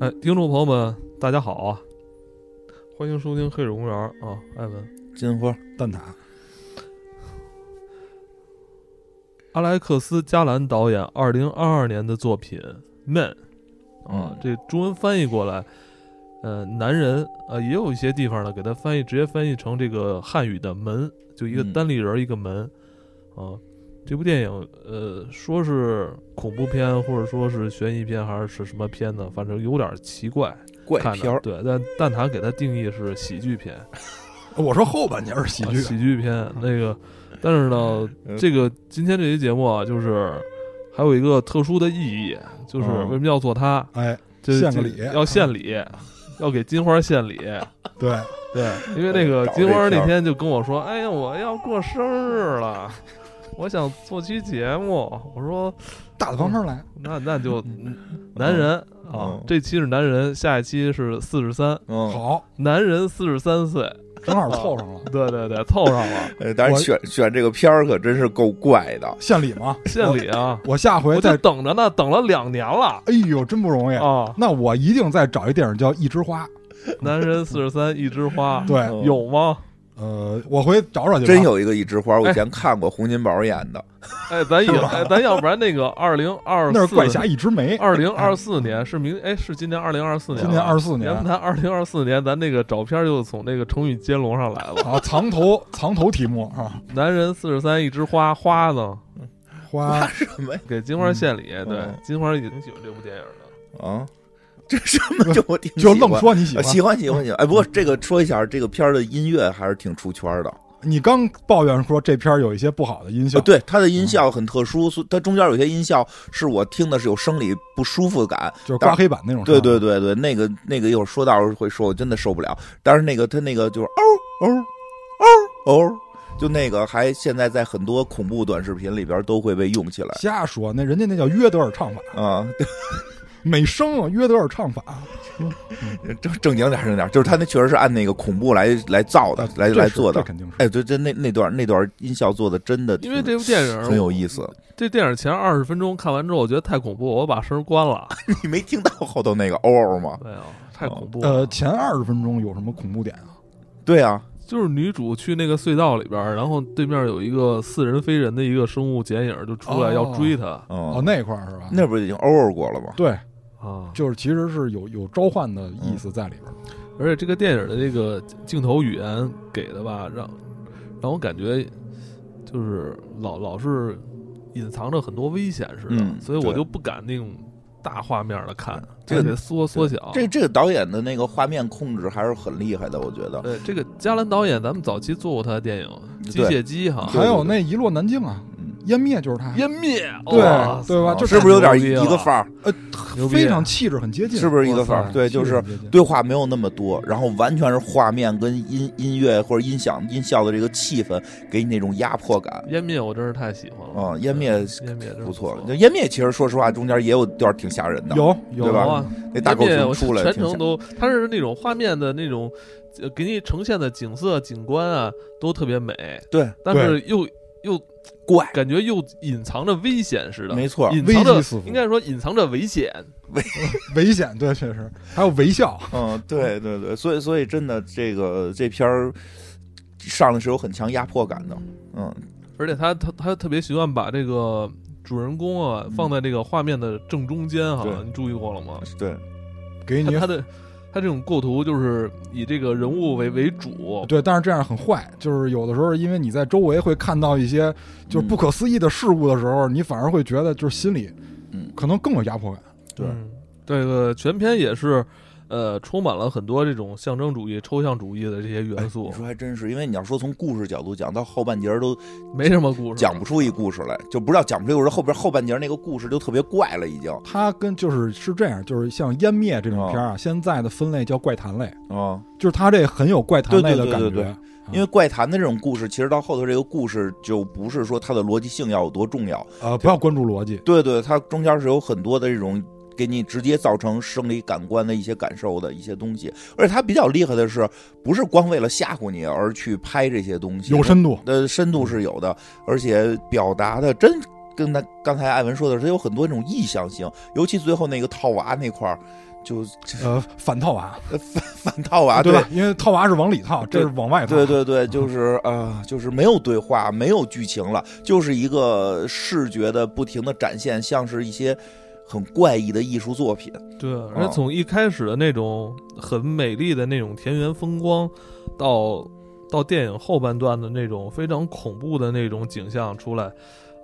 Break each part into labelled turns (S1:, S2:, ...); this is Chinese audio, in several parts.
S1: 哎，听众朋友们，大家好啊！欢迎收听《黑水公园》啊，艾文、
S2: 金花蛋挞，
S1: 阿莱克斯·加兰导演二零二二年的作品《Man》啊，
S2: 嗯
S1: 这中文翻译过来，呃，男人呃，也有一些地方呢，给它翻译直接翻译成这个汉语的门，就一个
S2: 嗯
S1: 单立人儿一个门、啊。这部电影呃，说是恐怖片，或者说是悬疑片，还是什么片呢？反正有点奇怪，
S2: 怪
S1: 看
S2: 片
S1: 着
S2: 儿。
S1: 对，但蛋挞给它定义是喜剧片。
S3: 哦我说后半截是喜
S1: 啊
S3: 剧，
S1: 喜剧呃片那个，但是呢，
S2: 嗯
S1: 这个今天这期节目啊，就是还有一个特殊的意义，就是
S2: 嗯
S1: 为什么要做它？
S3: 哎，
S1: 这
S3: 献个
S1: 这
S3: 礼
S1: 要献 礼，要给金花献礼。
S3: 对，
S1: 对，因为那个
S2: 哎搞这
S1: 金花
S2: 片
S1: 那
S2: 儿
S1: 天就跟我说：“哎呀，我要过生日了，我想做期节目。”我说
S3: 大大方方来，：“
S1: 那那就男人啊
S2: 嗯，
S1: 这期是男人，下一期是四十三，
S2: 嗯，
S3: 好，
S1: 男人四十三岁。”
S3: 正好凑上了，
S1: 对对对，凑上了
S2: 呃但
S3: 我
S2: 是选选这个片儿可真是够怪的。
S3: 献礼嘛。
S1: 献礼啊！
S3: 我下回
S1: 我就
S3: 再，
S1: 等着呢，等了两年了
S3: 哎呦，真不容易。
S1: 啊！
S3: 那我一定再找一电影叫《一枝花》，
S1: 男人四十三，一枝花，
S3: 对，
S2: 嗯
S1: 有吗？
S3: 呃，我回去找找去哎吧。
S2: 真有一个一枝花，我
S1: 哎
S2: 以前看过洪金宝演的，
S1: 哎，咱以
S3: 是吧
S1: 哎，咱要不然那个二零二
S3: 那是怪
S1: 四，
S3: 侠一枝梅，
S1: 二零二四年是明哎是今年二零二四年
S3: 今
S1: 了，
S3: 年二四年啊
S1: 咱们谈二零二四年，咱那个照片就从那个成语接龙上来 了。
S3: 啊，藏头藏头题目 啊，
S1: 男人四十三，一枝花，花呢
S3: 花
S2: 啊什么呀？
S1: 给金花献礼，对
S2: 嗯，
S1: 金花也挺喜欢这部电影的。
S2: 啊，这什么就我挺
S3: 就
S2: 喜
S3: 愣
S2: 欢
S3: 说你喜欢。
S2: 啊
S3: 嗯
S2: 喜欢喜欢喜欢。哎，不过这个说一下，这个片儿的音乐还是挺出圈的。
S3: 你刚抱怨说这片儿有一些不好的音效
S2: 呃，对，它的音效很特殊，所以它中间有些音效是我听的是有生理不舒服感。
S3: 就是刮黑板那种事儿。
S2: 对对对对，那个那个一会儿说到会说，我真的受不了。但是那个他那个就是哦嗷嗷嗷嗷，哦就那个还现在在很多恐怖短视频里边都会被用起来
S3: 瞎说，那人家那叫约德尔唱法，
S2: 啊。
S3: 美声啊约德尔唱法，
S2: 正正经点儿正经点儿，就是他那确实是按那个恐怖来来造的
S3: 啊，
S2: 来
S3: 这
S2: 来
S3: 是
S2: 做的
S3: 这。肯定是。
S2: 哎，对，这那那段那段音效做的真的挺，
S1: 因为这部嗯电影
S2: 很有意思。
S1: 这电影前二十分钟看完之后，我觉得太恐怖，我把声关 了。
S2: 你没听到后头那个嗷嗷吗？
S1: 对啊，太恐怖了。
S3: 呃，前二十分钟有什么恐怖点啊？
S2: 对啊，
S1: 就是女主去那个隧道里边儿，然后对面有一个似人非人的一个生物剪影，就出来
S3: 哦
S1: 要追她
S3: 哦，
S2: 嗯，
S3: 那块儿是吧？
S2: 那不是已经嗷嗷过了吗？
S3: 对，
S1: 啊。
S3: 就是其实是有有召唤的意思在里边
S2: 嗯
S3: 儿。
S1: 而且这个电影的这个镜头语言给的吧，让让我感觉就是老老是隐藏着很多危险似的，
S2: 嗯
S1: 所以我
S2: 对
S1: 就不敢那种大画面的看，
S2: 这个
S1: 得缩缩小。
S2: 这这个导演的那个画面控制还是很厉害的，我觉得。
S1: 呃，这个加兰导演，咱们早期做过他的电影《机
S2: 对
S1: 械姬》哈，
S2: 对
S3: 还有那一落南京啊，
S2: 嗯，
S3: 湮灭就是他，
S1: 湮灭，
S3: 对
S1: 哇
S3: 对吧？
S2: 啊
S3: 就是
S2: 不是有点一
S1: 牛逼了
S2: 个范儿？
S1: 牛逼
S3: 呃非常气质很接近，
S2: 是不是一个范
S3: 哇
S2: 儿？
S3: 塞
S2: 啊对，就
S3: 气质
S2: 是
S3: 很接近
S2: 对话没有那么多，然后完全是画面跟音音乐或者音响音效的这个气氛给你那种压迫感。
S1: 湮灭我真是太喜欢了。
S2: 啊，湮灭
S1: 湮灭真是
S2: 不错，
S1: 错
S2: 那湮灭其实说实话中间也有段挺吓人的，
S3: 有有
S2: 对吧
S1: 啊，
S2: 那大狗
S1: 湮灭
S2: 熊
S1: 我
S2: 出来
S1: 全
S2: 挺吓
S1: 程都，它是那种画面的那种，呃给你呈现的景色、景观啊，都特别美，
S2: 对
S1: 但是又又
S2: 怪，
S1: 感觉又隐藏着危险似的，
S2: 没错，
S1: 隐藏
S3: 危
S1: 着
S3: 机四伏
S1: 应该说隐藏着危险，
S3: 危险，对，确实还有微笑，
S2: 嗯，对对对，所以所以真的这个这片儿上的是有很强压迫感的，嗯，
S1: 而且他他他特别喜欢把这个主人公啊
S2: 嗯
S1: 放在这个画面的正中间哈，
S2: 对
S1: 你注意过了吗？
S2: 对，
S3: 给
S1: 他
S3: 你
S1: 他的他这种构图就是以这个人物为为主，
S3: 对，但是这样很坏，就是有的时候因为你在周围会看到一些就是不可思议的事物的时候，你反而会觉得就是心里
S2: 嗯
S3: 可能更有压迫感。
S2: 对
S1: 嗯这个全片也是，呃，充满了很多这种象征主义、抽象主义的这些元素
S2: 哎你，说还真是，因为你要说从故事角度讲，到后半截儿都
S1: 没什么故事，
S2: 讲不出一故事来，就不知道讲不出一故事，后边后半截儿那个故事就特别怪了，已经
S3: 它跟就是是这样，就是像《湮灭》这种片
S2: 哦
S3: 儿啊，现在的分类叫怪谈类，
S2: 啊，
S3: 就是它这很有怪谈类的感
S2: 对对对对
S3: 觉。
S2: 因为怪谈的这种故事，其实到后头这个故事就不是说它的逻辑性要有多重要，
S3: 呃，不要关注逻辑，
S2: 对对，它中间是有很多的这种给你直接造成生理感官的一些感受的一些东西，而且它比较厉害的是，不是光为了吓唬你而去拍这些东西，
S3: 有深度。
S2: 呃深度是有的，而且表达的真跟他刚才艾文说的是，它有很多那种意向性，尤其最后那个套娃那块儿，就
S3: 呃，反套娃，
S2: 反套娃
S3: 啊对吧？因为套娃是往里套，这是往外套。
S2: 啊对对对，就是啊、就是没有对话，没有剧情了，就是一个视觉的不停的展现，像是一些很怪异的艺术作品。
S1: 对，而
S2: 啊
S1: 且从一开始的那种很美丽的那种田园风光，到到电影后半段的那种非常恐怖的那种景象出来，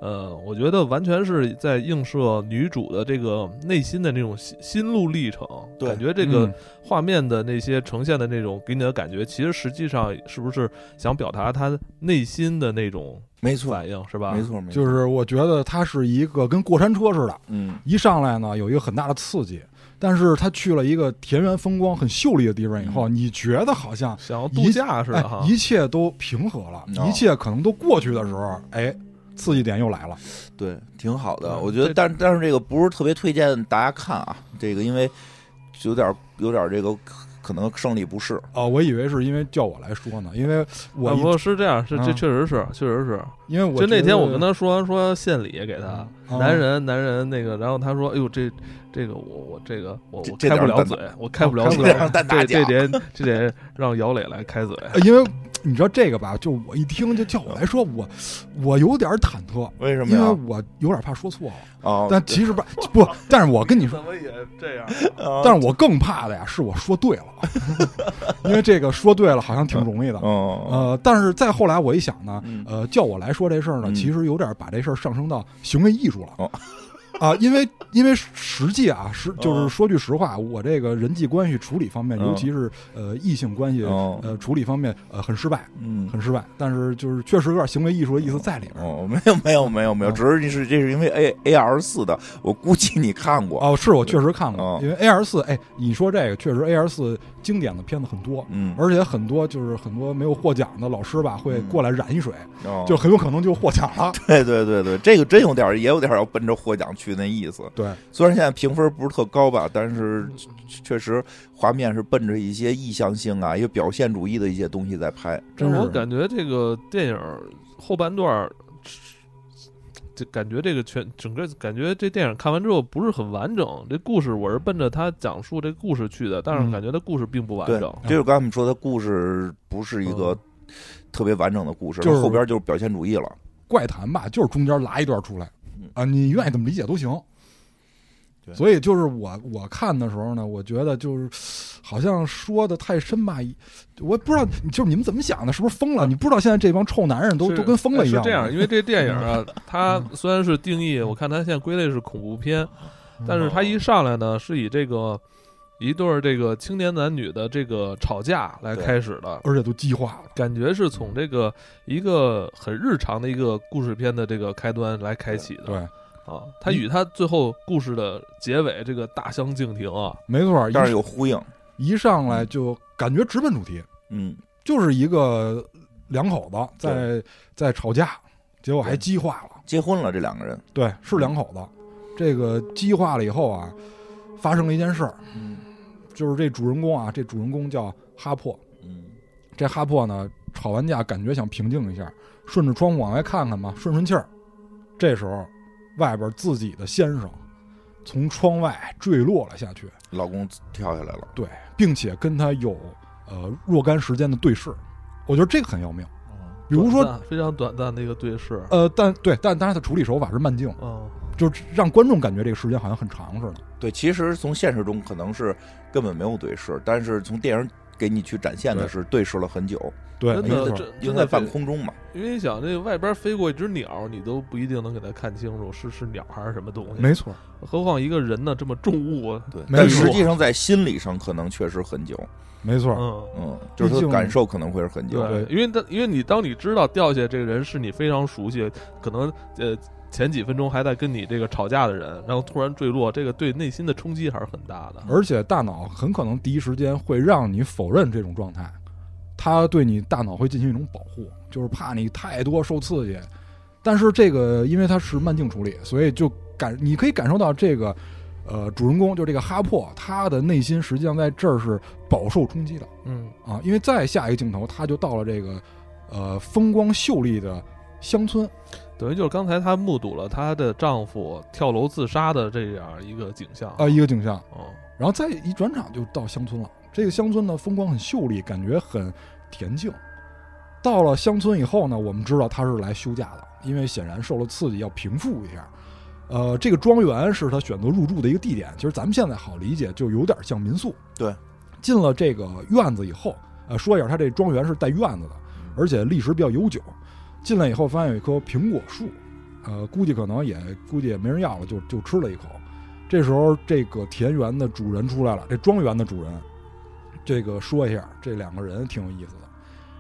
S1: 呃，我觉得完全是在映射女主的这个内心的那种心心路历程。
S2: 对嗯
S1: 感觉这个
S3: 嗯
S1: 画面的那些呈现的那种给你的感觉，其实实际上是不是想表达她内心的那种
S2: 没错，
S1: 反应，是吧？
S2: 没，错，没错，
S3: 啊就是是我觉得它是一个跟过山车似的，
S2: 嗯，
S3: 一上来呢有一个很大的刺激，但是他去了一个田园风光很秀丽的地方以
S2: 嗯
S3: 后，你觉得好像
S1: 想要度假似的哈
S3: 哎，。一切都平和了，
S2: 啊哦
S3: 一切可能都过去的时候，哎，刺激点又来了。
S2: 对，挺好的。
S1: 嗯
S2: 我觉得，
S1: 这
S2: 但但是这个不是特别推荐大家看啊，这个因为有点有点这个可能生理不适。
S3: 啊！我以为是因为叫我来说呢，因为我
S1: 啊，
S3: 一、
S1: 不是这样，是这
S3: 嗯
S1: 确实是，确实是，
S3: 因为我
S1: 就那
S3: 觉
S1: 天
S3: 得
S1: 我跟他说完说献礼给他，
S3: 哦
S1: 男人男人那个，然后他说，哎呦这这个我我这个我
S2: 这
S1: 我
S2: 这
S1: 开
S2: 点
S1: 不了
S2: 儿蛋
S1: 嘴，我开不了
S3: 哦开不
S1: 嘴
S3: 了，
S2: 蛋大
S1: 这这
S2: 奖
S1: 得这得让姚磊来开嘴。
S3: 呃因为你知道这个吧，就我一听就叫我来说，我我有点忐忑，
S2: 为什么
S3: 因为
S2: 呀？
S3: 我有点怕说错了。
S2: 哦，
S3: 但其实吧， 不，但是我跟你说，
S1: 么也这样？啊
S2: 但
S3: 但是我更怕的呀，是我说对了， 因为这个说对了好像挺容易的。
S2: 嗯
S3: 呃，但是再后来我一想呢
S2: 嗯，
S3: 呃，叫我来说这事儿呢，
S2: 嗯
S3: 其实有点把这事儿上升到行为艺术了。
S2: 哦
S3: 啊，因为因为实际啊，实就是说句实话，我这个人际关系处理方面，
S2: 嗯
S3: 尤其是呃异性关系
S2: 哦
S3: 呃处理方面，呃很失败，
S2: 嗯
S3: 很失败。但是就是确实有点行为艺术的意思在里边。
S2: 哦，没有没有没有没有，
S3: 嗯
S2: 只是你是这是因为 A A R 四的，我估计你看过。
S3: 哦，是我确实看
S2: 哦
S3: 过，因为 A R 四，哎，你说这个确实 A R 四经典的片子很多，
S2: 嗯，
S3: 而且很多就是很多没有获奖的老师吧，会
S2: 嗯
S3: 过来燃一水，
S2: 哦
S3: 就很有可能就获奖 了。
S2: 对哎对对对，这个真有点儿也有点儿要奔着获奖去那意思。
S3: 对，
S2: 虽然现在评分不是特高吧，但是确确实画面是奔着一些意向性啊，一些表现主义的一些东西在拍。
S3: 真是
S1: 我感觉这个电影后半段儿，这感觉这个全整个感觉这电影看完之后不是很完整。这故事我是奔着他讲述这个故事去的，但是
S3: 嗯
S1: 感觉他故事并不完
S2: 对，
S1: 整。嗯
S2: 这就是刚才我们说的故事不是一个特别完整的故事，
S3: 就是
S2: 后边就是表现主义了。
S3: 怪谈吧，就是中间拉一段出来
S2: 嗯，
S3: 啊，你愿意怎么理解都行
S2: 对。
S3: 所以就是我我看的时候呢，我觉得就是好像说的太深吧，我不知道就是你们怎么想的，是不是疯了？你不知道现在这帮臭男人都
S1: 是
S3: 都跟疯了一样
S1: 是这
S3: 吗。
S1: 样，因为这电影啊， 它虽然是定义，我看它现在归类是恐怖片，
S3: 嗯
S1: 但是它一上来呢，是以这个一对儿这个青年男女的这个吵架来开始的，
S3: 而且都激化了。
S1: 感觉是从这个一个很日常的一个故事片的这个开端来开启的
S3: 对，
S1: 啊。它与它最后故事的结尾这个大相径庭啊，
S3: 没错，
S2: 但是
S3: 一
S2: 有呼应，
S3: 一上来就感觉直奔主题，
S2: 嗯，
S3: 就是一个两口子在在吵架，结果还
S2: 对
S3: 激化了。
S2: 结婚了这两个人，
S3: 对，是两口子。这个激化了以后啊，发生了一件事儿，
S2: 嗯
S3: 就是这主人公啊，这主人公叫哈珀。
S2: 嗯
S3: 这哈珀呢，吵完架感觉想平静一下，顺着窗户往外看看嘛，顺顺气儿。这时候，外边自己的先生从窗外坠落了下去，
S2: 老公跳下来了，
S3: 对，并且跟他有呃若干时间的对视。我觉得这个很要命。比如说，
S1: 短暂非常短暂的一个对视，
S3: 呃，但对，但但是他处理手法是慢镜，
S1: 嗯，
S3: 就是让观众感觉这个时间好像很长似的。
S2: 对，其实从现实中可能是根本没有对视，但是从电影给你去展现的是对视了很久，
S3: 对，
S1: 真
S3: 没
S1: 的
S3: 错。
S1: 真
S2: 因
S1: 真
S2: 为在
S1: 的
S2: 半
S1: 非
S2: 空中嘛。
S1: 因为你想，这外边飞过一只鸟，你都不一定能给它看清楚是是鸟还是什么东西。
S3: 没，错，
S1: 何况一个人呢？这么重物，啊
S2: 对，
S3: 没
S2: 但
S3: 错
S2: 实际上在心理上可能确实很久，
S3: 没错，
S1: 嗯，
S2: 嗯，就是他
S3: 毕
S2: 的
S3: 竟
S2: 感受可能会是很久。
S1: 对，
S3: 对
S1: 因为他因为你当你知道掉下这个人是你非常熟悉，可能呃前几分钟还在跟你这个吵架的人，然后突然坠落，这个对内心的冲击还是很大的。
S3: 而且大脑很可能第一时间会让你否认这种状态，它对你大脑会进行一种保护，就是怕你太多受刺激。但是这个因为它是慢镜处理，所以就感你可以感受到这个，呃，主人公就这个哈珀，他的内心实际上在这儿是饱受冲击的
S1: 嗯，
S3: 啊，因为再下一个镜头他就到了这个，呃，风光秀丽的乡村，
S1: 等于就是刚才她目睹了她的丈夫跳楼自杀的这样一个景象
S3: 啊、一个景象。
S1: 哦，
S3: 然后再一转场就到乡村了。这个乡村呢，风光很秀丽，感觉很恬静。到了乡村以后呢，我们知道他是来休假的，因为显然受了刺激，要平复一下。呃，这个庄园是他选择入住的一个地点，其实咱们现在好理解，就有点像民宿。
S2: 对，
S3: 进了这个院子以后，呃，说一下，他这庄园是带院子的，而且历史比较悠久。进来以后发现有一棵苹果树，呃，估计可能也估计也没人要了，就就吃了一口。这时候，这个田园的主人出来了，这庄园的主人，这个说一下，这两个人挺有意思的。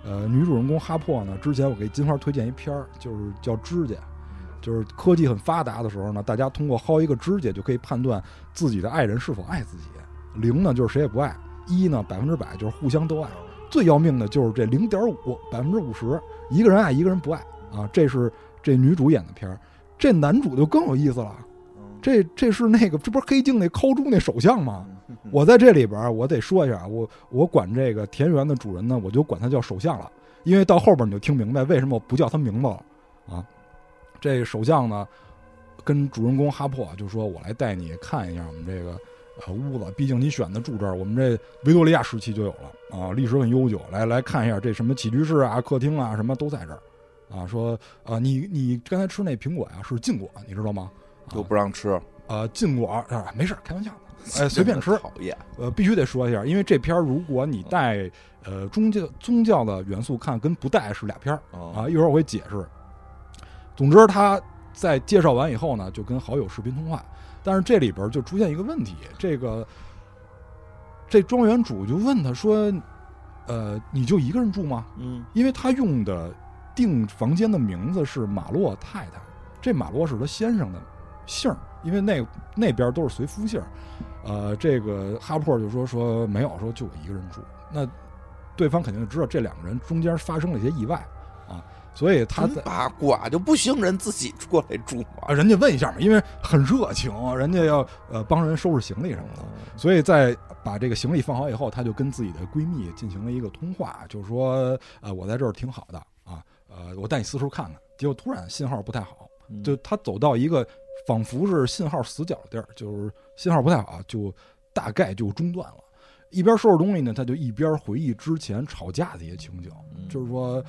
S3: 呃，女主人公哈珀呢，之前我给金花推荐一片儿，就是叫指甲，就是科技很发达的时候呢，大家通过薅一个指甲就可以判断自己的爱人是否爱自己。零呢就是谁也不爱，一呢百分之百就是互相都爱，最要命的就是这零点五百分之五十，一个人爱一个人不爱啊，这是这女主演的片儿，这男主就更有意思了。这这是那个，这不是黑镜那抠猪那首相吗？我在这里边儿，我得说一下，啊我我管这个田园的主人呢，我就管他叫首相了，因为到后边你就听明白为什么我不叫他名字了啊。这首相呢，跟主人公哈珀啊就说：“我来带你看一下我们这个呃屋子，毕竟你选的住这儿，我们这维多利亚时期就有了啊，历史很悠久。来来看一下这什么起居室啊、客厅啊，什么都在这儿啊。说啊，你你刚才吃那苹果呀、是禁果，你知道吗？啊
S2: 又不让吃，
S3: 呃，禁果啊，没事儿，开玩笑的，哎，随便吃。
S2: 讨厌。
S3: 呃，必须得说一下，因为这片儿如果你带呃宗教宗教的元素看，跟不带是俩片儿
S2: 啊
S3: 啊，一会儿我会解释。总之，他在介绍完以后呢，就跟好友视频通话，但是这里边就出现一个问题，这个这庄园主就问他说：“呃，你就一个人住吗？”
S2: 嗯
S3: 因为他用的订房间的名字是马洛太太，这马洛是他先生的姓儿，因为那那边都是随夫姓儿。呃，这个哈珀就说说没有，说就我一个人住。那对方肯定就知道这两个人中间发生了一些意外啊，所以他
S2: 真
S3: 在
S2: 八卦就不行，人自己过来住
S3: 啊，
S2: 嘛。
S3: 人家问一下嘛，因为很热情，人家要呃帮人收拾行李什么的。
S2: 嗯
S3: 所以在把这个行李放好以后，她就跟自己的闺蜜进行了一个通话，就是说，呃，我在这儿挺好的啊，呃，我带你四处看看。结果突然信号不太好，
S2: 嗯
S3: 就她走到一个仿佛是信号死角的地儿，就是信号不太好，就大概就中断了。一边收拾东西呢，她就一边回忆之前吵架的一些情景，就是说。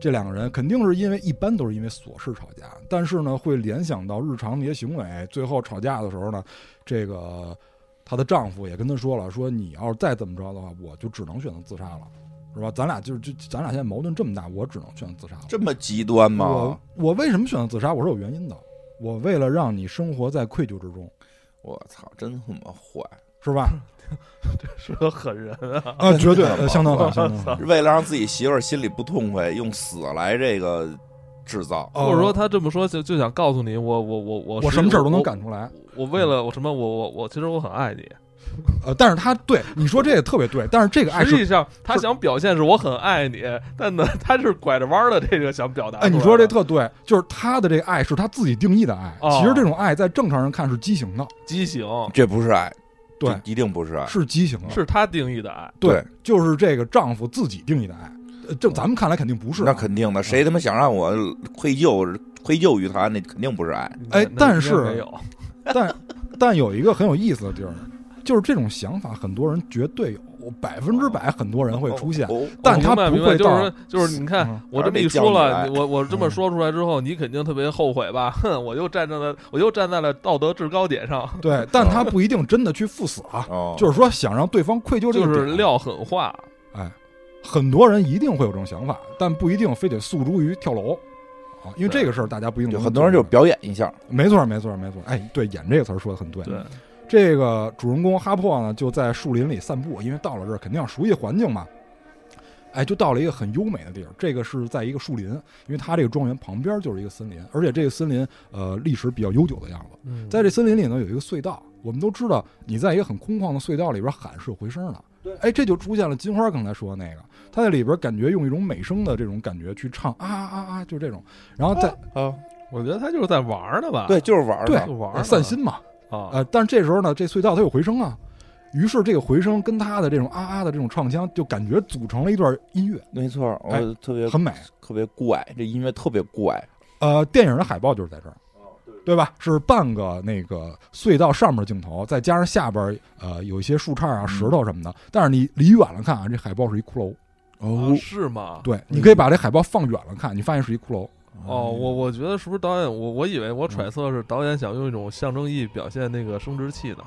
S3: 这两个人肯定是因为一般都是因为琐事吵架，但是呢，会联想到日常的一些行为。最后吵架的时候呢，这个她的丈夫也跟她说了，说你要是再怎么着的话，我就只能选择自杀了，是吧？咱俩就是就咱俩现在矛盾这么大，我只能选择自杀了。
S2: 这么极端吗
S3: 我？我为什么选择自杀？我是有原因的，我为了让你生活在愧疚之中，
S2: 我操，真他妈坏！
S3: 是吧？
S1: 是个狠人啊！
S3: 啊，绝对
S2: 真的吗
S3: 呃相当好，相当好。
S2: 为了让自己媳妇儿心里不痛快，用死来这个制造。
S1: 或者说
S3: 呃
S1: 他这么说就就想告诉你，我我我我
S3: 我
S1: 我
S3: 什么事儿都能
S1: 我
S3: 干出来，
S1: 我为了我什么我我我其实我很爱你，
S3: 呃，但是他对你说这个特别对，但是这个爱
S1: 实
S3: 是，
S1: 际上他想表现是我很爱你，但呢他是拐着弯儿的这个想表达出
S3: 哎，
S1: 来的。
S3: 你说这特对，就是他的这个爱是他自己定义的爱，
S1: 哦
S3: 其实这种爱在正常人看是畸形的，
S1: 畸形
S2: 这不是爱，
S3: 对，
S2: 这一定不是爱。
S3: 是畸形的，
S1: 是他定义的爱，
S3: 对
S2: 对，
S3: 就是这个丈夫自己定义的爱，呃这咱们看来肯定不是啊，
S2: 那肯定的，谁他妈想让我愧疚愧疚于他，那肯定不是爱。
S3: 哎
S1: 那
S3: 但
S1: 那
S3: 是
S1: 没有
S3: 但但有一个很有意思的地儿，就是这种想法，很多人绝对有，百分之百很多人会出现。
S2: 哦
S3: 但
S1: 我
S3: 他
S1: 明白
S3: 不
S1: 明白
S3: 会
S1: 就是
S3: 到
S1: 说，就是你看
S3: 嗯
S1: 我这么一说
S2: 还
S1: 了，
S2: 是得降
S1: 你我我这么说出来之后，你肯定特别后悔吧？哼，我又站在了，我又站在了道德制高点上，
S3: 对，但他不一定真的去赴死啊，
S2: 哦，
S3: 就是说想让对方愧疚这
S1: 就
S3: 个
S1: 是
S3: 点啊
S1: 撂狠话。
S3: 哎，很多人一定会有这种想法，但不一定非得诉诸于跳楼啊，因为这个事儿大家不一定
S2: 就
S3: 能
S2: 很多人就
S3: 做出
S2: 表演一下，
S3: 来没错没错没错，哎，对，演这个词儿说的很对。
S1: 嗯对，
S3: 这个主人公哈珀呢，就在树林里散步，因为到了这儿肯定要熟悉环境嘛。哎，就到了一个很优美的地儿，这个是在一个树林，因为它这个庄园旁边就是一个森林，而且这个森林呃历史比较悠久的样子。
S1: 嗯
S3: 在这森林里呢有一个隧道，我们都知道，你在一个很空旷的隧道里边喊是有回声的。对，哎，这就出现了金花刚才说的那个，他在里边感觉用一种美声的这种感觉去唱啊啊啊，就这种，然后
S1: 哦
S3: 再
S2: 啊，
S1: 我觉得他就是在玩儿呢吧？
S2: 对，，就是玩儿
S3: 对
S2: 呢
S1: 就玩儿
S3: 哎
S1: 呢
S3: 散心嘛，
S1: 啊，
S3: 呃，但这时候呢，这隧道它有回声啊，于是这个回声跟他的这种啊啊的这种唱腔，就感觉组成了一段音乐，
S2: 没错，
S3: 哎
S2: 我特别
S3: 很美。
S2: 特别怪，这音乐特别怪，
S3: 呃，电影的海报就是在这儿，
S1: 哦
S3: 对吧？是半个那个隧道上面镜头，再加上下边呃有一些树杈
S1: 嗯
S3: 啊、石头什么的。但是你离远了看啊，这海报是一骷髅。
S1: 啊是吗？
S3: 对，你可以把这海报放远了看，你发现是一骷髅。
S1: 哦，我我觉得是不是导演？我我以为我
S3: 嗯
S1: 揣测是导演想用一种象征意义表现那个生殖器呢。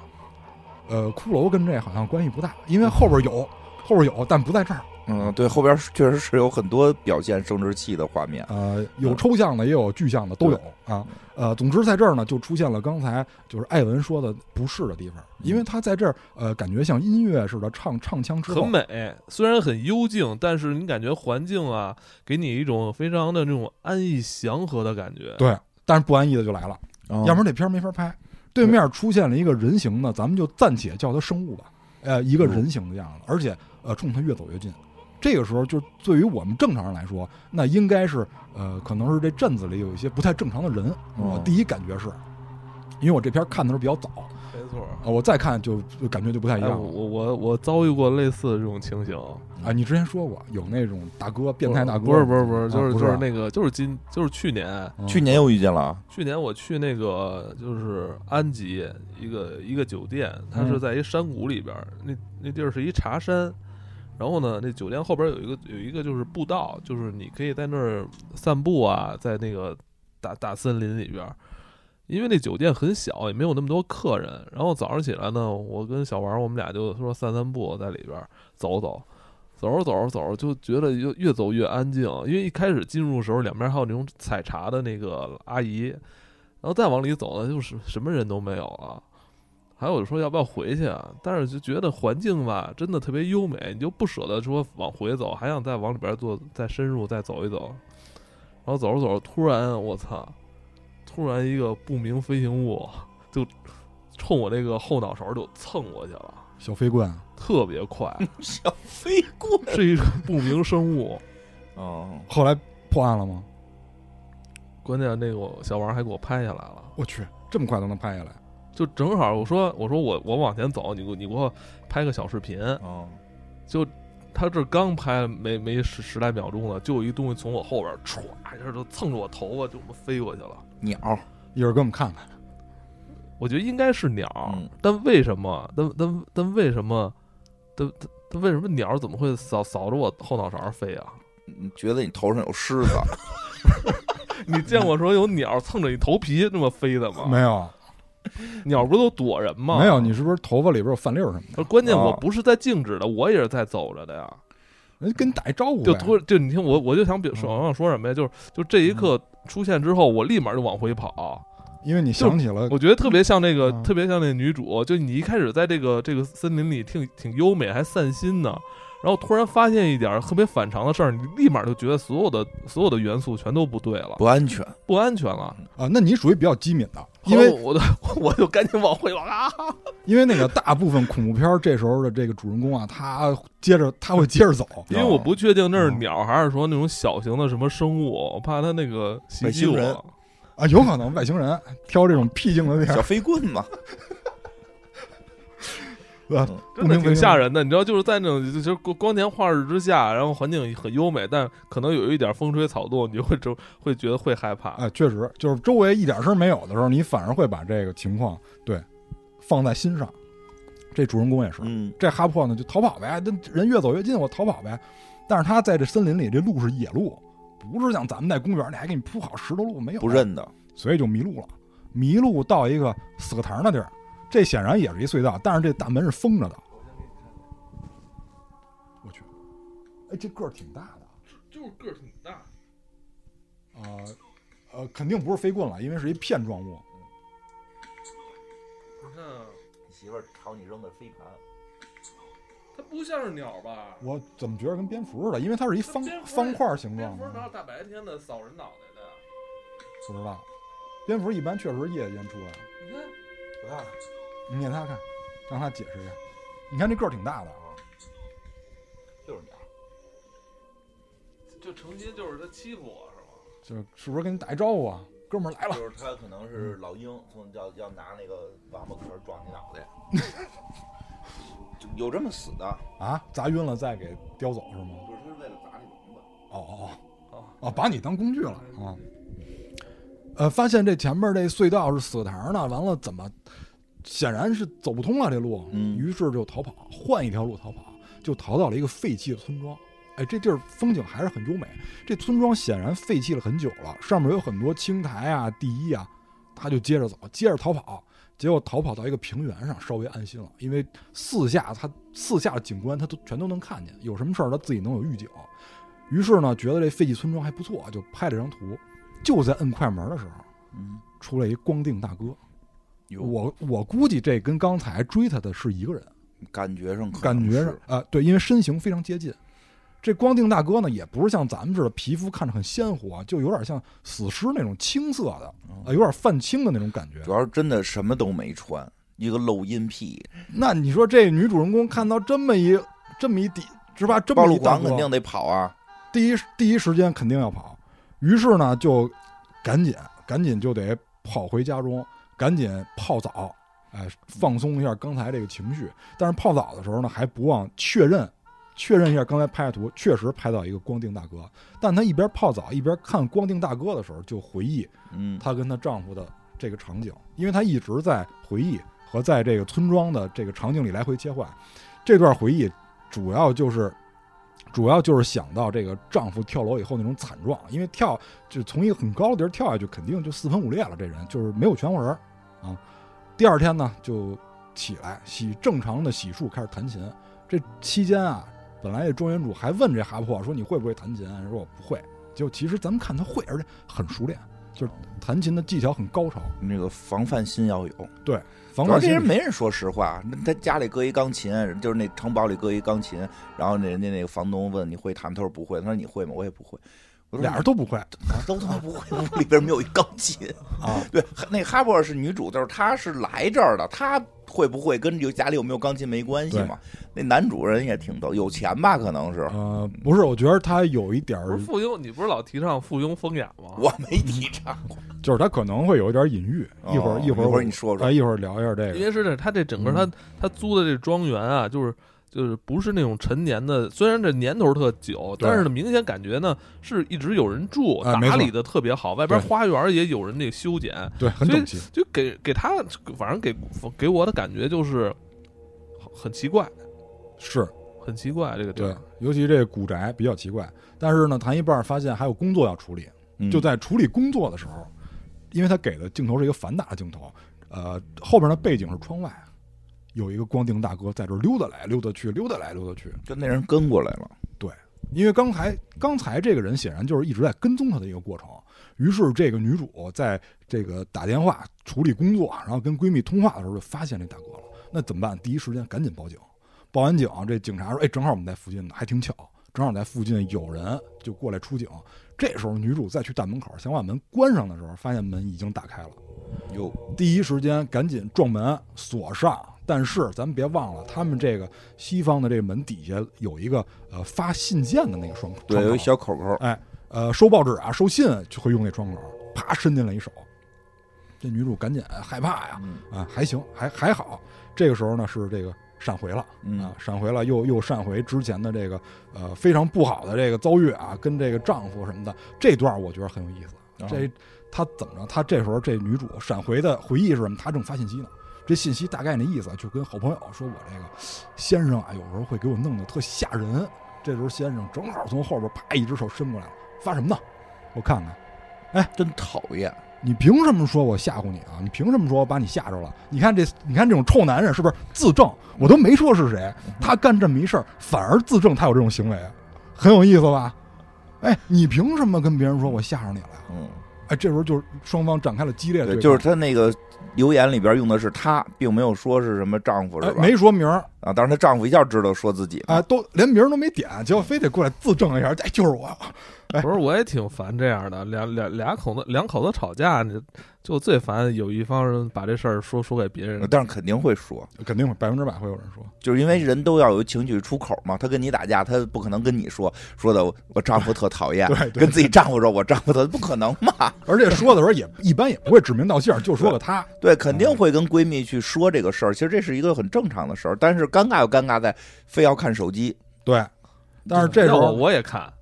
S3: 呃，骷髅跟这好像关系不大，因为后边有，后边有，但不在这儿。
S2: 嗯，对，后边确实是有很多表现生殖器的画面。
S3: 呃，有抽象的，也有具象的，都有啊。呃，总之在这儿呢，就出现了刚才就是艾文说的不适的地方，因为他在这儿呃，感觉像音乐似的唱唱腔之后
S1: 很，美，虽然很幽静，但是你感觉环境啊，给你一种非常的那种安逸祥和的感觉。
S3: 对，但是不安逸的就来了，
S2: 嗯
S3: 要不然这片儿没法拍。对面出现了一个人形的，咱们就暂且叫它生物吧，呃，一个人形的样子，而且呃，冲它越走越近。这个时候，就对于我们正常人来说，那应该是呃，可能是这镇子里有一些不太正常的人。我
S2: 嗯
S3: 第一感觉是，因为我这片儿看的时候比较早，
S1: 没错。
S3: 啊，我再看就就感觉就不太一
S1: 哎，
S3: 样
S1: 我
S3: 了。
S1: 我我我遭遇过类似的这种情形，
S3: 啊，你之前说过有那种大哥，变态大哥，
S1: 不是不是不是，
S3: 啊
S1: 就是
S3: 不
S1: 就是是那个就是今就是去年，
S3: 嗯
S2: 去年又遇见了，啊
S1: 去年我去那个就是安吉一个一个酒店，它
S3: 嗯
S1: 是在一山谷里边儿，那那地儿是一茶山。然后呢，那酒店后边有一个有一个就是步道，就是你可以在那儿散步啊，在那个大大森林里边儿。因为那酒店很小，也没有那么多客人。然后早上起来呢，我跟小王儿我们俩就说散散步，在里边儿走走。走着走着走着，就觉得越越走越安静，因为一开始进入的时候，两边还有那种采茶的那个阿姨，然后再往里走呢，就是什么人都没有了。还有说要不要回去啊？但是就觉得环境吧，真的特别优美，你就不舍得说往回走，还想再往里边坐，再深入再走一走。然后走着走着，突然我操，突然一个不明飞行物就冲我这个后脑勺就蹭过去了，
S3: 小飞棍，
S1: 特别快，
S2: 小飞棍。
S1: 是一个不明生物。
S2: 哦，
S3: 后来破案了吗？
S1: 关键那个小王还给我拍下来了，
S3: 我去，这么快都能拍下来？
S1: 就正好我说我说我我往前走，你给我你给我拍个小视频。
S2: 哦，
S1: 就他这刚拍没没十十来秒钟呢，就有一东西从我后边歘一下就蹭着我头发就这么飞过去了。
S2: 鸟，
S3: 一会儿给我们看看。
S1: 我觉得应该是鸟，
S2: 嗯
S1: 但为什么？但但但为什么？但但但为什么鸟怎么会扫扫着我后脑勺飞啊？
S2: 你觉得你头上有虱子？
S1: 你见过说有鸟蹭着你头皮这么飞的吗？
S3: 没有，
S1: 鸟不是都躲人吗？
S3: 没有，你是啊不是头发里边有饭粒儿什么
S1: 而关键
S2: 哦
S1: 我不是在静止的，我也是在走着的呀。
S3: 的？人跟你打一招呼呗，
S1: 就突然就你听我我就想
S3: 嗯
S1: 表说我想说什么呀？就是就这一刻出现之后，我立马就往回跑。
S3: 因为你想起了
S1: 我觉得特别像那个，
S3: 呃嗯
S1: 特别像那女主，就你一开始在这个这个森林里挺挺优美，还散心呢，然后突然发现一点儿特别反常的事儿，你立马就觉得所有的所有的元素全都不对了，
S2: 不安全。
S1: 不安全了。
S3: 啊，那你属于比较机敏的，因为哦
S1: 后来我的 我就赶紧往回跑啊，
S3: 因为那个大部分恐怖片儿这时候的这个主人公啊，他接着他会接着走，
S1: 因为我不确定那
S3: 哦
S1: 是鸟还是说那种小型的什么生物，我怕它那个袭击
S2: 外星人
S1: 我。
S3: 啊，有可能外星人挑这种僻静的地
S2: 小
S3: 儿，
S2: 飞棍嘛，
S3: 呃
S2: 嗯
S3: 不
S1: 真的
S3: 明
S1: 挺
S3: 飞
S1: 吓人的，你知道，就是在那种就是光光天化日之下，然后环境很优美，但可能有一点风吹草动，你就会就会觉得会害怕。
S3: 啊，确实就是周围一点声儿没有的时候，你反而会把这个情况对放在心上。这主人公也是，
S2: 嗯，
S3: 这哈珀呢就逃跑呗，这人越走越近，我逃跑呗。但是他在这森林里，这路是野路，不是像咱们在公园里还给你铺好石头路，没有
S2: 不认 得。
S3: 所以就迷路了。迷路到一个死个堂的地儿，这显然也是一隧道，但是这大门是封着的。我去，哎，这个儿挺大的
S1: 就是个儿挺大。
S3: 啊，呃，呃，肯定不是飞棍了，因为是一片状物。
S1: 你看啊，
S2: 媳妇儿朝你扔的飞盘，
S1: 它不像是鸟吧？
S3: 我怎么觉得跟蝙蝠似的？因为它是一方
S1: 蝙蝠
S3: 方块形状的，
S1: 大白天的扫人脑袋的呀？
S3: 不知道。蝙蝠一般确实夜间出来，
S1: 你看，
S2: 啊
S3: 你给他看，让他解释一下。你看这个儿挺大的啊，
S2: 就是鸟。
S1: 就成心就是它欺负我是
S3: 就是是不是跟你打一招呼啊？哥们儿来了，
S2: 就是他可能是老鹰，从要要拿那个王八壳撞你脑袋， 就有这么死的，
S3: 啊，砸晕了再给叼走是吗？
S2: 就是他是为了砸你王八。
S3: 哦哦哦
S1: 吗？啊，
S3: 哦，把你当工具了啊！呃，发现这前面这隧道是死堂呢，完了怎么，显然是走不通了这路，啊
S2: 嗯
S3: 于是就逃跑，换一条路逃跑，就逃到了一个废弃的村庄。哎，这地儿风景还是很优美。这村庄显然废弃了很久了，上面有很多青苔啊、地衣啊，他就接着走，接着逃跑，结果逃跑到一个平原上，稍微安心了，因为四下他四下的景观他都全都能看见，有什么事儿他自己能有预警。于是呢，觉得这废弃村庄还不错，就拍了张图。就在摁快门的时候，
S2: 嗯，
S3: 出来一光腚大哥。
S2: 有
S3: 我我估计这跟刚才追他的是一个人，
S2: 感觉上可
S3: 感
S2: 能
S3: 觉上
S2: 是
S3: 啊、对，因为身形非常接近。这光腚大哥呢，也不是像咱们似的皮肤看着很鲜活，就有点像死尸那种青色的，啊、
S2: 嗯
S3: 有点泛青的那种感觉
S2: 主。要是真的什么都没穿，一个露阴屁，
S3: 那你说这女主人公看到这么一这么一底，只怕这
S2: 暴
S3: 么一
S2: 露
S3: 大
S2: 狂
S3: 哥，
S2: 肯定得跑啊，
S3: 第一第一时间肯定要跑，于是呢就赶紧赶紧就得跑回家中，赶紧泡澡，哎，放松一下刚才这个情绪。但是泡澡的时候呢，还不忘确认确认一下刚才拍的图，确实拍到一个光腚大哥。但她一边泡澡一边看光腚大哥的时候，就回忆
S2: 嗯，
S3: 她跟她丈夫的这个场景，因为她一直在回忆和在这个村庄的这个场景里来回切换。这段回忆主要就是，主要就是想到这个丈夫跳楼以后那种惨状，因为跳就从一个很高的地儿跳下去，肯定就四分五裂了，这人就是没有全乎人儿啊。第二天呢，就起来洗正常的洗漱，开始弹琴。这期间啊，本来这庄园主还问这哈珀说你会不会弹琴，哎说我不会。就其实咱们看他会，而且很熟练，啊就是弹琴的技巧很高超。
S2: 那个防范心要有。
S3: 防
S2: 主要
S3: 范
S2: 这
S3: 心
S2: 人
S3: 理
S2: 没人说实话，那他家里搁一钢琴，就是那城堡里搁一钢琴，然后那人家那个房东问你会弹吗，他说不会，他说你会吗？我也不会。我说啊
S3: 俩人都不会
S2: 都他妈不会，屋里边没有一钢琴。
S3: 啊。
S2: 对，那哈珀是女主，就是她是来这儿的，她会不会跟有家里有没有钢琴没关系嘛？那男主人也挺逗，有钱吧？可能是
S3: 呃，不是，我觉得他有一点
S1: 不
S3: 儿
S1: 是，附庸，你不是老提倡附庸风雅吗？
S2: 我没提倡。
S3: 就是他可能会有一点隐喻。一会儿
S2: 哦
S3: 会
S2: 一
S3: 儿
S2: 会
S3: 我
S2: 儿你说说
S3: 哎，一会儿聊一下这
S1: 因
S3: 个。
S1: 为是这，他这整个
S3: 嗯
S1: 他、他租的这庄园啊，就是就是不是那种陈年的，虽然这年头特久，
S3: 对
S1: 但是呢，明显感觉呢是一直有人住，
S3: 哎没错
S1: 打理的特别好，外边花园也有人那修剪，
S3: 对，很
S1: 所以
S3: 整齐。
S1: 就给给他，反正给给我的感觉就是很奇怪，
S3: 是
S1: 很奇怪这个地
S3: 对
S1: 儿。，
S3: 尤其这古宅比较奇怪。但是呢，谈一半儿发现还有工作要处理，
S2: 嗯
S3: 就在处理工作的时候，因为他给的镜头是一个反打的镜头，呃，后边的背景是窗外，有一个光腚大哥在这儿溜达来溜达去，溜达来溜达去。
S2: 就那人跟过来了，
S3: 因为刚才刚才这个人显然就是一直在跟踪他的一个过程。于是这个女主在这个打电话处理工作，啊然后跟闺蜜通话的时候就发现这大哥了。那怎么办？第一时间赶紧报警。报完警，这警察说：“哎，正好我们在附近呢，还挺巧，正好在附近有人就过来出警。”这时候女主再去大门口想把门关上的时候，发现门已经打开了。
S2: 哟，
S3: 第一时间赶紧撞门锁上。但是咱们别忘了，他们这个西方的这个门底下有一个呃发信件的那个窗口，
S2: 对，有
S3: 窗
S2: 一
S3: 口
S2: 小口口，
S3: 哎呃收报纸啊、收信就会用那窗口，啪伸进来一手。这女主赶紧哎害怕呀，
S2: 嗯
S3: 啊还行还还好。这个时候呢是这个闪回了啊
S2: 嗯，
S3: 闪回了又又闪回之前的这个呃非常不好的这个遭遇啊，跟这个丈夫什么的这段我觉得很有意思。
S2: 啊
S3: 这她怎么着？她这时候这女主闪回的回忆是什么？她正发信息呢。这信息大概那意思啊就跟好朋友说：“我这个先生啊，有时候会给我弄得特吓人。”这时候先生正好从后边啪一只手伸过来了，发什么呢？我看看，
S2: 真讨厌，
S3: 你凭什么说我吓唬你啊？你凭什么说我把你吓着了？你看这，你看这种臭男人是不是自证？我都没说是谁，他干这么一事儿，反而自证他有这种行为，很有意思吧？哎，你凭什么跟别人说我吓着你了呀？
S2: 嗯，
S3: 哎，这时候就是双方展开了激烈的
S2: 对，
S3: 对
S2: 就是
S3: 抗
S2: 他那个留言里边用的是他，并没有说是什么丈夫是
S3: 哎
S2: 吧？
S3: 没说名儿
S2: 啊，当然她丈夫一下知道说自己
S3: 啊、哎，都连名儿都没点，结果非得过来自证一下，哎，就是我。哎
S1: 不是，我也挺烦这样的，俩俩俩口子两口子吵架，你就最烦有一方人把这事儿说说给别人。
S2: 但是肯定会说，
S3: 肯定会百分之百会有人说，
S2: 就是因为人都要有情绪出口嘛。她跟你打架，她不可能跟你说说的我丈夫特讨 厌，
S3: 对对
S2: 跟自己丈夫说我丈夫特不可能嘛。
S3: 而且说的时候也一般也不会指名道姓，就说个他，
S2: 对，肯定会跟闺蜜去说这个事儿。其实这是一个很正常的事儿，但是尴尬又尴尬在非要看手机。
S3: 对。但是这时
S1: 要我
S3: 候
S1: 我也看，啊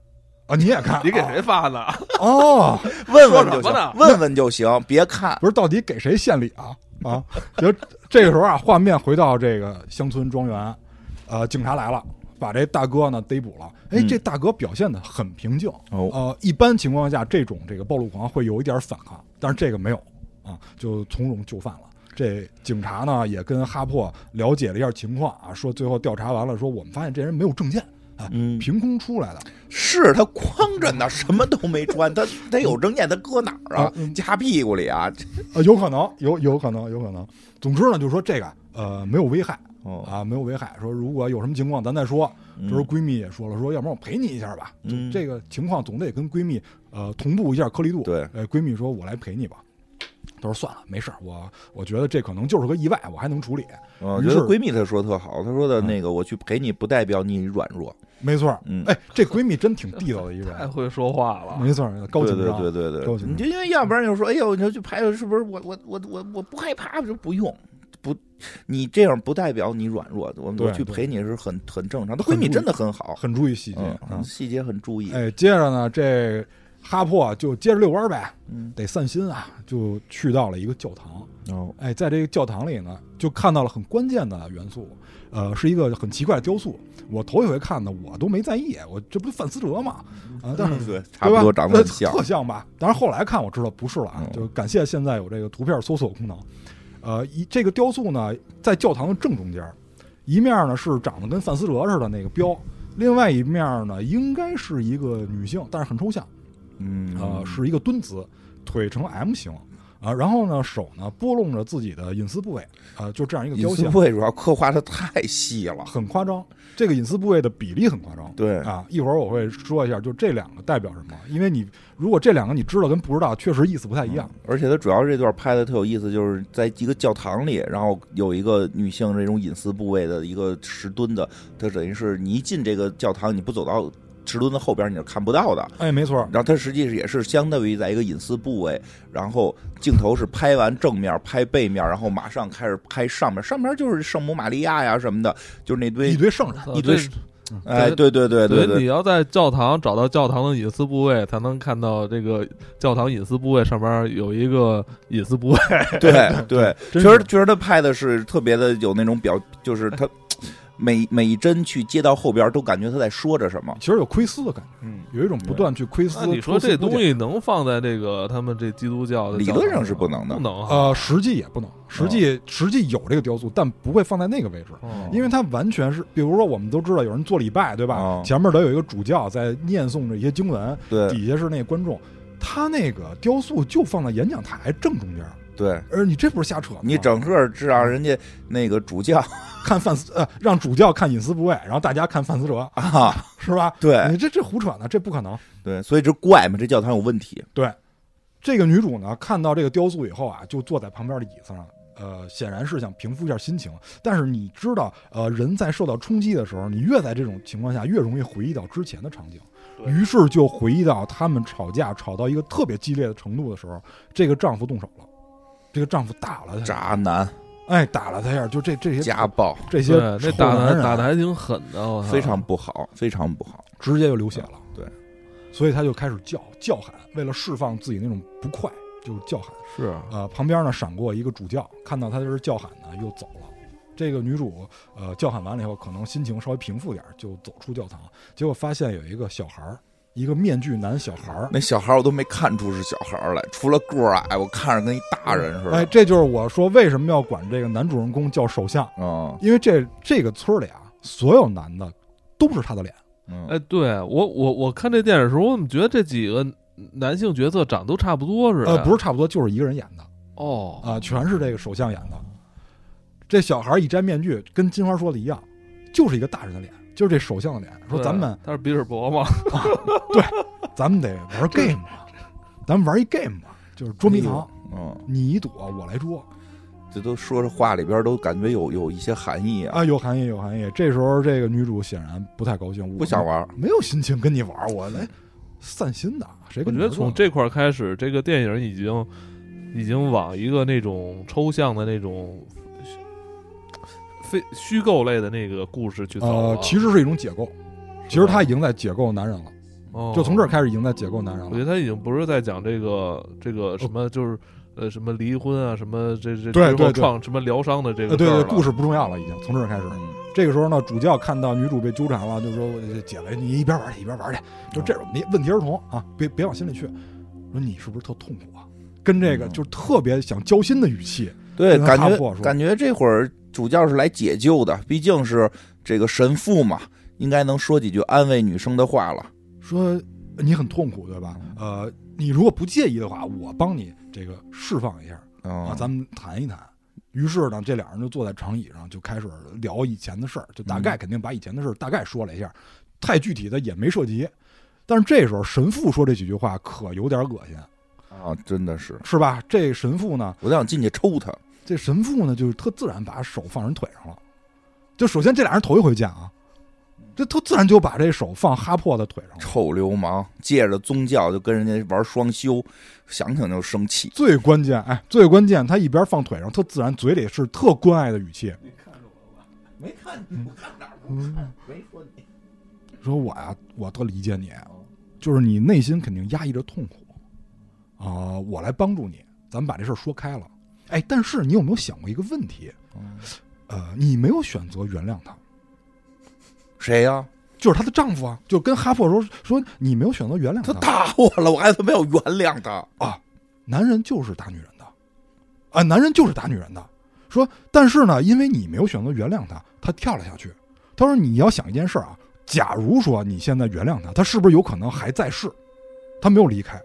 S3: 啊，你也看？
S1: 你给谁发的？
S3: 哦，
S2: 问问就
S1: 说什么呢
S2: 行，问问就行，别看。
S3: 不是，到底给谁献礼啊？啊， 就这个时候啊，画面回到这个乡村庄园，呃，警察来了，把这大哥呢逮捕了。哎，
S2: 嗯
S3: 这大哥表现的很平静，
S2: 哦，
S3: 呃，一般情况下，这种这个暴露狂会有一点反抗，但是这个没有啊，就从容就范了。这警察呢也跟哈珀了解了一下情况啊，说最后调查完了，说我们发现这人没有证件，啊，
S2: 嗯
S3: 凭空出来的。
S2: 是他光着呢，什么都没穿，他他有证件，他搁哪儿啊
S3: 啊嗯？
S2: 夹屁股里啊？
S3: 啊，有可能，有有可能，有可能。总之呢，就是说这个呃没有危害
S2: 哦，
S3: 啊，没有危害。说如果有什么情况，咱再说。这时候闺蜜也说了，说要不然我陪你一下吧。
S2: 嗯
S3: 就这个情况总得跟闺蜜呃同步一下颗粒度。
S2: 对
S3: 呃，闺蜜说我来陪你吧。她说算了，没事儿，我我觉得这可能就是个意外，我还能处理。
S2: 嗯我
S3: 于
S2: 觉得
S3: 是嗯
S2: 闺蜜她说特好，她说的那个我去陪你，不代表你软弱。
S3: 没错儿，
S2: 嗯
S3: 哎，这闺蜜真挺地道的一
S1: 太
S3: 人，
S1: 会说话了。
S3: 没错儿，高
S2: 对
S3: 情
S2: 对
S3: 商。
S2: 对对
S3: 高
S2: 对，
S3: 情商
S2: 你就因为要不然就说，哎呦，你要去拍，是不是我我我我我不害怕，就不用不，你这样不代表你软弱，我
S3: 对
S2: 我去
S3: 对
S2: 陪你是很很正常。她
S3: 很
S2: 闺蜜
S3: 注意
S2: 真的很好，
S3: 很注意细节
S2: 嗯，
S3: 啊。
S2: 细节很注意。
S3: 哎，接着呢，这哈珀就接着遛弯儿呗，
S2: 嗯，
S3: 得散心啊，就去到了一个教堂。
S2: 哦，
S3: 哎，在这个教堂里呢，就看到了很关键的元素，呃，是一个很奇怪的雕塑。我头一回看呢，我都没在意，我这不是范思哲嘛？啊，但是
S1: 嗯
S2: 对，差
S3: 对
S2: 不
S3: 吧？
S2: 多长得
S3: 呃
S2: 很像。
S3: 特像吧？但是后来看我知道不是了啊，
S2: 嗯
S3: 就感谢现在有这个图片搜索功能。呃，一这个雕塑呢，在教堂的正中间儿，一面呢是长得跟范思哲似的那个标，另外一面呢应该是一个女性，但是很抽象，
S2: 嗯
S3: 呃，是一个蹲姿，腿呈 M 型。啊，然后呢，手呢拨弄着自己的隐私部位，啊、就这样一个
S2: 隐
S3: 雕
S2: 私
S3: 像
S2: 部，位主要刻画的太细了。
S3: 很夸张。这个隐私部位的比例很夸张，
S2: 对，
S3: 啊，一会儿我会说一下，就这两个代表什么，因为你如果这两个你知道跟不知道，确实意思不太一样。
S2: 而且他主要这段拍的特有意思，就是在一个教堂里，然后有一个女性这种隐私部位的一个石墩子，它等于是你一进这个教堂，你不走到石墩子后边，你是看不到的。
S3: 哎，没错，
S2: 然后它实际是也是相当于在一个隐私部位，然后镜头是拍完正面，拍背面，然后马上开始拍上面，上面就是圣母玛利亚呀什么的，就是那
S3: 一
S2: 堆，
S3: 堆圣人，
S1: 操
S2: 一堆
S1: 这
S2: 哎，对对对对
S1: 对，
S2: 对
S1: 你要在教堂找到教堂的隐私部位，才能看到这个教堂隐私部位上边有一个隐私部位。
S2: 对对，
S3: 真
S2: 确
S3: 是
S2: 实确实他拍的是特别的有那种表，就是他每每一帧去接到后边，都感觉他在说着什么。
S3: 其实有窥私的感
S2: 嗯，
S3: 觉，有一种不断去窥私
S1: 那。你说
S3: 抽丝
S1: 这
S3: 剥
S1: 东
S3: 茧
S1: 西能放在这个他们这基督教的
S2: 理
S1: 教堂
S2: 论上是不能的
S1: 不能啊。
S3: 呃，实际也不能，实际、
S2: 哦
S3: 实际有这个雕塑，但不会放在那个位置。
S1: 哦
S3: 因为它完全是，比如说我们都知道有人做礼拜，对吧？
S2: 哦
S3: 前面得有一个主教在念诵着一些经文，
S2: 对
S3: 底下是那个观众，他那个雕塑就放在演讲台正中间，
S2: 对，
S3: 而你这不是瞎扯吗？
S2: 你整个是让人家那个主教
S3: 看范思呃，让主教看隐私部位，然后大家看范思哲，
S2: 啊，
S3: 是吧？
S2: 对
S3: 你这这胡扯呢，这不可能。
S2: 对，所以这怪嘛，这教堂有问题。
S3: 这个女主呢，看到这个雕塑以后啊，就坐在旁边的椅子上，呃，显然是想平复一下心情。但是你知道，呃，人在受到冲击的时候，你越在这种情况下，越容易回忆到之前的场景。
S1: 对
S3: 于是就回忆到他们吵架吵到一个特别激烈的程度的时候，这个丈夫动手了，这个丈夫打了她，
S2: 渣男、
S3: 哎，打了她一下，就这这些
S2: 家暴
S3: 这些
S1: 对，那打
S3: 男啊
S1: 的
S3: 人
S1: 打的还挺狠的，我操
S2: 非常不好，非常不好。
S3: 直接就流血了。
S2: 对，
S3: 所以他就开始叫叫喊，为了释放自己那种不快，就叫喊。
S1: 是啊
S3: 呃，旁边呢闪过一个主教，看到他在这儿叫喊呢，又走了。这个女主呃叫喊完了以后，可能心情稍微平复点儿，就走出教堂，结果发现有一个小孩儿，一个面具男小孩儿。
S2: 那小孩我都没看出是小孩来，除了个儿矮，我看着跟一大人似
S3: 哎，
S2: 的。
S3: 这就是我说为什么要管这个男主人公叫首相，
S2: 嗯
S3: 因为这这个村儿里啊，所有男的都是他的脸。
S2: 嗯，
S1: 哎，对我我我看这电影的时候，我怎么觉得这几个男性角色长得都差不多似的？
S3: 呃，不是差不多，就是一个人演的。
S1: 啊哦，
S3: 啊，全是这个首相演的。这小孩一摘面具，跟金花说的一样，就是一个大人的脸，就是这首相的脸。说
S1: 对
S3: 咱们
S1: 他是比尔博嘛，
S3: 咱们得玩 game 吧，咱们玩一 game 吧，就是捉迷藏，
S2: 嗯，
S3: 你一躲我来捉
S2: 这都说这话里边都感觉有有一些含义啊，
S3: 啊，有含义有含义。这时候这个女主显然不太高兴，我
S2: 不想，玩。
S3: 没有心情跟你玩，我来散心的。谁
S1: 我
S3: 跟
S1: 觉
S3: 你
S1: 得
S3: 玩
S1: 从这块儿开始，这个电影已经已经往一个那种抽象的那种非虚构类的那个故事去走了。
S3: 呃呃，其实是一种解构，其实他已经在解构男人了。
S1: 哦，
S3: 就从这儿开始已经在解构男人
S1: 我觉
S3: 了。
S1: 得他已经不是在讲这个这个什么，就是呃什么离婚啊，什么这这
S3: 对
S1: 之后
S3: 对对
S1: 创什么疗伤的这
S3: 呃，
S1: 个
S3: 对
S1: 事儿
S3: 对，
S1: 了
S3: 故事不重要了，已经从这儿开始。
S2: 嗯
S3: 这个时候呢，主教看到女主被纠缠了，就说：“姐来，你一边玩去一边玩去，就这种你问题儿童啊，别别往心里去。”说你是不是特痛苦啊？跟这个
S2: 嗯
S3: 就是特别想交心的语气，
S2: 对，
S3: 跟他
S2: 感
S3: 哈佛
S2: 觉
S3: 说
S2: 感觉这会儿主教是来解救的，毕竟是这个神父嘛，应该能说几句安慰女生的话了。
S3: 说你很痛苦，对吧？呃，你如果不介意的话，我帮你这个释放一下啊，
S2: 啊
S3: 咱们谈一谈。于是呢，这俩人就坐在长椅上，就开始聊以前的事儿，就大概肯定把以前的事儿大概说了一下，太具体的也没涉及。但是这时候神父说这几句话可有点恶心，
S2: 啊，真的是，
S3: 是吧？这神父呢，
S2: 我都想进去抽他。
S3: 这神父呢，就是特自然把手放人腿上了。就首先这俩人头一回见啊，这特自然就把这手放哈珀的腿上了。
S2: 臭流氓，借着宗教就跟人家玩双修，想想就生气。
S3: 最关键，哎，最关键，他一边放腿上，特自然，嘴里是特关爱的语气，
S2: 没看你，我看哪儿
S3: 嗯
S2: 没说你。
S3: 说我呀、我特理解你，啊就是你内心肯定压抑着痛苦，啊、我来帮助你，咱们把这事儿说开了。哎，但是你有没有想过一个问题？呃，你没有选择原谅他，
S2: 谁呀、
S3: 就是她的丈夫啊，就跟哈珀说说你没有选择原谅
S2: 他打我了，我还他妈要原谅他。
S3: 啊，男人就是打女人的，啊，男人就是打女人的。说，但是呢，因为你没有选择原谅他，他跳了下去。他说你要想一件事儿啊，假如说你现在原谅他，他是不是有可能还在世？他没有离开，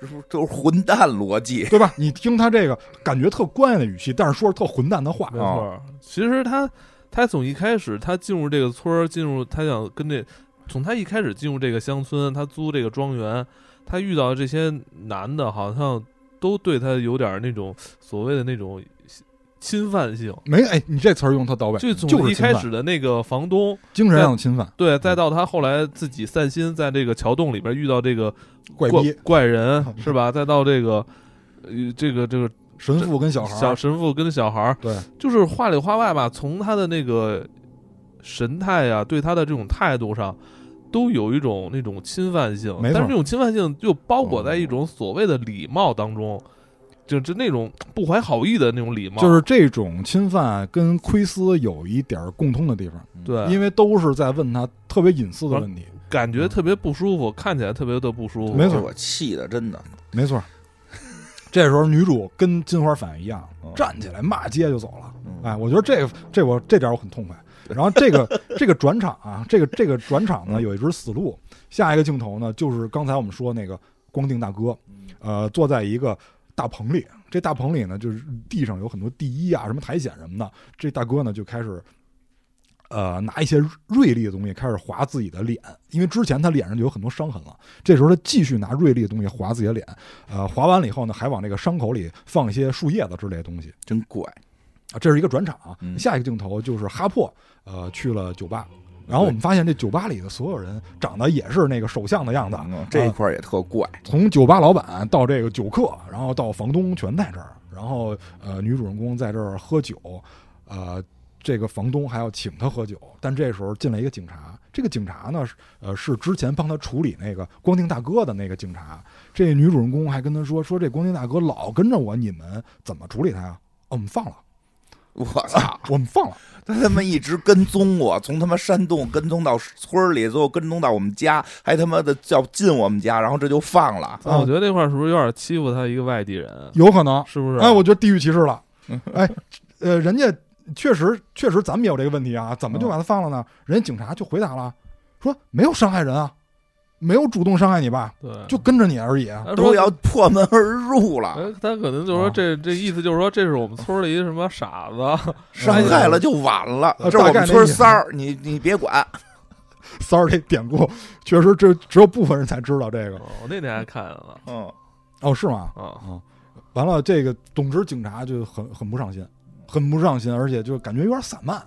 S2: 这不都是混蛋逻辑？
S3: 对吧？你听他这个感觉特关爱的语气，但是说着特混蛋的话
S1: 没，错儿。啊其实他他从一开始他进入这个村儿，进入他想跟这从他一开始进入这个乡村，他租这个庄园，他遇到这些男的，好像都对他有点儿那种所谓的那种侵犯性。
S3: 没哎，你这词儿用特到位，
S1: 就
S3: 就
S1: 从
S3: 是
S1: 一
S3: 侵
S1: 开
S3: 犯，嗯
S1: 始的那个房东，
S3: 精神上的侵犯，
S1: 对，再到他后来自己散心，在这个桥洞里边遇到这个
S3: 怪
S1: 怪
S3: 逼，
S1: 怪 人，是吧？再到这个，呃，这个这个
S3: 神父跟小孩
S1: 小
S3: 儿，
S1: 神父跟小孩儿，
S3: 对，
S1: 就是话里话外吧，从他的那个神态呀、对他的这种态度上，都有一种那种侵犯性。
S3: 没错哦
S1: 但是这种侵犯性又包裹在一种所谓的礼貌当中，就就那种不怀好意的那种礼貌，
S3: 就是这种侵犯跟窥私有一点儿共通的地方，
S1: 对，
S3: 因为都是在问他特别隐私的问题。
S1: 感觉特别不舒服，看起来特别的不舒服。
S3: 没错
S2: 给哎我气的，真的。
S3: 没错儿，这时候女主跟金花反应一样
S2: 嗯，
S3: 站起来骂街就走了。
S2: 嗯
S3: 哎，我觉得这个这我这点我很痛快。然后这个这个转场啊，这个这个转场
S2: 嗯
S3: 呢有一只死路。下一个镜头呢就是刚才我们说那个光腚大哥，
S2: 嗯
S3: 呃，坐在一个大棚里。这大棚里呢就是地上有很多地衣啊，什么苔藓什么的。这大哥呢就开始。呃，拿一些锐利的东西开始划自己的脸，因为之前他脸上就有很多伤痕了。这时候他继续拿锐利的东西划自己的脸，呃，划完了以后呢，还往这个伤口里放一些树叶子之类的东西。
S2: 真怪。
S3: 啊，这是一个转场、啊。
S2: 嗯
S3: 下一个镜头就是哈珀呃去了酒吧，然后我们发现这酒吧里的所有人长得也是那个首相的样子，
S2: 嗯这一
S3: 啊
S2: 块儿也特 怪。
S3: 从酒吧老板到这个酒客，然后到房东全在这儿，然后呃女主人公在这儿喝酒，呃。这个房东还要请她喝酒，但这时候进来一个警察。这个警察呢，是呃，是之前帮他处理那个光腚大哥的那个警察。这女主人公还跟他说：“说这光腚大哥老跟着我，你们怎么处理他呀、哦，我们放了，啊
S2: 我操！
S3: 我们放了。”
S2: 他他妈一直跟踪我，从他妈山洞跟踪到村儿里，最后跟踪到我们家，还他妈的叫进我们家，然后这就放了。
S1: 但啊
S3: 啊
S1: 我觉得这块儿是不是有点欺负他一个外地人？
S3: 有可能。
S1: 是不是？
S3: 哎，我觉得地域歧视了。哎，呃，人家确实确实咱们也有这个问题啊，怎么就把他放了呢？人家警察就回答了，说没有伤害人啊，没有主动伤害你吧，
S1: 对，
S3: 就跟着你而已啊。
S1: 他说
S2: 都要破门而入了，
S1: 哎他可能就是说
S3: 啊
S1: 这这意思就是说这是我们村儿的一什么傻
S3: 哦
S1: 子，
S2: 伤害了就晚了。
S3: 哎呃
S2: 这是我
S3: 大概
S2: 们
S3: 那
S2: 村儿
S3: 意思
S2: 三儿，你你别管。
S3: 三儿这典故确实只只有部分人才知道这个。
S1: 我那天还看见了
S2: 嗯，
S3: 哦，是吗？
S1: 啊，
S3: 完了，这个总之警察就很很不上心，很不上心，而且就感觉有点散漫。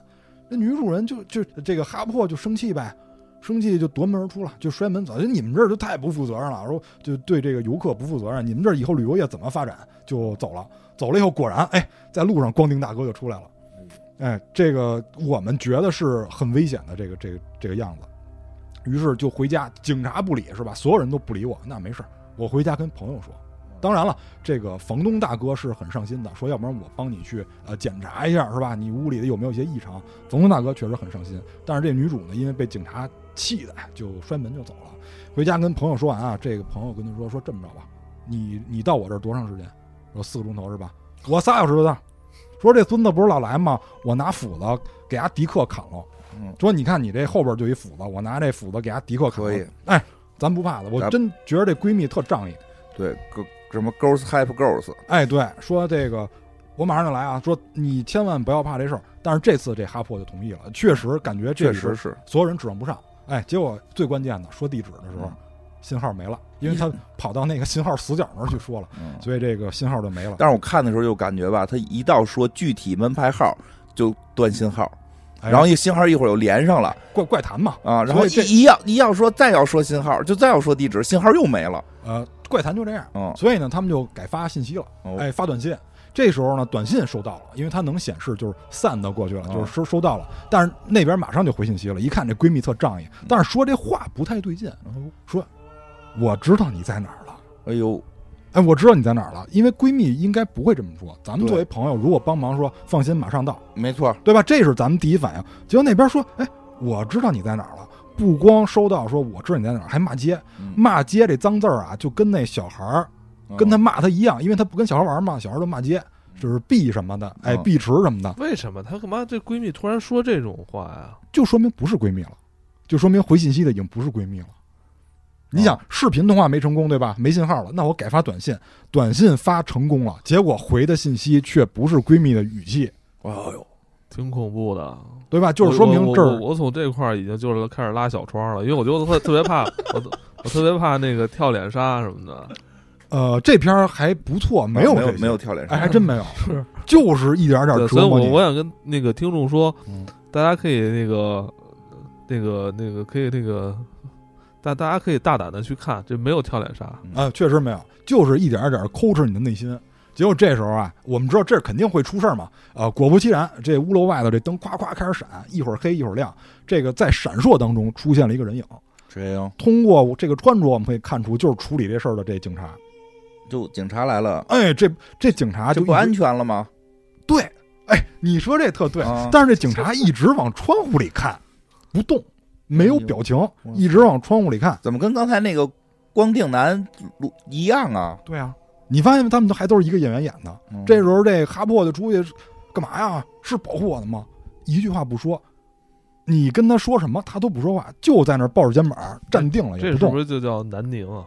S3: 那女主人就就这个哈珀就生气呗，生气就夺门而出了，就摔门走。就你们这儿就太不负责任了，说就对这个游客不负责任，你们这儿以后旅游业怎么发展？就走了，走了以后果然，哎，在路上光腚大哥就出来了，哎，这个我们觉得是很危险的这个这个这个样子。于是就回家，警察不理是吧？所有人都不理我，那没事儿，我回家跟朋友说。当然了，这个房东大哥是很上心的，说要不然我帮你去呃检查一下是吧？你屋里的有没有一些异常？房东大哥确实很上心，但是这女主呢，因为被警察气的就摔门就走了。回家跟朋友说完啊，这个朋友跟他说说这么着吧，你你到我这儿多长时间？我说四个钟头是吧？我仨小时就到。说这孙子不是老来吗？我拿斧子给他迪克砍了。
S2: 嗯，
S3: 说你看你这后边就一斧子，我拿这斧子给他迪克砍
S2: 可以
S3: 了。哎，咱不怕的，我
S2: 咱
S3: 真觉得这闺蜜特仗义。
S2: 对，个什么 girls help girls，
S3: 哎，对，说这个我马上就来啊，说你千万不要怕这事儿。但是这次这哈珀就同意了，确实感觉这
S2: 确
S3: 里边
S2: 实是
S3: 所有人指望不上。哎，结果最关键的说地址的时候
S2: 嗯，
S3: 信号没了，因为他跑到那个信号死角那儿去说了，
S2: 嗯。
S3: 所以这个信号就没了。
S2: 但是我看的时候就感觉吧，他一到说具体门牌号就断信号，
S3: 哎
S2: 然后一个信号一会儿又连上了
S3: 怪怪谈嘛，
S2: 啊，然
S3: 所
S2: 后
S3: 以这
S2: 一一要一要说再要说信号，就再要说地址，信号又没了。
S3: 呃，怪谈就这样。
S2: 嗯，
S3: 所以呢，他们就改发信息了，
S2: 哦
S3: 哎，发短信。这时候呢，短信收到了，因为它能显示就是散的过去了，
S2: 哦
S3: 就是收收到了。但是那边马上就回信息了，一看这闺蜜特仗义，
S2: 嗯
S3: 但是说这话不太对劲，
S2: 哦
S3: 说我知道你在哪儿了，
S2: 哎呦，
S3: 哎，我知道你在哪儿了，因为闺蜜应该不会这么说。咱们
S2: 对
S3: 作为朋友，如果帮忙说放心，马上到，
S2: 没错，
S3: 对吧？这是咱们第一反应。结果那边说，哎，我知道你在哪儿了，不光收到说我知道你在哪儿，还骂街，
S2: 嗯
S3: 骂街这脏字儿啊，就跟那小孩儿跟他骂他一样，因为他不跟小孩玩嘛，小孩都骂街，就是避什么的，哎，
S2: 嗯
S3: 避池什么的，
S1: 为什么她干嘛这闺蜜突然说这种话呀？
S3: 就说明不是闺蜜了，就说明回信息的已经不是闺蜜了。你想，视频通话没成功，对吧？没信号了，那我改发短信，短信发成功了，结果回的信息却不是闺蜜的语气，
S2: 哎呦，
S1: 挺恐怖的，
S3: 对吧？就是说明
S1: 我
S3: 这
S1: 我我
S3: 儿
S1: 我从这块儿已经就是开始拉小窗了，因为我就特特别怕，我我特别怕那个跳脸杀什么的。
S3: 呃这篇儿还不错，没有
S2: 没有
S3: 这些
S2: 没有，跳脸
S3: 哎，
S2: 声，
S3: 还真没有，
S1: 是
S3: 就是一点点
S1: 对，
S3: 折
S1: 所以我
S3: 磨你。
S1: 我想跟那个听众说，
S3: 嗯
S1: 大家可以那个那个那个可以那个，大大家可以大胆的去看，这没有跳脸杀。
S2: 嗯
S3: 啊，确实没有，就是一点儿一点儿抠哧你的内心。结果这时候啊，我们知道这肯定会出事儿嘛。呃，果不其然，这屋楼外头这灯夸夸开始闪，一会儿黑一会儿亮。这个在闪烁当中出现了一个人影。
S2: 谁呀？
S3: 通过这个穿着，我们可以看出，就是处理这事儿的这警察。
S2: 就警察来了，
S3: 哎，这这警察
S2: 这
S3: 就
S2: 不
S3: 一直
S2: 安全了吗？
S3: 对，哎，你说这特对，
S2: 啊
S3: 但是这警察一直往窗户里看，不动，没
S2: 哎
S3: 有表情，一直往窗户里看。
S2: 怎么跟刚才那个光腚男录一样啊？
S3: 对啊，你发现他们都还都是一个演员演的。
S2: 嗯
S3: 这时候这哈珀就出去干嘛呀？是保护我的吗？一句话不说，你跟他说什么他都不说话，就在那儿抱着肩膀站定了也
S1: 这
S3: 不
S1: 是不
S3: 动。
S1: 是就叫南宁啊？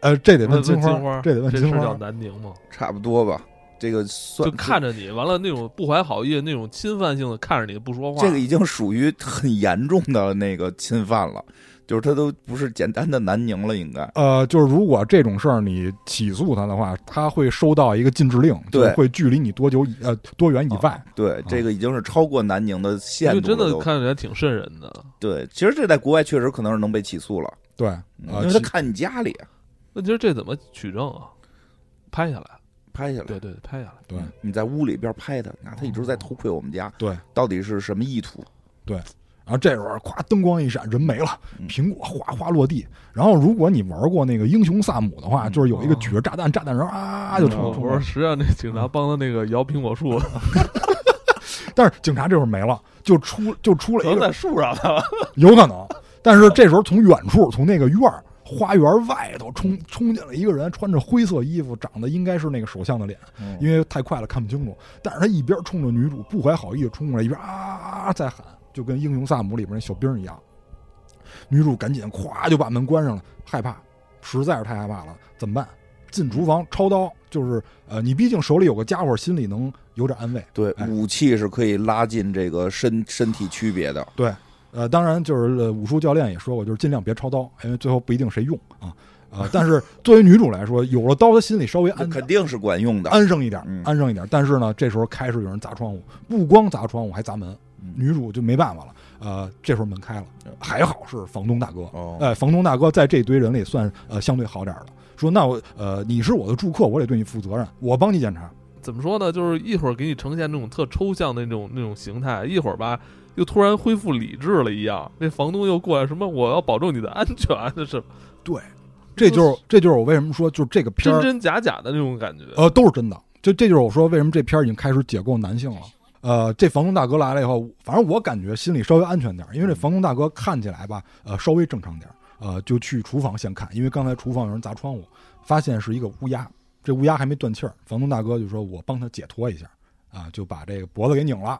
S3: 呃，这得
S1: 问
S3: 金
S1: 金
S3: 花，这得问
S1: 这
S3: 金
S1: 事儿叫
S3: 花。
S1: 南宁吗？
S2: 差不多吧，这个算
S1: 就看着你，完了那种不怀好意、那种侵犯性的看着你不说话，
S2: 这个已经属于很严重的那个侵犯了，就是他都不是简单的南宁了，应该。
S3: 呃，就是如果这种事儿你起诉他的话，他会收到一个禁制令，就
S2: 对啊
S3: 是会距离你多久以呃多远以外。
S2: 对，这个已经是超过南宁的限
S1: 因为
S2: 度了
S1: 真
S2: 都。
S1: 的看起来挺瘆人的。
S2: 对，其实这在国外确实可能是能被起诉了，
S3: 对，
S2: 嗯
S3: 呃
S2: 因为他
S3: 其
S2: 看你家里啊
S1: 问题是这怎么取证啊？拍下来，
S2: 拍下来，
S1: 对对，对拍下来。
S3: 对。哦
S2: 你在屋里边拍他，啊那他一直在偷窥我们家，
S3: 对，
S2: 到底是什么意图？
S3: 然后这时候，咵，灯光一闪，人没了
S2: 嗯，
S3: 苹果哗哗落地。然后，如果你玩过那个英雄萨姆的话，
S2: 嗯
S3: 就是有一个
S1: 哦
S3: 举着炸弹，炸弹人啊就
S1: 我
S3: 冲嗯
S1: 我
S3: 冲
S1: 说，
S3: 了。
S1: 实际上那警察帮他那个摇苹果 树，
S3: 但是警察这会儿没了，就 出就出了
S1: 可
S3: 一
S1: 能
S3: 个
S1: 在，树上呢。
S3: 有可能。但是这时候从远处，从那个院儿花园外头冲冲进来一个人，穿着灰色衣服，长得应该是那个首相的脸，
S1: 嗯
S3: 因为太快了看不清楚。但是他一边冲着女主不怀好意的冲过来，一边啊在喊，就跟《英雄萨姆》里边那小兵一样。女主赶紧咵就把门关上了，害怕，实在是太害怕了，怎么办？进厨房抄刀，就是呃，你毕竟手里有个家伙，心里能有点安慰。
S2: 对，
S3: 哎
S2: 武器是可以拉近这个身身体区别的。
S3: 对，呃，当然就是、呃、武术教练也说过，就是尽量别抄刀，因为最后不一定谁用啊。呃，但是作为女主来说，有了刀，她心里稍微安
S2: 肯定是管用的，
S3: 安生一点儿
S2: 嗯，
S3: 安生一点儿。但是呢，这时候开始有人砸窗户，不光砸窗户，还砸门
S2: 嗯。
S3: 女主就没办法了，呃，这时候门开了，还好是房东大哥。
S2: 哦
S3: 哎，房东大哥在这堆人里算呃相对好点儿的，说那我呃你是我的住客，我得对你负责任，我帮你检查。
S1: 怎么说呢？就是一会儿给你呈现那种特抽象的那种那种形态，一会儿吧又突然恢复理智了一样。那房东又过来什么我要保证你的安全，这是
S3: 对，这就是这就是我为什么说就是这个 片
S1: 真
S3: 儿
S1: 真假假的那种感觉。
S3: 呃，都是真的。这这就是我说为什么这片儿已经开始解构男性了。呃，这房东大哥来了以后，反正我感觉心里稍微安全点儿，因为这房东大哥看起来吧，呃，稍微正常点儿。呃，就去厨房先看，因为刚才厨房有人砸窗户，发现是一个乌鸦，这乌鸦还没断气儿。房东大哥就说：“我帮他解脱一下。”啊，就把这个脖子给拧了。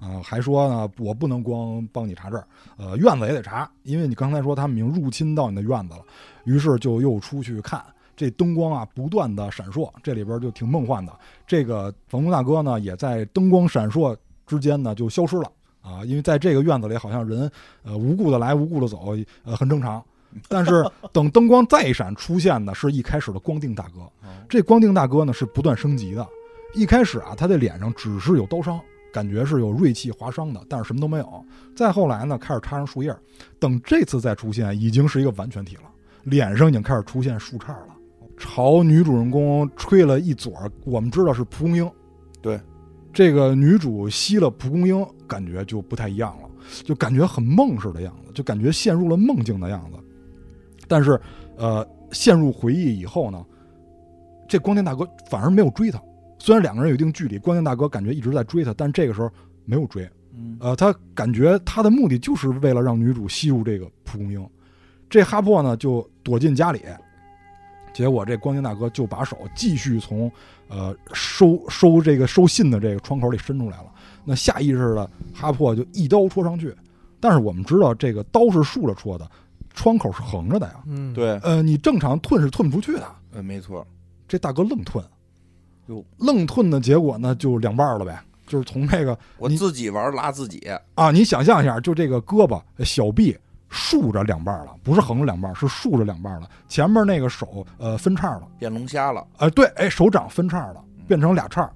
S3: 啊，还说呢，我不能光帮你查这儿，呃，院子也得查，因为你刚才说他们已经入侵到你的院子了。于是就又出去看，这灯光啊不断的闪烁，这里边就挺梦幻的。这个房东大哥呢，也在灯光闪烁之间呢就消失了啊，因为在这个院子里，好像人呃无故的来，无故的走，呃很正常。但是等灯光再一闪出现呢，是一开始的光腚大哥。这光腚大哥呢是不断升级的，一开始啊他的脸上只是有刀伤，感觉是有锐气划伤的，但是什么都没有。再后来呢，开始插上树叶儿，等这次再出现，已经是一个完全体了。脸上已经开始出现树杈了，朝女主人公吹了一嘴儿。我们知道是蒲公英，
S2: 对，
S3: 这个女主吸了蒲公英，感觉就不太一样了，就感觉很梦似的样子，就感觉陷入了梦境的样子。但是，呃，陷入回忆以后呢，这光电大哥反而没有追她。虽然两个人有一定距离，光电大哥感觉一直在追她，但这个时候没有追，
S2: 嗯
S3: 呃，他感觉他的目的就是为了让女主吸入这个蒲公英。这哈珀呢就躲进家里，结果这光镜大哥就把手继续从呃收收这个收信的这个窗口里伸出来了。那下意识的哈珀就一刀戳上去，但是我们知道这个刀是竖着戳的，窗口是横着的呀。
S1: 嗯，，
S2: 对，
S3: 呃，你正常吞是吞不出去的，
S2: 嗯，没错，
S3: 这大哥愣吞
S2: 哟，
S3: 愣吞的结果呢就两半儿了呗，就是从这个
S2: 我
S3: 你
S2: 自己玩儿拉自己，
S3: 啊，你想象一下，就这个胳膊呃小臂竖着两半儿了，不是横着两半儿，是竖着两半儿了。前面那个手呃分叉了，
S2: 变龙虾了，
S3: 呃对，哎手掌分叉了，变成俩叉儿。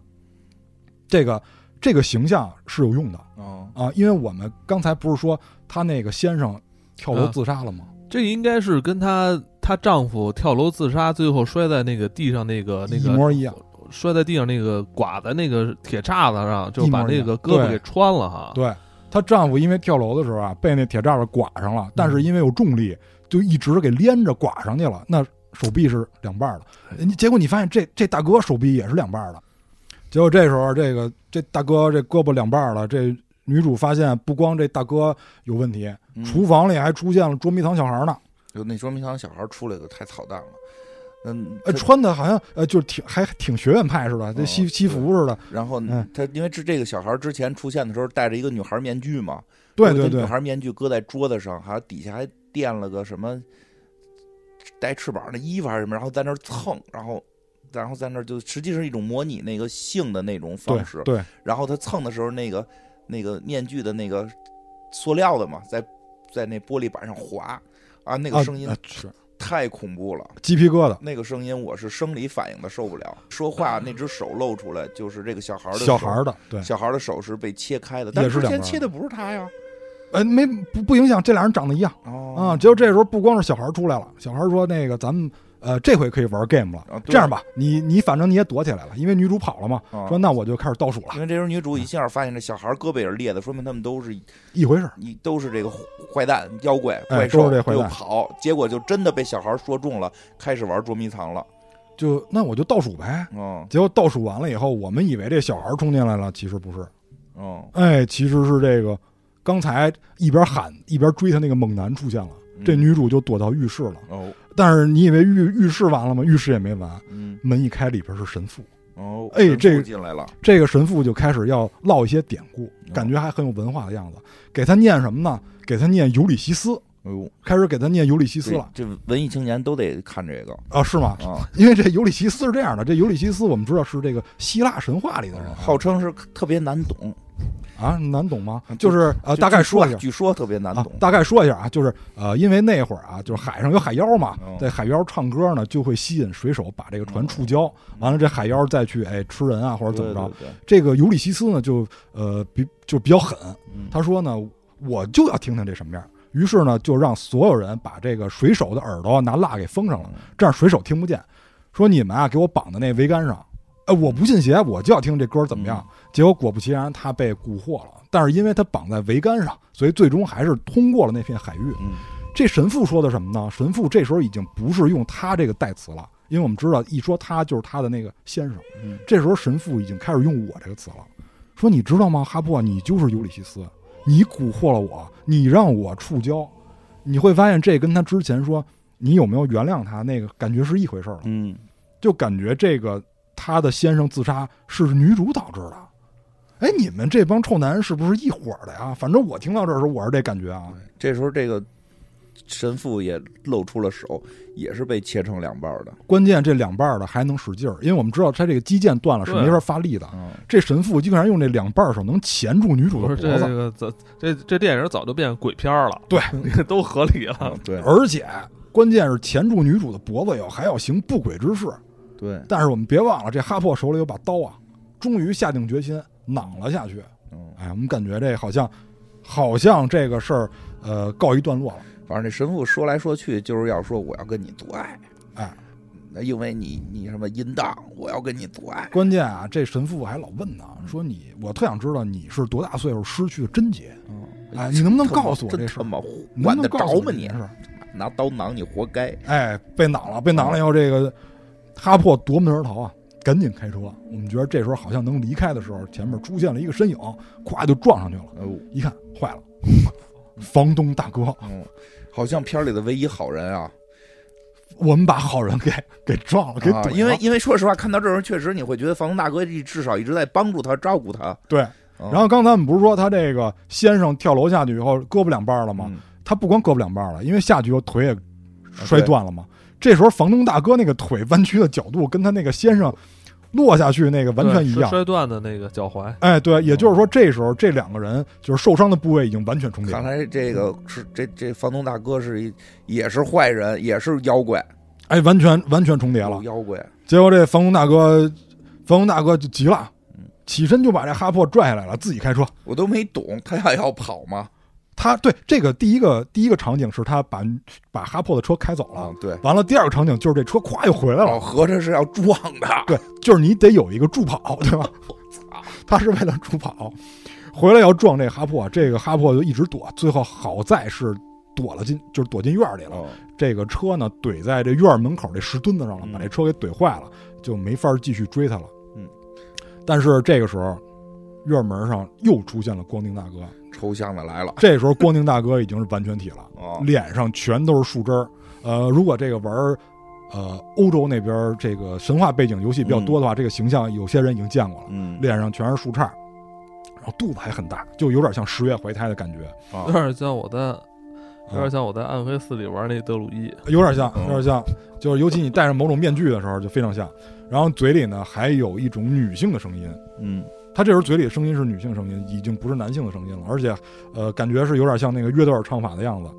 S3: 这个这个形象是有用的
S2: 嗯，
S3: 啊，因为我们刚才不是说他那个先生跳
S1: 嗯
S3: 楼自杀了吗？
S1: 这应该是跟她她丈夫跳楼自杀，最后摔在那个地上那呃个那
S3: 一
S1: 个
S3: 模一样。
S1: 摔在地上那个剐在那个铁叉子上，就
S3: 一模
S1: 把
S3: 一
S1: 那
S3: 样
S1: 个胳膊
S3: 对
S1: 给穿了
S2: 啊
S1: 哈。
S3: 对，她丈夫因为跳楼的时候啊，被那铁栅栏剐上了，但
S2: 嗯
S3: 是因为有重力，就一直给连着剐上去了。那手臂是两半儿的，
S2: 哎
S3: 你结果你发现这这大哥手臂也是两半儿的。结果这时候，这个这大哥这胳膊两半儿了，这女主发现不光这大哥有问题，
S2: 嗯
S3: 厨房里还出现了捉迷藏小孩呢，
S2: 就那捉迷藏小孩儿出来的太操蛋了，嗯，
S3: 呃，
S2: 这
S3: 穿的好像呃就是挺还挺学院派似的，这西
S2: 哦
S3: 西服似的，
S2: 然后
S3: 嗯
S2: 他因为这这个小孩儿之前出现的时候戴着一个女孩儿面具嘛，
S3: 对
S2: 有一
S3: 对
S2: 个
S3: 对
S2: 女，孩儿面具搁在桌子上，还底下还垫了个什么带翅膀的衣服还是什么，然后在那儿
S3: 嗯
S2: 蹭，然后然后在那儿就实际是一种模拟那个性的那种方式
S3: 对。对，
S2: 然后他蹭的时候，那个那个面具的那个塑料的嘛，在在那玻璃板上划啊，那个
S3: 啊
S2: 声音
S3: 啊是
S2: 太恐怖了。
S3: 鸡皮疙瘩，
S2: 那个声音我是生理反应的受不了，说话那只手露出来就是这个小孩儿的
S3: 小
S2: 手
S3: 孩儿的对，
S2: 小孩儿的手是被切开的，
S3: 也
S2: 但
S3: 是
S2: 之
S3: 两
S2: 前
S3: 半儿
S2: 切的不是他呀。
S3: 呃，没不不影响，这俩人长得一样
S2: 哦
S3: 啊。结果这时候不光是小孩出来了，小孩说那个咱们呃这回可以玩 game 了，
S2: 啊
S3: 这
S2: 对
S3: 样吧，你你反正你也躲起来了，因为女主跑了嘛，
S2: 啊
S3: 说那我就开始倒数了
S2: 因，为这时候女主一下发现这小孩胳膊也是裂的，说明他们都是
S3: 一回事儿，
S2: 一都是这个坏蛋、妖怪、
S3: 哎
S2: 怪兽，
S3: 都是这坏蛋
S2: 又跑，结果就真的被小孩说中了，开始玩捉迷藏了。
S3: 就那我就倒数呗。
S2: 嗯
S3: 结果倒数完了以后，我们以为这小孩冲进来了，其实不是，
S2: 嗯，
S3: 哎，其实是这个刚才一边喊一边追他那个猛男出现了，这
S2: 嗯
S3: 女主就躲到浴室了。
S2: 哦
S3: 但是你以为浴浴室完了吗？浴室也没完，
S2: 嗯
S3: 门一开，里边是神父。
S2: 哦，
S3: 哎
S2: 神父
S3: 这个
S2: 进来了，
S3: 这个神父就开始要唠一些典故，
S2: 嗯
S3: 感觉还很有文化的样子。给他念什么呢？给他念《尤里西斯》，
S2: 哎呦，
S3: 开始给他念《尤里西斯》
S2: 对
S3: 了
S2: 这文艺青年都得看这个
S3: 啊？是吗？
S2: 啊，
S3: 因为这《尤里西斯》是这样的，这《尤里西斯》我们知道是这个希腊神话里的人，
S2: 啊号称是特别难懂，
S3: 啊，难懂吗
S2: 啊？
S3: 就是呃，
S2: 就
S3: 大概
S2: 据
S3: 说
S2: 说
S3: 一下。
S2: 据说特别难
S3: 啊
S2: 懂，，
S3: 大概说一下啊，就是呃，因为那会儿啊，就是海上有海妖嘛
S2: 嗯，
S3: 在海妖唱歌呢，就会吸引水手把这个
S2: 哦
S3: 船触礁，完了这海妖再去哎吃人啊或者怎么着
S2: 对，？对对
S3: 这个尤里西斯呢，就呃比就比较狠
S2: 嗯，
S3: 他说呢，我就要听听这什么样。于是呢，就让所有人把这个水手的耳朵拿蜡给封上了，这样水手听不见。说你们啊，给我绑在那桅杆上。哎，我不信邪，我就要听这歌怎么样。结果果不其然，他被蛊惑了，但是因为他绑在桅杆上，所以最终还是通过了那片海域。
S2: 嗯
S3: 这神父说的什么呢？神父这时候已经不是用他这个代词了，因为我们知道一说他就是他的那个先生。
S2: 嗯
S3: 这时候神父已经开始用我这个词了，说你知道吗，哈珀，你就是尤里西斯，你蛊惑了我，你让我触礁。你会发现这跟他之前说你有没有原谅他那个感觉是一回事儿了，
S2: 嗯，
S3: 就感觉这个他的先生自杀是女主导致的。哎，你们这帮臭男人是不是一伙儿的呀？反正我听到这儿的时候，我是这感觉啊。
S2: 这时候这个神父也露出了手，也是被切成两半儿的。
S3: 关键这两半儿的还能使劲儿，因为我们知道他这个肌腱断了是
S1: 对啊
S3: 没法发力的。
S2: 嗯，
S3: 这神父竟然用这两半儿手能钳住女主
S1: 不
S3: 的
S1: 是
S3: 脖
S1: 这
S3: 子，
S1: 个早这这电影早就变鬼片儿了，
S3: 对，
S1: 都合理了
S2: 嗯。对
S3: 而且关键是钳住女主的脖子以后还要行不轨之事。
S2: 对，
S3: 但是我们别忘了，这哈珀呃手里有把刀啊，终于下定决心攮了下去。
S2: 嗯，
S3: 哎，我们感觉这好像，好像这个事儿，呃，告一段落了。
S2: 反正这神父说来说去就是要说我要跟你做爱，
S3: 哎，
S2: 那因为你你什么淫荡，我要跟你做爱。
S3: 关键啊，这神父还老问呢，说你，我特想知道你是多大岁数失去的贞洁。
S2: 嗯，
S3: 哎，你能不能
S2: 他妈
S3: 告诉我
S2: 真
S3: 这事
S2: 他
S3: 儿？
S2: 妈
S3: 能
S2: 管
S3: 不能
S2: 得
S3: 告诉
S2: 着
S3: 我
S2: 吗
S3: 这
S2: 你啊
S3: 件？事儿？
S2: 拿刀囊你活该。
S3: 哎，被攮了，被攮了以后，这个哈珀夺门而逃啊，赶紧开车。我们觉得这时候好像能离开的时候，前面出现了一个身影，咵就撞上去了。
S2: 哦，
S3: 一看，坏了，房东大哥，
S2: 嗯，好像片儿里的唯一好人啊，
S3: 我们把好人给给撞了，给
S2: 啊
S3: 怼了。
S2: 因为因为说实话，看到这人确实你会觉得房东大哥一至少一直在帮助他、照顾他。
S3: 对，
S2: 哦
S3: 然后刚才我们不是说他这个先生跳楼下去以后胳膊两半了吗？
S2: 嗯
S3: 他不光胳膊两半了，因为下去以后腿也摔断了嘛。
S2: 嗯
S3: 这时候房东大哥那个腿弯曲的角度跟他那个先生落下去那个完全
S1: 对
S3: 一
S1: 摔
S3: 样。
S1: 摔断的那个脚踝，
S3: 哎，对，也就是说，这时候这两个人就是受伤的部位已经完全重叠
S2: 看
S3: 了，
S2: 来这个
S3: 嗯
S2: 是这这房东大哥是一也是坏人，也是妖怪，
S3: 哎，完全完全重叠了
S2: 有。妖怪。
S3: 结果这房东大哥，房东大哥就急了
S2: 嗯，
S3: 起身就把这哈珀拽下来了，自己开车。
S2: 我都没懂，他要要跑吗？
S3: 他对这个第一个第一个场景是他把把哈珀的车开走了
S2: 啊，，对，
S3: 完了第二个场景就是这车咵又回来
S2: 哦，
S3: 了，
S2: 合着是要撞他。
S3: 对，就是你得有一个助跑，对吧？他是为了助跑，回来要撞这哈珀，这个哈珀就一直躲，最后好在是躲了进，就是躲进院里了。
S2: 哦，
S3: 这个车呢怼在这院门口这石墩子上了，
S2: 嗯
S3: 把这车给怼坏了，就没法继续追他了。
S2: 嗯，
S3: 但是这个时候，院门上又出现了光腚大 哥。
S2: 抽象的来了。
S3: 这时候光腚大哥已经是完全体了，
S2: 哦，
S3: 脸上全都是树枝儿。呃，如果这个玩儿呃欧洲那边儿这个神话背景游戏比较多的话，这个形象有些人已经见过了，
S2: 嗯，
S3: 脸上全是树杈儿，然后肚子还很大，就有点像十月怀胎的感觉，
S2: 啊
S1: 有点像我在有
S3: 啊
S1: 点像我在暗黑四里玩那德鲁伊，
S3: 有点像，
S2: 嗯
S3: 有点像，就是尤其你戴上某种面具的时候，就非常像。然后嘴里呢还有一种女性的声音，
S2: 嗯，
S3: 他这时候嘴里的声音是女性声音，已经不是男性的声音了，而且，呃，感觉是有点像那个约德尔唱法的样子。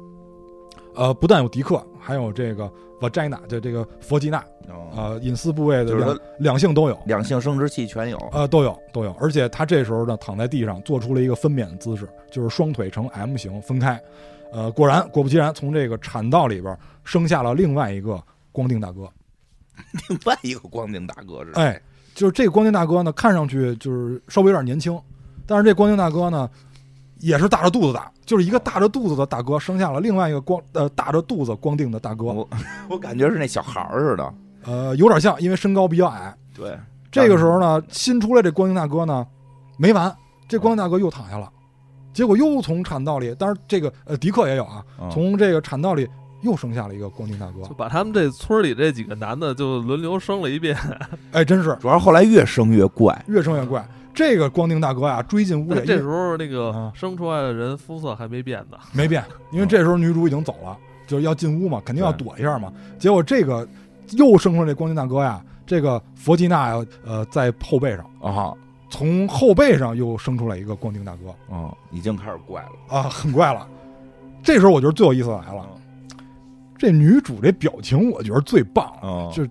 S3: 呃，不但有迪克，还有这个 vagina，就这个佛吉娜，
S2: 哦，
S3: 呃，隐私部位的
S2: 就是
S3: 两
S2: 说
S3: 两性都有，
S2: 两性生殖器全有。
S3: 呃，都有都有。而且他这时候呢，躺在地上做出了一个分娩的姿势，就是双腿呈 M 型分开。呃，果然，果不其然，从这个产道里边生下了另外一个光腚大哥。
S2: 另外一个光腚大哥是，
S3: 哎，就是这个光腚大哥呢，看上去就是稍微有点年轻，但是这光腚大哥呢，也是大着肚子大，就是一个大着肚子的大哥生下了另外一个光呃大着肚子光腚的大哥，
S2: 我我感觉是那小孩儿似的。
S3: 呃，有点像，因为身高比较矮。
S2: 对，
S3: 这个时候呢，新出来这光腚大哥呢，没完，这光腚大哥又躺下了，结果又从产道里，当然这个呃迪克也有啊，
S2: 嗯
S3: 从这个产道里又生下了一个光腚大哥
S1: 就，把他们这村里这几个男的就轮流生了一 遍，
S3: 哎，真是
S2: 主要是后来越生越怪。
S3: 越生越怪。这个光腚大哥呀、追进屋
S1: 但
S3: 里，
S1: 这时候那个
S3: 啊
S1: 生出来的人肤色还没变呢，
S3: 没变，因为这时候女主已经走了，就是要进屋嘛，肯定要躲一下嘛。结果这个又生出来这光腚大哥呀，这个佛吉娜呀，呃，在后背上，
S2: 啊，
S3: 从后背上又生出来一个光腚大哥
S2: 嗯，已经开始怪了。
S3: 啊，很怪了。这时候我觉得最有意思的来了，
S2: 嗯
S3: 这女主这表情我觉得最棒了，
S2: 嗯
S3: 就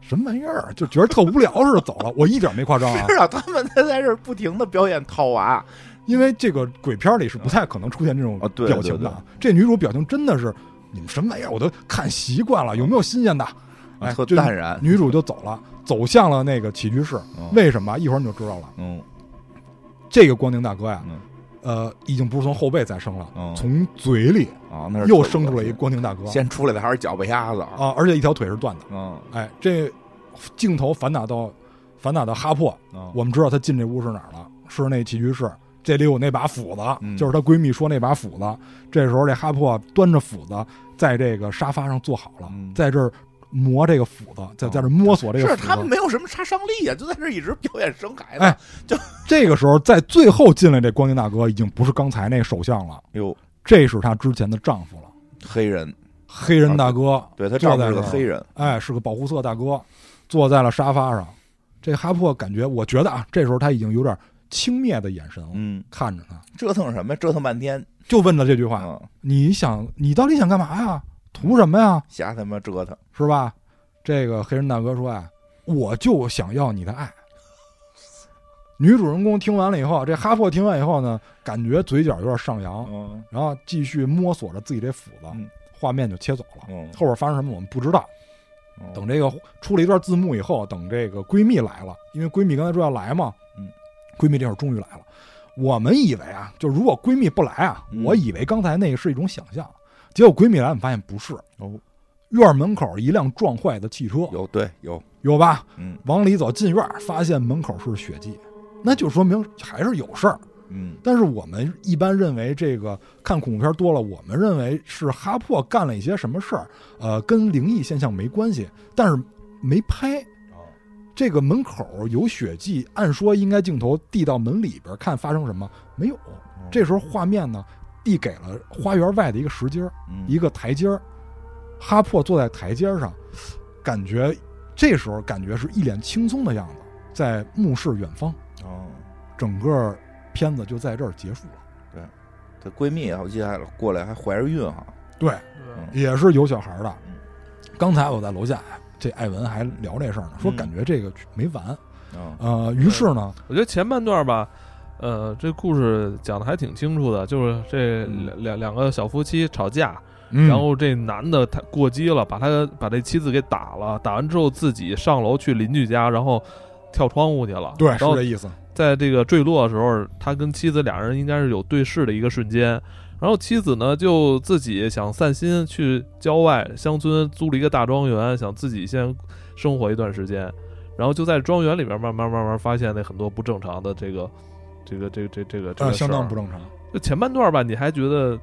S3: 什么玩意儿，啊就觉得特无聊似的走了，我一点没夸张啊，
S2: 是啊，他们在在这儿不停的表演套娃，
S3: 因为这个鬼片里是不太可能出现这种
S2: 啊对
S3: 表情的。这女主表情真的是，你们什么玩意儿，我都看习惯了，有没有新鲜的？哎，
S2: 啊特
S3: 就
S2: 淡然。
S3: 女主就走了。走向了那个起居室。
S2: 嗯
S3: 为什么？一会儿你就知道了。
S2: 嗯
S3: 这个光宁大哥呀
S2: 嗯，
S3: 呃，已经不是从后背再生了，
S2: 嗯
S3: 从嘴里
S2: 啊，那是
S3: 又生出了一光宁大哥
S2: 先出来的还是脚背鸭子啊，
S3: 啊，而且一条腿是断的。
S2: 嗯
S3: 哎，这镜头反打到反打到哈珀，
S2: 嗯
S3: 我们知道她进这屋是哪儿了，是那起居室。这里有那把斧子，
S2: 嗯
S3: 就是她闺蜜说那把斧子。这时候，这哈珀端着斧子在这个沙发上坐好了，
S2: 嗯哦
S3: 在这儿磨这个斧子，在在这儿摸索这个
S2: 是
S3: 斧
S2: 他们
S3: 子。
S2: 没有什么杀伤力啊，就在这儿一直表演生孩子。
S3: 哎这个时候，在最后进来这光宁大哥已经不是刚才那个首相了，
S2: 哟，
S3: 这是她之前的丈夫了，
S2: 黑人，
S3: 黑人大哥。
S2: 对他
S3: 坐
S2: 丈夫
S3: 在
S2: 是
S3: 这
S2: 个
S3: 儿
S2: 黑人，
S3: 哎，是个保护色大哥，坐在了沙发上。这哈珀感觉，我觉得啊，这时候他已经有点轻蔑的眼神了，
S2: 嗯，
S3: 看着他，
S2: 折腾什么呀？折腾半天，
S3: 就问了这句话：“
S2: 嗯，
S3: 你想，你到底想干嘛呀？图什么呀？
S2: 瞎他妈折腾，
S3: 是吧？”这个黑人大哥说：“啊，我就想要你的爱。”女主人公听完了以后，这哈珀听完以后呢，感觉嘴角有点上扬，
S2: 嗯
S3: 然后继续摸索着自己这斧子
S2: 嗯，
S3: 画面就切走了。
S2: 嗯，
S3: 后边发生什么我们不知道，
S2: 嗯
S3: 等这个出了一段字幕以后，等这个闺蜜来了，因为闺蜜刚才说要来嘛，
S2: 嗯，
S3: 闺蜜这会儿终于来了。我们以为啊，就如果闺蜜不来啊，
S2: 嗯
S3: 我以为刚才那个是一种想象，结果闺蜜来，我们发现不是。
S2: 哦，
S3: 院门口一辆撞坏的汽车，
S2: 嗯有对有，
S3: 有吧？
S2: 嗯
S3: 往里走，进院儿发现门口是血迹，那就说明还是有事儿。
S2: 嗯
S3: 但是我们一般认为这个看恐怖片多了，我们认为是哈珀干了一些什么事儿，呃，跟灵异现象没关系，但是没拍。这个门口有血迹，按说应该镜头递到门里边看发生什么，没有。这时候画面呢递给了花园外的一个石阶儿，
S2: 嗯
S3: 一个台阶儿。哈珀坐在台阶儿上，感觉这时候感觉是一脸轻松的样子，在目视远方。
S2: 哦，
S3: 整个片子就在这儿结束了。
S2: 她闺蜜啊我记得还过来还怀着孕哈，
S3: 对，
S1: 嗯
S3: 也是有小孩儿的
S2: 嗯。
S3: 刚才我在楼下，哎这艾文还聊这事儿呢，说
S2: 嗯
S3: 感觉这个没完。
S2: 嗯
S3: 呃，于是呢，
S1: 我觉得前半段吧，呃，这故事讲的还挺清楚的，就是这
S2: 嗯
S1: 两两两个小夫妻吵架，
S3: 然
S1: 然后这男的他过激了，把他把这妻子给打了，打完之后自己上楼去邻居家，然后跳窗户去了。
S3: 对，
S1: 然
S3: 是
S1: 后
S3: 这意思。
S1: 在这个坠落的时候，他跟妻子俩人应该是有对视的一个瞬间。然后妻子呢，就自己想散心，去郊外乡村租了一个大庄园，想自己先生活一段时间。然后就在庄园里边慢慢慢慢发现那很多不正常的这个这个这个这个这个这
S3: 呃，
S1: 个
S3: 相当
S1: 事儿
S3: 不正常。
S1: 就前半段吧，你还觉得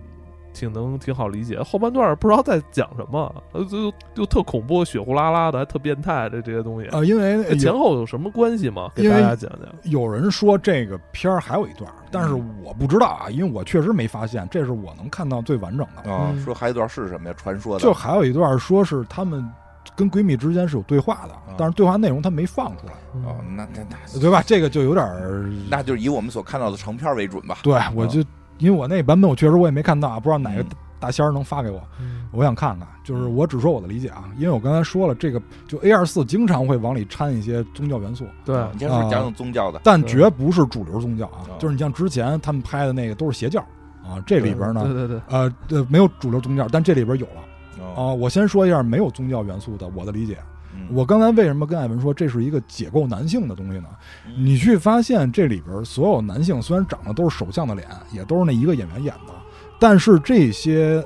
S1: 挺能挺好理解，后半段不知道在讲什么，呃，就就特恐怖，血呼啦啦的，还特变态的这些东西，
S3: 呃，因为
S1: 这前
S3: 有
S1: 后有什么关系吗？给
S3: 因
S1: 大
S3: 为
S1: 家讲讲。
S3: 有人说这个片儿还有一段儿，但是我不知道啊，因为我确实没发现，这是我能看到最完整的。
S2: 啊，
S1: 嗯
S2: 说还有一段是什么呀？传说的，
S3: 就还有一段儿说是他们跟闺蜜之间是有对话的，但是对话内容他没放出来，
S2: 哦，那那那
S3: 对吧？这个就有点儿
S2: 那就是以我们所看到的成片为准吧。
S3: 对，我就因为我那版本我确实我也没看到啊，不知道哪个
S2: 嗯
S3: 大仙儿能发给我，
S1: 嗯
S3: 我想看看。就是我只说我的理解啊，因为我刚才说了，这个就 A 二四经常会往里掺一些宗教元素，
S1: 对，
S2: 你先说嗯讲讲宗教的，
S3: 但
S1: 对
S3: 绝不是主流宗教啊
S1: 哦
S2: 啊。
S3: 就是你像之前他们拍的那个都是邪教啊，这
S1: 这
S3: 里边呢
S1: 对，对对，
S3: 呃呃没有主流宗教，但这里边有了
S2: 哦，
S3: 啊。我先说一下没有宗教元素的我的理解。
S2: 嗯
S3: 我刚才为什么跟艾文说这是一个解构男性的东西呢？
S2: 嗯
S3: 你去发现这里边所有男性虽然长得都是首相的脸，也都是那一个演员演的，但是这些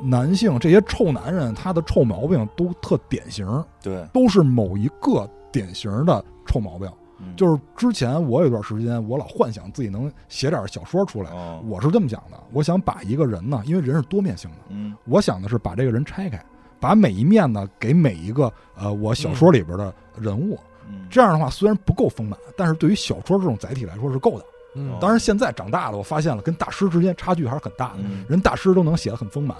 S3: 男性这些臭男人，他的臭毛病都特典型，
S2: 对，
S3: 都是某一个典型的臭毛病。
S2: 嗯
S3: 就是之前我有段时间，我老幻想自己能写点小说出来，
S2: 哦，
S3: 我是这么想的，我想把一个人呢，因为人是多面性的，
S2: 嗯
S3: 我想的是把这个人拆开，把每一面呢给每一个呃我小说里边的人物。
S2: 嗯，
S3: 这样的话虽然不够丰满，但是对于小说这种载体来说是够的。
S1: 嗯，
S3: 当然，现在长大了，我发现了跟大师之间差距还是很大的，
S2: 嗯
S3: 人大师都能写得很丰满。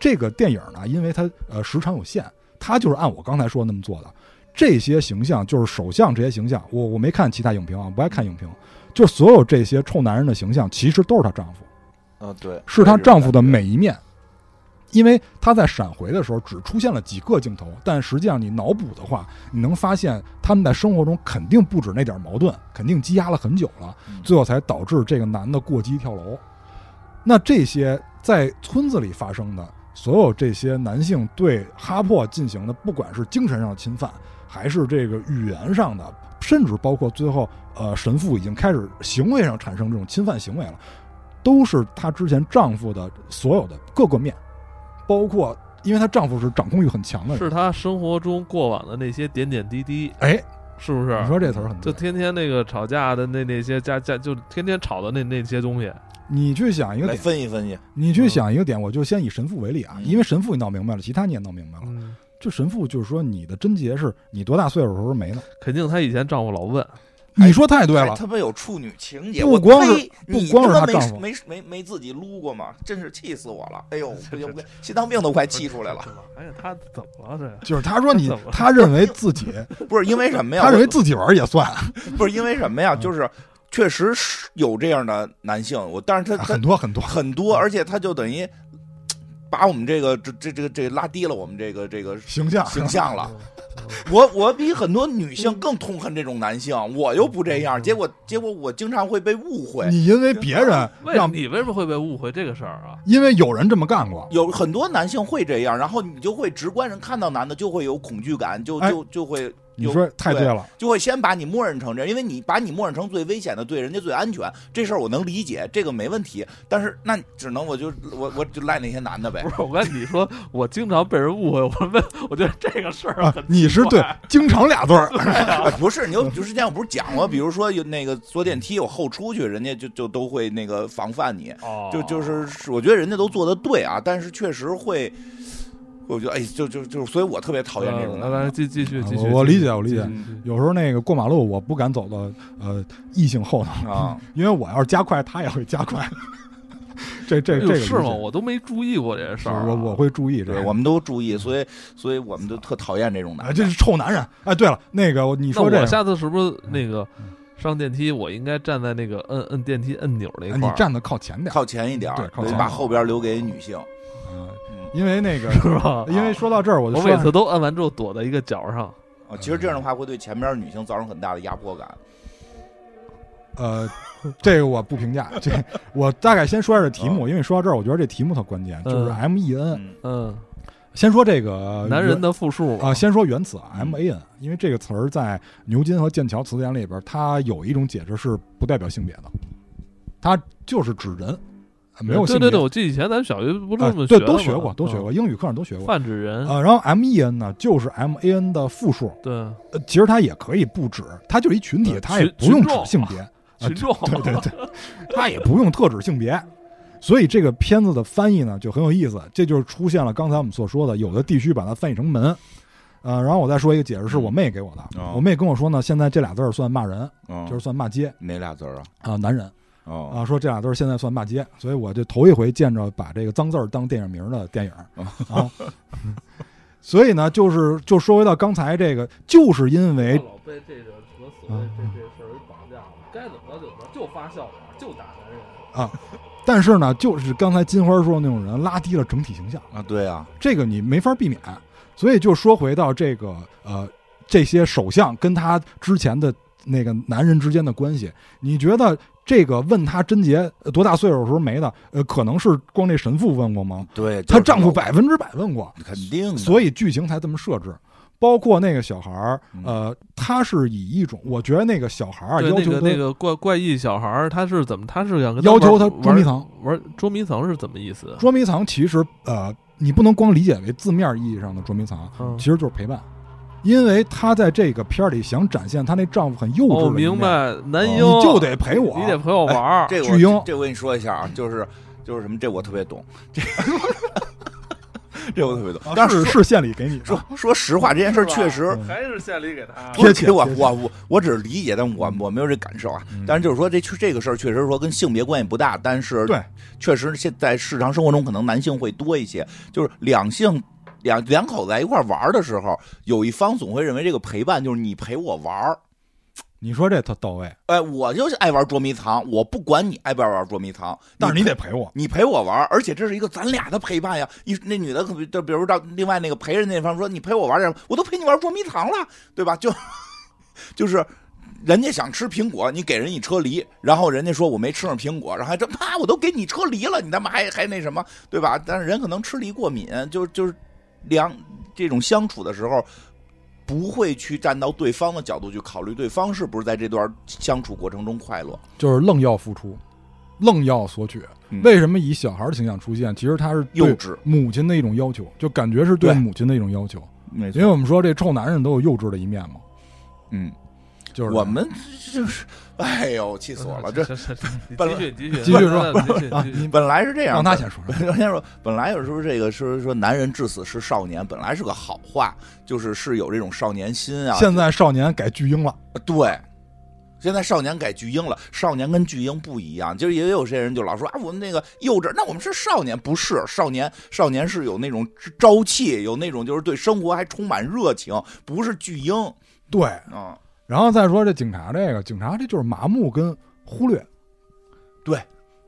S3: 这个电影呢，因为它呃时长有限，它就是按我刚才说的那么做的。这些形象就是首相这些形象，我我没看其他影评啊，不爱看影评。就所有这些臭男人的形象，其实都是她丈夫，
S2: 啊，对，
S3: 是她丈夫的每
S2: 美。
S3: 一面。因为她在闪回的时候只出现了几个镜头，但实际上你脑补的话，你能发现他们在生活中肯定不止那点矛盾，肯定积压了很久了，
S2: 嗯
S3: 最后才导致这个男的过激跳楼。那这些在村子里发生的，所有这些男性对哈珀进行的，不管是精神上的侵犯，还是这个语言上的，甚至包括最后呃神父已经开始行为上产生这种侵犯行为了，都是她之前丈夫的所有的各个面，包括因为她丈夫是掌控欲很强的人，
S1: 是她生活中过往的那些点点滴滴，
S3: 哎，
S1: 是不是
S3: 你？说这词儿很
S1: 就
S3: 对。
S1: 天天那个吵架的那那些家家，就天天吵的那那些东西，
S3: 你去想一个
S2: 来
S3: 点，
S2: 分析分析，
S3: 你去想一个点，我就先以神父为例啊，
S2: 嗯
S3: 因为神父你闹明白了，其他你也闹明白了。
S1: 嗯，
S3: 就神父就是说，你的贞洁是你多大岁数的时候没了。
S1: 肯定她以前丈夫老问，哎
S3: 你说太对
S2: 还
S3: 了，
S2: 他妈有处女情节，
S3: 不
S2: 我
S3: 光是
S2: 呸
S3: 不
S2: 你
S3: 光是她
S2: 他妈没
S3: 丈夫
S2: 没没没自己撸过吗？真是气死我了！哎呦，不行不行，心脏病都快气出来了。
S1: 了。哎呀，她怎么了？这个
S3: 就是他说你
S1: 怎么，了
S3: 他认为自 己，
S2: 不是因为什么呀？
S3: 他认为
S2: 我
S3: 自己玩儿也 算，
S2: 不是因为什么呀？
S3: 嗯
S2: 就是确实是有这样的男性，我但是他他
S3: 很多很多。
S2: 很多，而且他就等于把我们这个这这这个这拉低了我们这个这 个
S3: 形象
S2: 形 象了。，
S1: 嗯
S2: 我我比很多女性更痛恨这种男性，我又不这样，
S1: 嗯
S2: 结果结果我经常会被误会。
S3: 你因为别人
S1: 嗯为
S3: 让，
S1: 你为什么会被误会这个事儿啊？
S3: 因为有人这么干过，
S2: 有很多男性会这样，然后你就会直观人看到男的就会有恐惧感，就
S3: 哎
S2: 就就会
S3: 你说太对
S2: 对
S3: 了，
S2: 就会先把你默认成这样，因为你把你默认成最危险的，对人家最安全，这事儿我能理解，这个没问题。但是那只能我就我我就赖那些男的 呗
S1: 不。是，我跟你说，我经常被人误会。我问，我觉得这个事儿
S3: 啊
S1: 很奇怪，
S3: 你是对，经常俩字儿，
S2: 哎 不是，你有之前我不是讲过，比如说有那个坐电梯有后出去，人家就就都会那个防范你，
S1: 哦，
S2: 就就是是我觉得人家都做的对啊，但是确实会，我觉得哎，就就就，所以我特别讨厌这种
S1: 来
S2: 男
S1: 呃来，
S2: 的。
S1: 继继续
S3: 啊
S1: 继续，
S3: 我我理
S1: 继续
S3: 解我理解
S1: 继续继续
S3: 有时候那个过马路我不敢走到呃异性后头，
S2: 啊，
S3: 因为我要是加快，他也会加快。 这这
S1: 哎
S3: 这
S1: 呦
S3: 个
S1: 是吗？
S3: 理解
S1: 我都没注意过这事
S3: 是
S1: 儿啊。
S3: 我我会注意这
S2: 对，
S3: 个。
S2: 我们都注意，所以所以我们都特讨厌这种男
S3: 啊，
S2: 的。
S3: 这是臭男人。哎，对了，那个我你
S1: 那
S3: 说这
S1: 我
S3: 个，嗯
S1: 下次是不是那个上电梯，我应该站在那个摁摁电梯按钮那
S3: 哎
S1: 一块
S3: 你
S1: 儿？
S3: 站的靠前点儿，
S2: 靠前一点儿
S3: 对，靠
S2: 对
S3: 前
S2: 把后边留给女性。
S3: 嗯
S2: 嗯，
S3: 因为 那个，
S1: 是吧？
S3: 因为说到这哎儿，我就
S1: 我
S3: 说
S1: 每次都按完之后躲在一个角上，
S2: 啊，其实这样的话会对前边女性造成很大的压迫感。
S3: 呃，这个我不评价，这我大概先说一下这题目，因为说到这儿，我觉得这题目特关键，就是
S1: 哦嗯
S3: M E N。
S2: 嗯，
S1: 嗯，
S3: 先说这个
S1: 男人
S3: 的
S1: 的复数
S3: 啊，先说原词啊
S2: 嗯
S3: M A N，因为这个词儿在牛津和剑桥词典里边，它有一种解释是不代表性别的，它就是指人，没有性
S1: 对
S3: 别。
S1: 对对，我记得以前咱们小学不这么
S3: 呃对，
S1: 的
S3: 都
S1: 吗
S3: 学过，都学过，，英语课上都学
S1: 嗯
S3: 过。
S1: 泛指人，
S3: 呃，然后 M E N 呢，就是 M A N 的复数，
S1: 对，
S3: 呃，其实它也可以不指，它就是一群体，
S1: 呃
S3: 它也
S1: 群
S3: 不用
S1: 群
S3: 指
S1: 众
S3: 性别，啊
S1: 群众，
S3: 对对对，它也不用特指性别。所以这个片子的翻译呢就很有意思，这就是出现了刚才我们所说的，有的地区把它翻译成门，呃，然后我再说一个解释，是我妹给我的，
S2: 哦
S3: 我妹跟我说呢，现在这俩字儿算骂人，
S2: 嗯
S3: 就是算骂街
S2: 哪俩字儿啊？
S3: 啊、男人啊、
S2: 哦，
S3: 说这俩字儿现在算骂街，所以我就头一回见着把这个脏字儿当电影名儿的电影儿
S2: 哦
S3: 啊。所以呢，就是就说回到刚才这个，就是因
S2: 哦
S3: 为
S1: 老被这个什么所
S3: 谓这
S1: 这事儿绑架了，该怎么着就怎么着，就发笑话，就打男人。
S3: 但是呢，就是刚才金花说的那种人，拉低了整体形象，
S2: 啊，对啊，
S3: 这个你没法避免。所以就说回到这个呃，这些首相跟他之前的那个男人之间的关系，你觉得这个问他贞洁呃多大岁数的时候没的？呃，可能是光这神父问过吗？
S2: 对，就
S3: 她
S2: 是
S3: 丈夫
S2: 老
S3: 百分之百问过，
S2: 肯定的，
S3: 所
S2: 以
S3: 以剧情才这么设置。包括那个小孩儿，
S2: 嗯
S3: 呃，他是以一种，我觉得那个小孩儿啊
S1: 对，
S3: 要
S1: 那
S3: 求
S1: 个
S3: 他
S1: 那个怪怪异小孩儿，他是怎么？他是想跟
S3: 要求他
S1: 他
S3: 捉迷藏，
S1: 玩玩捉迷藏是怎么意思？啊
S3: 捉迷藏其实呃，你不能光理解为字面意义上的捉迷藏，啊
S1: 嗯
S3: 其实就是陪伴。因为她在这个片儿里想展现她那丈夫很幼
S1: 哦，
S3: 稚的一面，
S1: 明白，男
S3: 啊你
S1: 婴
S3: 就得陪我，哎
S1: 你得陪我玩儿。
S2: 这
S3: 巨婴
S2: 我这我跟你说一下啊，就是就是什么，这我特别懂， 这这我特别懂
S3: 啊。
S2: 但
S3: 是
S2: 是
S3: 是县里给你的，
S2: 说说说实话，这件事儿确实
S3: 嗯
S1: 还是献礼给他
S2: 不是
S3: 贴切
S2: 给啊我
S3: 贴切嗯
S2: 我我我只是理解，但我我没有这感受啊。但是就是说，这确这个事儿确实说跟性别关系不大，但是
S3: 对，确
S2: 确实现在日常生活中可能男性会多一些，就是两性。两两口子在一块儿玩儿的时候，有一方总会认为这个陪伴就是你陪我玩儿，
S3: 你说这特到位，
S2: 哎，我就是爱玩捉迷藏，我不管你爱不爱玩捉迷藏，
S3: 但是你
S2: 陪
S3: 得陪我，
S2: 你陪我玩儿，而且这是一个咱俩的陪伴呀。一那女的可比就比如到另外那个陪 人那方说你陪我玩点，我都陪你玩捉迷藏了，对吧？就就是人家想吃苹果，你给人一车梨，然后人家说我没吃上苹果，然后还这妈我都给你车梨了，你他妈还还那什么，对吧？但是人可能吃梨过敏，就就是两这种相处的时候。不会去站到对方的角度去考虑对方是不是在这段相处过程中快乐。
S3: 就是愣要付出，愣要索取。
S2: 嗯
S3: 为什么以小孩的形象出现？其实他是
S2: 幼
S3: 对
S2: 稚，
S3: 母亲的一种要求，就感觉是对
S2: 对
S3: 母亲的一种要求。
S2: 没
S3: 因为，我们说这臭男人都有幼稚的一面嘛，
S2: 嗯，
S3: 就是
S2: 我们就是，哎呦，气死 我了！这
S1: 这这
S2: 本
S1: 继
S2: 来
S1: 续继续
S3: 继续 说
S1: 继续
S3: 啊，
S1: 继续
S3: 你
S2: 本来是这样，
S3: 让他先说说。
S2: 我先说，本来有时候这个说说男人至死是少年，本来是个好话，就是是有这种少年心啊。
S3: 现在少年改巨婴了，
S2: 对，现在少年改巨婴了，少年跟巨婴不一样，就是也有些人就老说啊，我们那个幼稚，那我们是少年，不是少年，少年是有那种朝气，有那种就是对生活还充满热情，不是巨婴
S3: 对。
S2: 啊。
S3: 然后再说这警察这个，警察这就是麻木跟忽略，
S2: 对，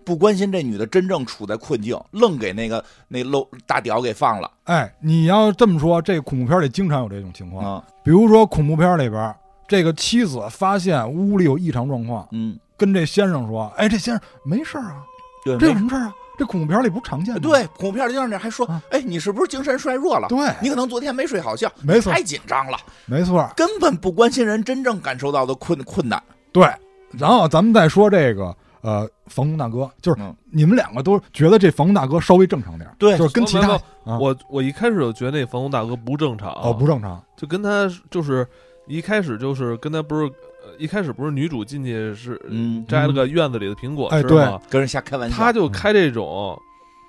S2: 不关心这女的真正处在困境，愣给那个那漏大屌给放了
S3: 哎，你要这么说，这恐怖片里经常有这种情况。
S2: 啊，
S3: 比如说恐怖片里边，这个妻子发现屋里有异常状况，
S2: 嗯，
S3: 跟这先生说：“哎，这先生没事儿啊，
S2: 对
S3: 这有什么事儿啊？这恐怖片里不是常见的吗？”
S2: 对，恐怖片儿经常这还说
S3: 啊，
S2: 哎，你是不是精神衰弱了？
S3: 对
S2: 你可能昨天没睡好觉，
S3: 没错
S2: 太紧张了，
S3: 没错，
S2: 根本不关心人真正感受到的困困难。
S3: 对。然后咱们再说这个，呃，房东大哥，就是
S2: 嗯
S3: 你们两个都觉得这房东大哥稍微正常点儿，
S2: 对
S3: 就是跟其他
S1: 我
S3: 啊
S1: 我我一开始就觉得那房东大哥不正常，
S3: 哦不正常，
S1: 就跟他就是一开始就是跟他不是呃一开始不是女主进去是
S2: 嗯
S1: 摘了个院子里的苹果
S3: 哎
S1: 吃
S3: 对
S1: 吗？
S2: 跟人瞎开玩笑，
S1: 他就开这种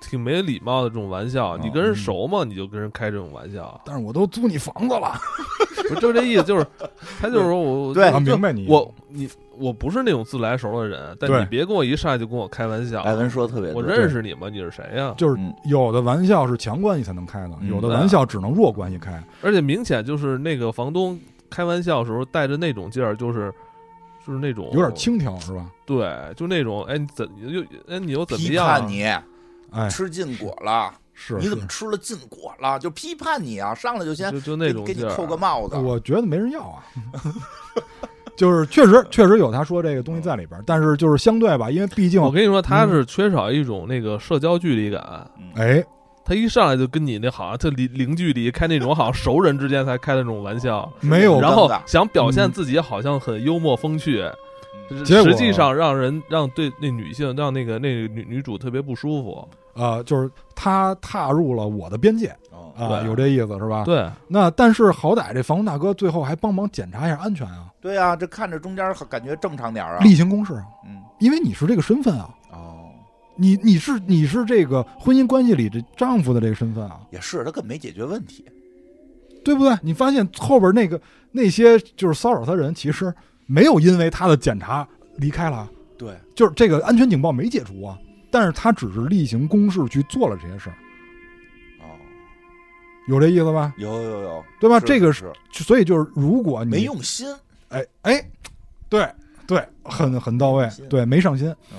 S1: 挺没礼貌的这种玩笑，
S2: 哦
S1: 你跟
S2: 嗯
S1: 人熟吗？你就跟人开这种玩笑，
S3: 但是我都租你房子了
S1: 不是就这意思，就是他就是说我
S2: 对
S3: 啊，
S1: 就
S3: 明白你
S1: 我你我不是那种自来熟的人，但
S3: 对
S1: 你别跟我一上来就跟我开玩笑，
S2: 艾文说的特别
S1: 我
S2: 对，
S1: 认识你吗？你是谁呀？
S3: 就是
S2: 嗯
S3: 有的玩笑是强关系才能开的，
S2: 嗯
S3: 有的玩笑只能弱关系开。
S1: 而且明显就是那个房东开玩笑的时候带着那种劲儿，就是就是那种
S3: 有点轻佻是吧？
S1: 对，就那种哎你怎又哎你又怎么
S2: 批
S1: 样啊、
S2: 判你
S3: 哎，
S2: 吃禁果了，
S3: 是
S2: 你怎
S3: 是
S2: 么吃了禁果了？就批判你啊，上来就先
S1: 就就那
S2: 给
S1: 种
S2: 给你
S1: 劲儿，啊
S2: 扣个帽子，
S3: 我觉得没人要啊。 就是确实确实有他说这个东西在里边儿，但是就是相对吧，因为毕竟
S1: 我跟你说，他是缺少一种那个社交距离感。
S2: 嗯
S3: 哎，
S1: 他一上来就跟你那好像他零零距离开那种好像熟人之间才开的那种玩笑，
S3: 没有
S1: 然后
S2: 尴尬
S1: 想表现自己好像很幽默风趣，
S2: 嗯
S3: 结果
S1: 实际上让人让对那女性让那个那个女女主特别不舒服。
S3: 呃，就是他踏入了我的边界
S2: 哦
S3: 啊，
S1: 对
S3: 有这意思是吧？
S1: 对，
S3: 那但是好歹这房东大哥最后还帮忙检查一下安全啊，
S2: 对啊，这看着中间感觉正常点儿啊，
S3: 例行公事啊，
S2: 嗯
S3: 因为你是这个身份啊，
S2: 哦。
S3: 你你是你是这个婚姻关系里的丈夫的这个身份啊，
S2: 也是，他根本没解决问题。
S3: 对不对？你发现后边那个那些就是骚扰他人，其实没有因为他的检查离开了，
S2: 对，
S3: 就是这个安全警报没解除啊，但是他只是例行公事去做了这些事儿，
S2: 哦，
S3: 有这意思吧？
S2: 有有有，
S3: 对吧？
S2: 是
S3: 这个
S2: 是
S3: 所以就是如果你
S2: 没，用心，
S3: 哎哎，对对，很很到位
S2: 没上，心
S3: 对，没上心。
S2: 嗯，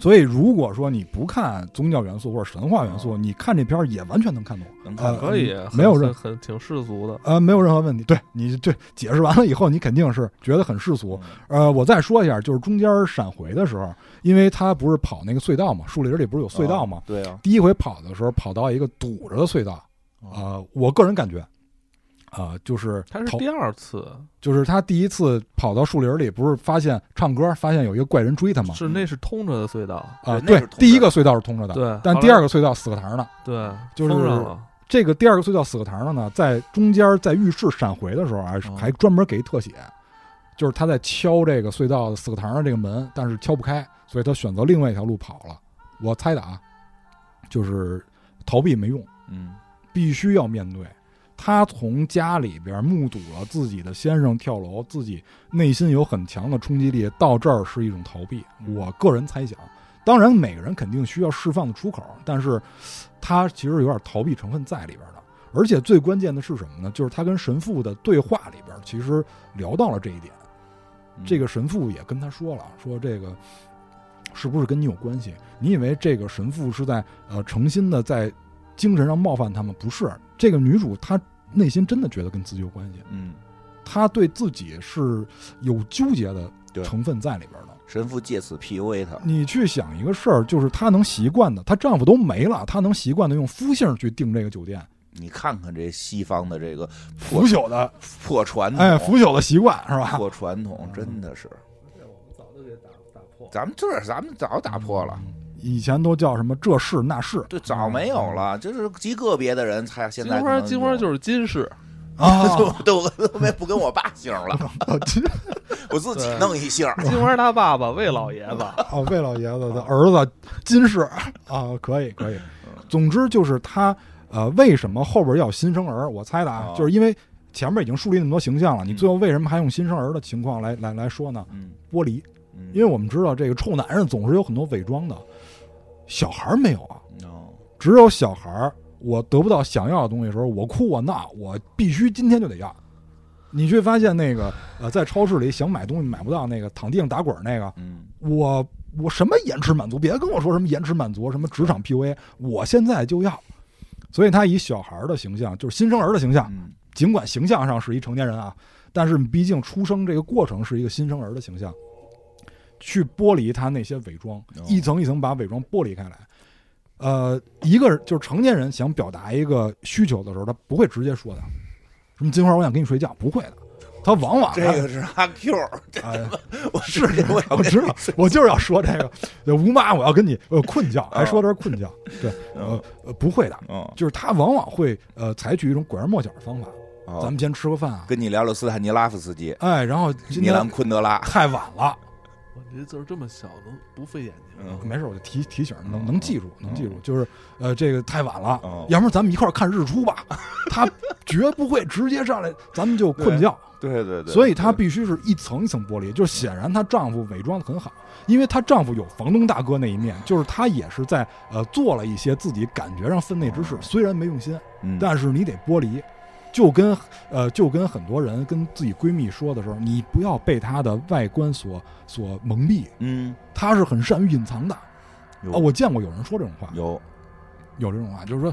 S3: 所以如果说你不看宗教元素或者神话元素，
S2: 嗯
S3: 你看这片儿也完全能看懂，
S2: 能看
S3: 呃
S2: 懂
S1: 可以，
S3: 嗯
S1: 很
S3: 没有任
S1: 很很挺世俗的。
S3: 呃，没有任何问题。对你这解释完了以后，你肯定是觉得很世俗。
S2: 嗯
S3: 呃，我再说一下，就是中间闪回的时候，因为他不是跑那个隧道嘛，树林里不是有隧道嘛？
S2: 哦对啊，
S3: 第一回跑的时候，跑到一个堵着的隧道，
S2: 哦
S3: 啊、我个人感觉，啊、就是
S1: 他是
S3: 头
S1: 第二次，
S3: 就是他第一次跑到树林里，不是发现唱歌，发现有一个怪人追他吗？
S1: 是那是通着的隧道，
S3: 啊、
S2: 对那
S3: 对
S2: 是，通
S3: 第一
S2: 着
S3: 个隧道是通着的，
S1: 对
S3: 但
S1: 后
S3: 第
S1: 来
S3: 二个隧道死个堂呢。
S1: 对，
S3: 就是
S1: 封上了。啊
S3: 这个第二个隧道死个堂了呢，在中间在浴室闪回的时候啊，
S2: 哦
S3: 还专门给特写，就是他在敲这个隧道死个堂的这个门，但是敲不开，所以他选择另外一条路跑了。我猜的啊，就是逃避没用，
S2: 嗯，
S3: 必须要面对。他从家里边目睹了自己的先生跳楼，自己内心有很强的冲击力，到这儿是一种逃避。
S2: 嗯
S3: 我个人猜想，啊当然每个人肯定需要释放的出口，但是他其实有点逃避成分在里边的。而且最关键的是什么呢？就是他跟神父的对话里边，其实聊到了这一点。
S2: 嗯
S3: 这个神父也跟他说了，说这个是不是跟你有关系？你以为这个神父是在呃诚心的在精神上冒犯他们？不是，这个女主她内心真的觉得跟自己有关系，
S2: 嗯，
S3: 他对自己是有纠结的
S2: 对
S3: 成分在里边的。
S2: 神父借此 PUA 他，
S3: 你去想一个事儿，就是她能习惯的，她丈夫都没了，她能习惯的用夫姓去订这个酒店，
S2: 你看看这西方的这个
S3: 腐朽的，
S2: 破传统，
S3: 哎，啊腐朽的习惯是吧？
S2: 破传统真的是，
S1: 哎我们早就给打打破。
S2: 咱们这咱们早打破
S3: 嗯
S2: 了，
S3: 以前都叫什么这是那是
S2: 对，早没有了，
S3: 嗯
S2: 就是极个别的人才现
S1: 金
S2: 在。
S1: 花，金花 就是是金氏，
S3: 啊，
S2: 都我都没不跟我爸姓了，我自己弄一姓。
S1: 金花他爸爸魏老爷子，
S3: 哦，魏老爷子的儿子金氏啊，可以可以。
S2: 嗯
S3: 总之就是他呃，为什么后边要有新生儿？我猜的啊
S2: 哦，
S3: 就是因为前面已经树立那么多形象了，你
S2: 嗯
S3: 最后为什么还用新生儿的情况来来来说呢？
S2: 嗯，
S3: 剥离，
S2: 嗯
S3: 因为我们知道这个臭男人总是有很多伪装的，小孩儿没有啊，
S2: 哦
S3: 只有小孩儿我得不到想要的东西的时候，我哭我闹，我必须今天就得要。你去发现那个呃，在超市里想买东西买不到那个躺地上打滚儿那个，
S2: 嗯，
S3: 我我什么延迟满足，别跟我说什么延迟满足，什么职场 PUA，我现在就要。所以他以小孩儿的形象，就是新生儿的形象，
S2: 嗯
S3: 尽管形象上是一成年人啊，但是毕竟出生这个过程是一个新生儿的形象，去剥离他那些伪装，一层一层把伪装剥离开来。呃，一个人就是成年人想表达一个需求的时候，他不会直接说的，什么金花，我想跟你睡觉，不会的，他往往
S2: 这个是阿 Q，
S3: 哎
S2: 我
S3: 是是 哦
S2: 我
S3: 我知 道，我就是要说这个， 对吴妈，我要跟你呃困
S2: 啊
S3: 觉，还说的是困觉， 对，呃呃不会的，
S2: 嗯，
S3: 就是他往往会呃采取一种拐弯抹角的方法，
S2: 哦
S3: 咱们先吃个饭啊，
S2: 跟你聊聊斯坦尼拉夫斯基、
S3: 哎，然后今
S2: 米兰
S3: 天
S2: 昆德拉，
S3: 太晚了，
S1: 我这字儿这么小，能不费眼睛啊吗？
S3: 没事，我就提提醒，能
S2: 嗯
S3: 能记住，能记住，就是呃这个太晚
S2: 哦
S3: 了，要不然咱们一块儿看日出 吧，他绝不会直接上来，咱们就困觉。
S2: 对对对，
S3: 所以她必须是一层一层剥离。就是显然她丈夫伪装的很好，因为她丈夫有房东大哥那一面，就是她也是在呃做了一些自己感觉上分内之事，虽然没用心，
S2: 嗯
S3: 但是你得剥离。就跟呃，就跟很多人跟自己闺蜜说的时候，你不要被她的外观所所蒙蔽，
S2: 嗯
S3: 她是很善于隐藏的啊、
S2: 有
S3: 我见过有人说这种话，
S2: 有
S3: 有这种话，就是说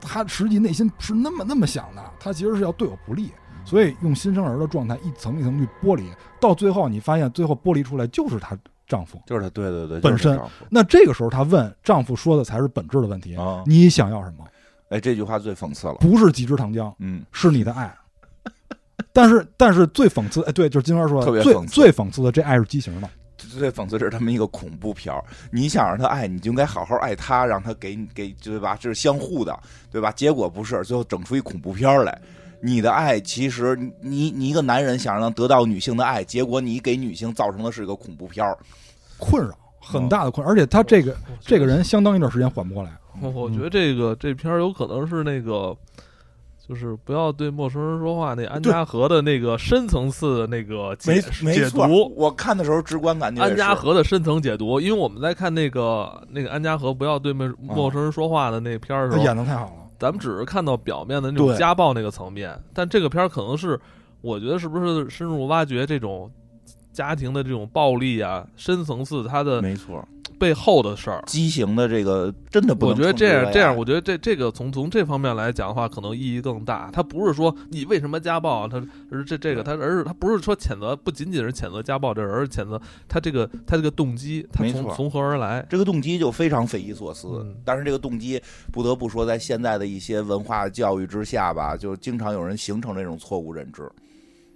S3: 她实际内心是那么那么想的，她其实是要对我不利，
S2: 嗯
S3: 所以用新生儿的状态一层一层去剥离，到最后你发现最后剥离出来就是她丈夫。
S2: 就是他，对对对，
S3: 本身
S2: 就是他丈夫
S3: 那这个时候她问丈夫说的才是本质的问题，
S2: 啊
S3: 你想要什么？
S2: 哎，这句话最讽刺了，
S3: 不是几支糖浆，
S2: 嗯，
S3: 是你的 爱。但是但是最讽刺，哎，对，就是金花说
S2: 特
S3: 的
S2: 别
S3: 最
S2: 讽刺
S3: 最讽刺的，这爱是畸形的，
S2: 最讽刺是他们一个恐怖片儿。你想让他爱你，就应该好好爱他，让他给你给对吧？这是相互的，对吧？结果不是，最后整出一恐怖片儿来。你的爱其实你你你一个男人想让得到女性的爱，结果你给女性造成的是一个恐怖片儿。
S3: 困扰很大的困扰，而且她这个
S2: 哦嗯
S1: 我觉得
S3: 这个人相当一段时间缓不过来。
S1: 我嗯我觉得这个这片儿有可能是那个，就是不要对陌生人说话那安家和的那个深层次的那个解解
S2: 错
S1: 读。
S2: 我看的时候直观感觉也
S1: 安
S2: 是
S1: 家和的深层解读，因为我们在看那个那个安家和不要对
S2: 啊
S1: 陌陌生人说话的那片儿的时候，
S3: 演的太好了，
S1: 咱们只是看到表面的那种
S3: 对
S1: 家暴那个层面，但这个片儿可能是，我觉得是不是深入挖掘这种家庭的这种暴力啊，深层次它的
S2: 没错，
S1: 背后的事儿。
S2: 畸形的这个真的不能
S1: 我觉得
S2: 称之
S1: 这样
S2: 为
S1: 这样，
S2: 爱
S1: 我觉得这这个从从这方面来讲的话，可能意义更大。他不是说你为什么家暴，他而是这这个他而是他不是说谴责，不仅仅是谴责家暴这人，而是谴责他这个他这个动机，他
S2: 没
S1: 从
S2: 错
S1: 从何而来？
S2: 这个动机就非常匪夷所思
S1: 嗯。
S2: 但是这个动机不得不说，在现在的一些文化教育之下吧，就经常有人形成这种错误认知。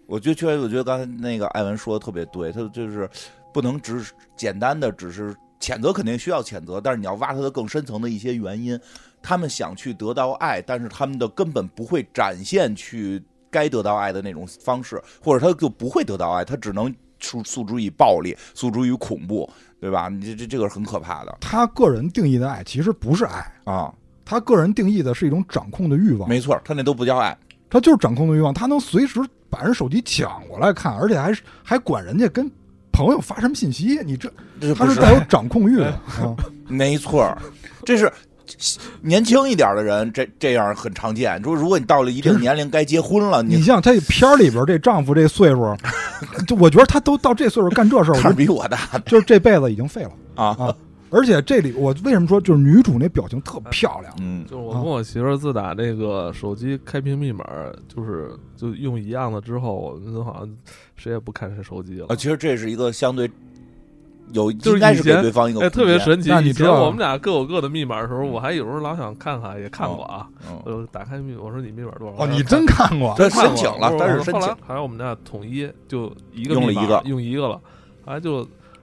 S2: 我就确实，我觉得刚才那个艾文说的特别对，他就是不能只简单的只是谴责，肯定需要谴责，但是你要挖他的更深层的一些原因。他们想去得到爱，但是他们的根本不会展现去该得到爱的那种方式，或者他就不会得到爱，他只能诉诉诸于暴力，诉诸于恐怖，对吧？你这这这个是很可怕的
S3: 她个人定义的爱其实不是爱，
S2: 啊！
S3: 她个人定义的是一种掌控的欲望。
S2: 没错，他那都不叫爱，
S3: 他就是掌控的欲望，他能随时把人手机抢过来看，而且还是还管人家跟朋友发什么信息，你这
S2: 这
S3: 他
S2: 不
S3: 是
S2: 是哎
S3: 带有
S2: 爱
S3: 掌控欲的。啊
S2: 没错，这是。年轻一点的人，这这样很常见。说如果你到了一定年龄该结婚了，
S3: 你
S2: 你
S3: 像这片儿里边这丈夫这岁 数，就我觉得他都到这岁数干这事儿，我
S2: 坎儿
S3: 就
S2: 比我大
S3: 就是这辈子已经废了
S2: 啊
S3: 啊！而且这里我为什么说就是女主那表情特漂亮？
S2: 嗯
S1: 就是
S3: 啊
S1: 我跟我媳妇儿自打这个手机开屏密码儿，就是就用一样的之后，我们好像谁也不看谁手机了
S2: 啊，。其实这是一个相对有
S1: 就是
S2: 应该是
S1: 以
S2: 给
S1: 前
S2: 对方一个
S1: 哎，特别神奇！
S3: 那你
S1: 以
S3: 知
S1: 前
S3: 道
S1: 我们俩各有各的密码的时候，我还有时候老想看看，也看过啊。
S2: 空间，嗯
S1: 呃，打开密，我说你密码多少？
S3: 哦，你真看过？
S2: 这
S1: 看
S2: 申
S1: 过
S2: 请了
S1: 我，
S2: 但是
S1: 我
S2: 申
S1: 后来
S2: 请
S1: 好像我们俩统一就一个
S2: 用了
S1: 密码
S2: 一个
S1: 用一个了，后来就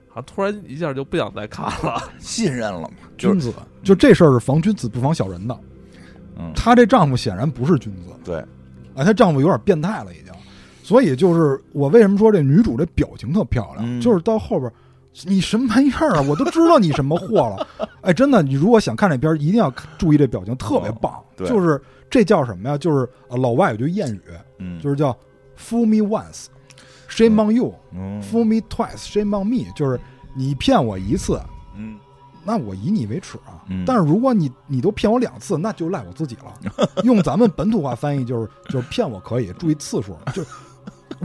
S1: 好像突然一下就不想再看了。
S2: 信任了嘛，就
S3: 君
S2: 是
S3: 子，就这事儿是防君子不防小人的。
S2: 嗯
S3: 她这丈夫显然不是君子，
S2: 对，
S3: 啊，她丈夫有点变态了已经。所以就是我为什么说这女主这表情特漂亮，
S2: 嗯
S3: 就是到后边儿你什么玩意儿啊，我都知道你什么货了。 哎，真的，你如果想看这片儿，一定要注意这表情，特别棒。
S2: 哦对
S3: 就是这叫什么呀？就是呃老外有句谚语，
S2: 嗯，
S3: 就是叫 “fool me once, shame on you；
S2: 嗯
S3: fool me twice, shame on me”，就是你骗我一次，
S2: 嗯
S3: 那我以你为耻啊。
S2: 嗯
S3: 但是如果你你都骗我两次，那就赖我自己 了。用咱们本土化翻译就是就是骗我可以，注意次数，就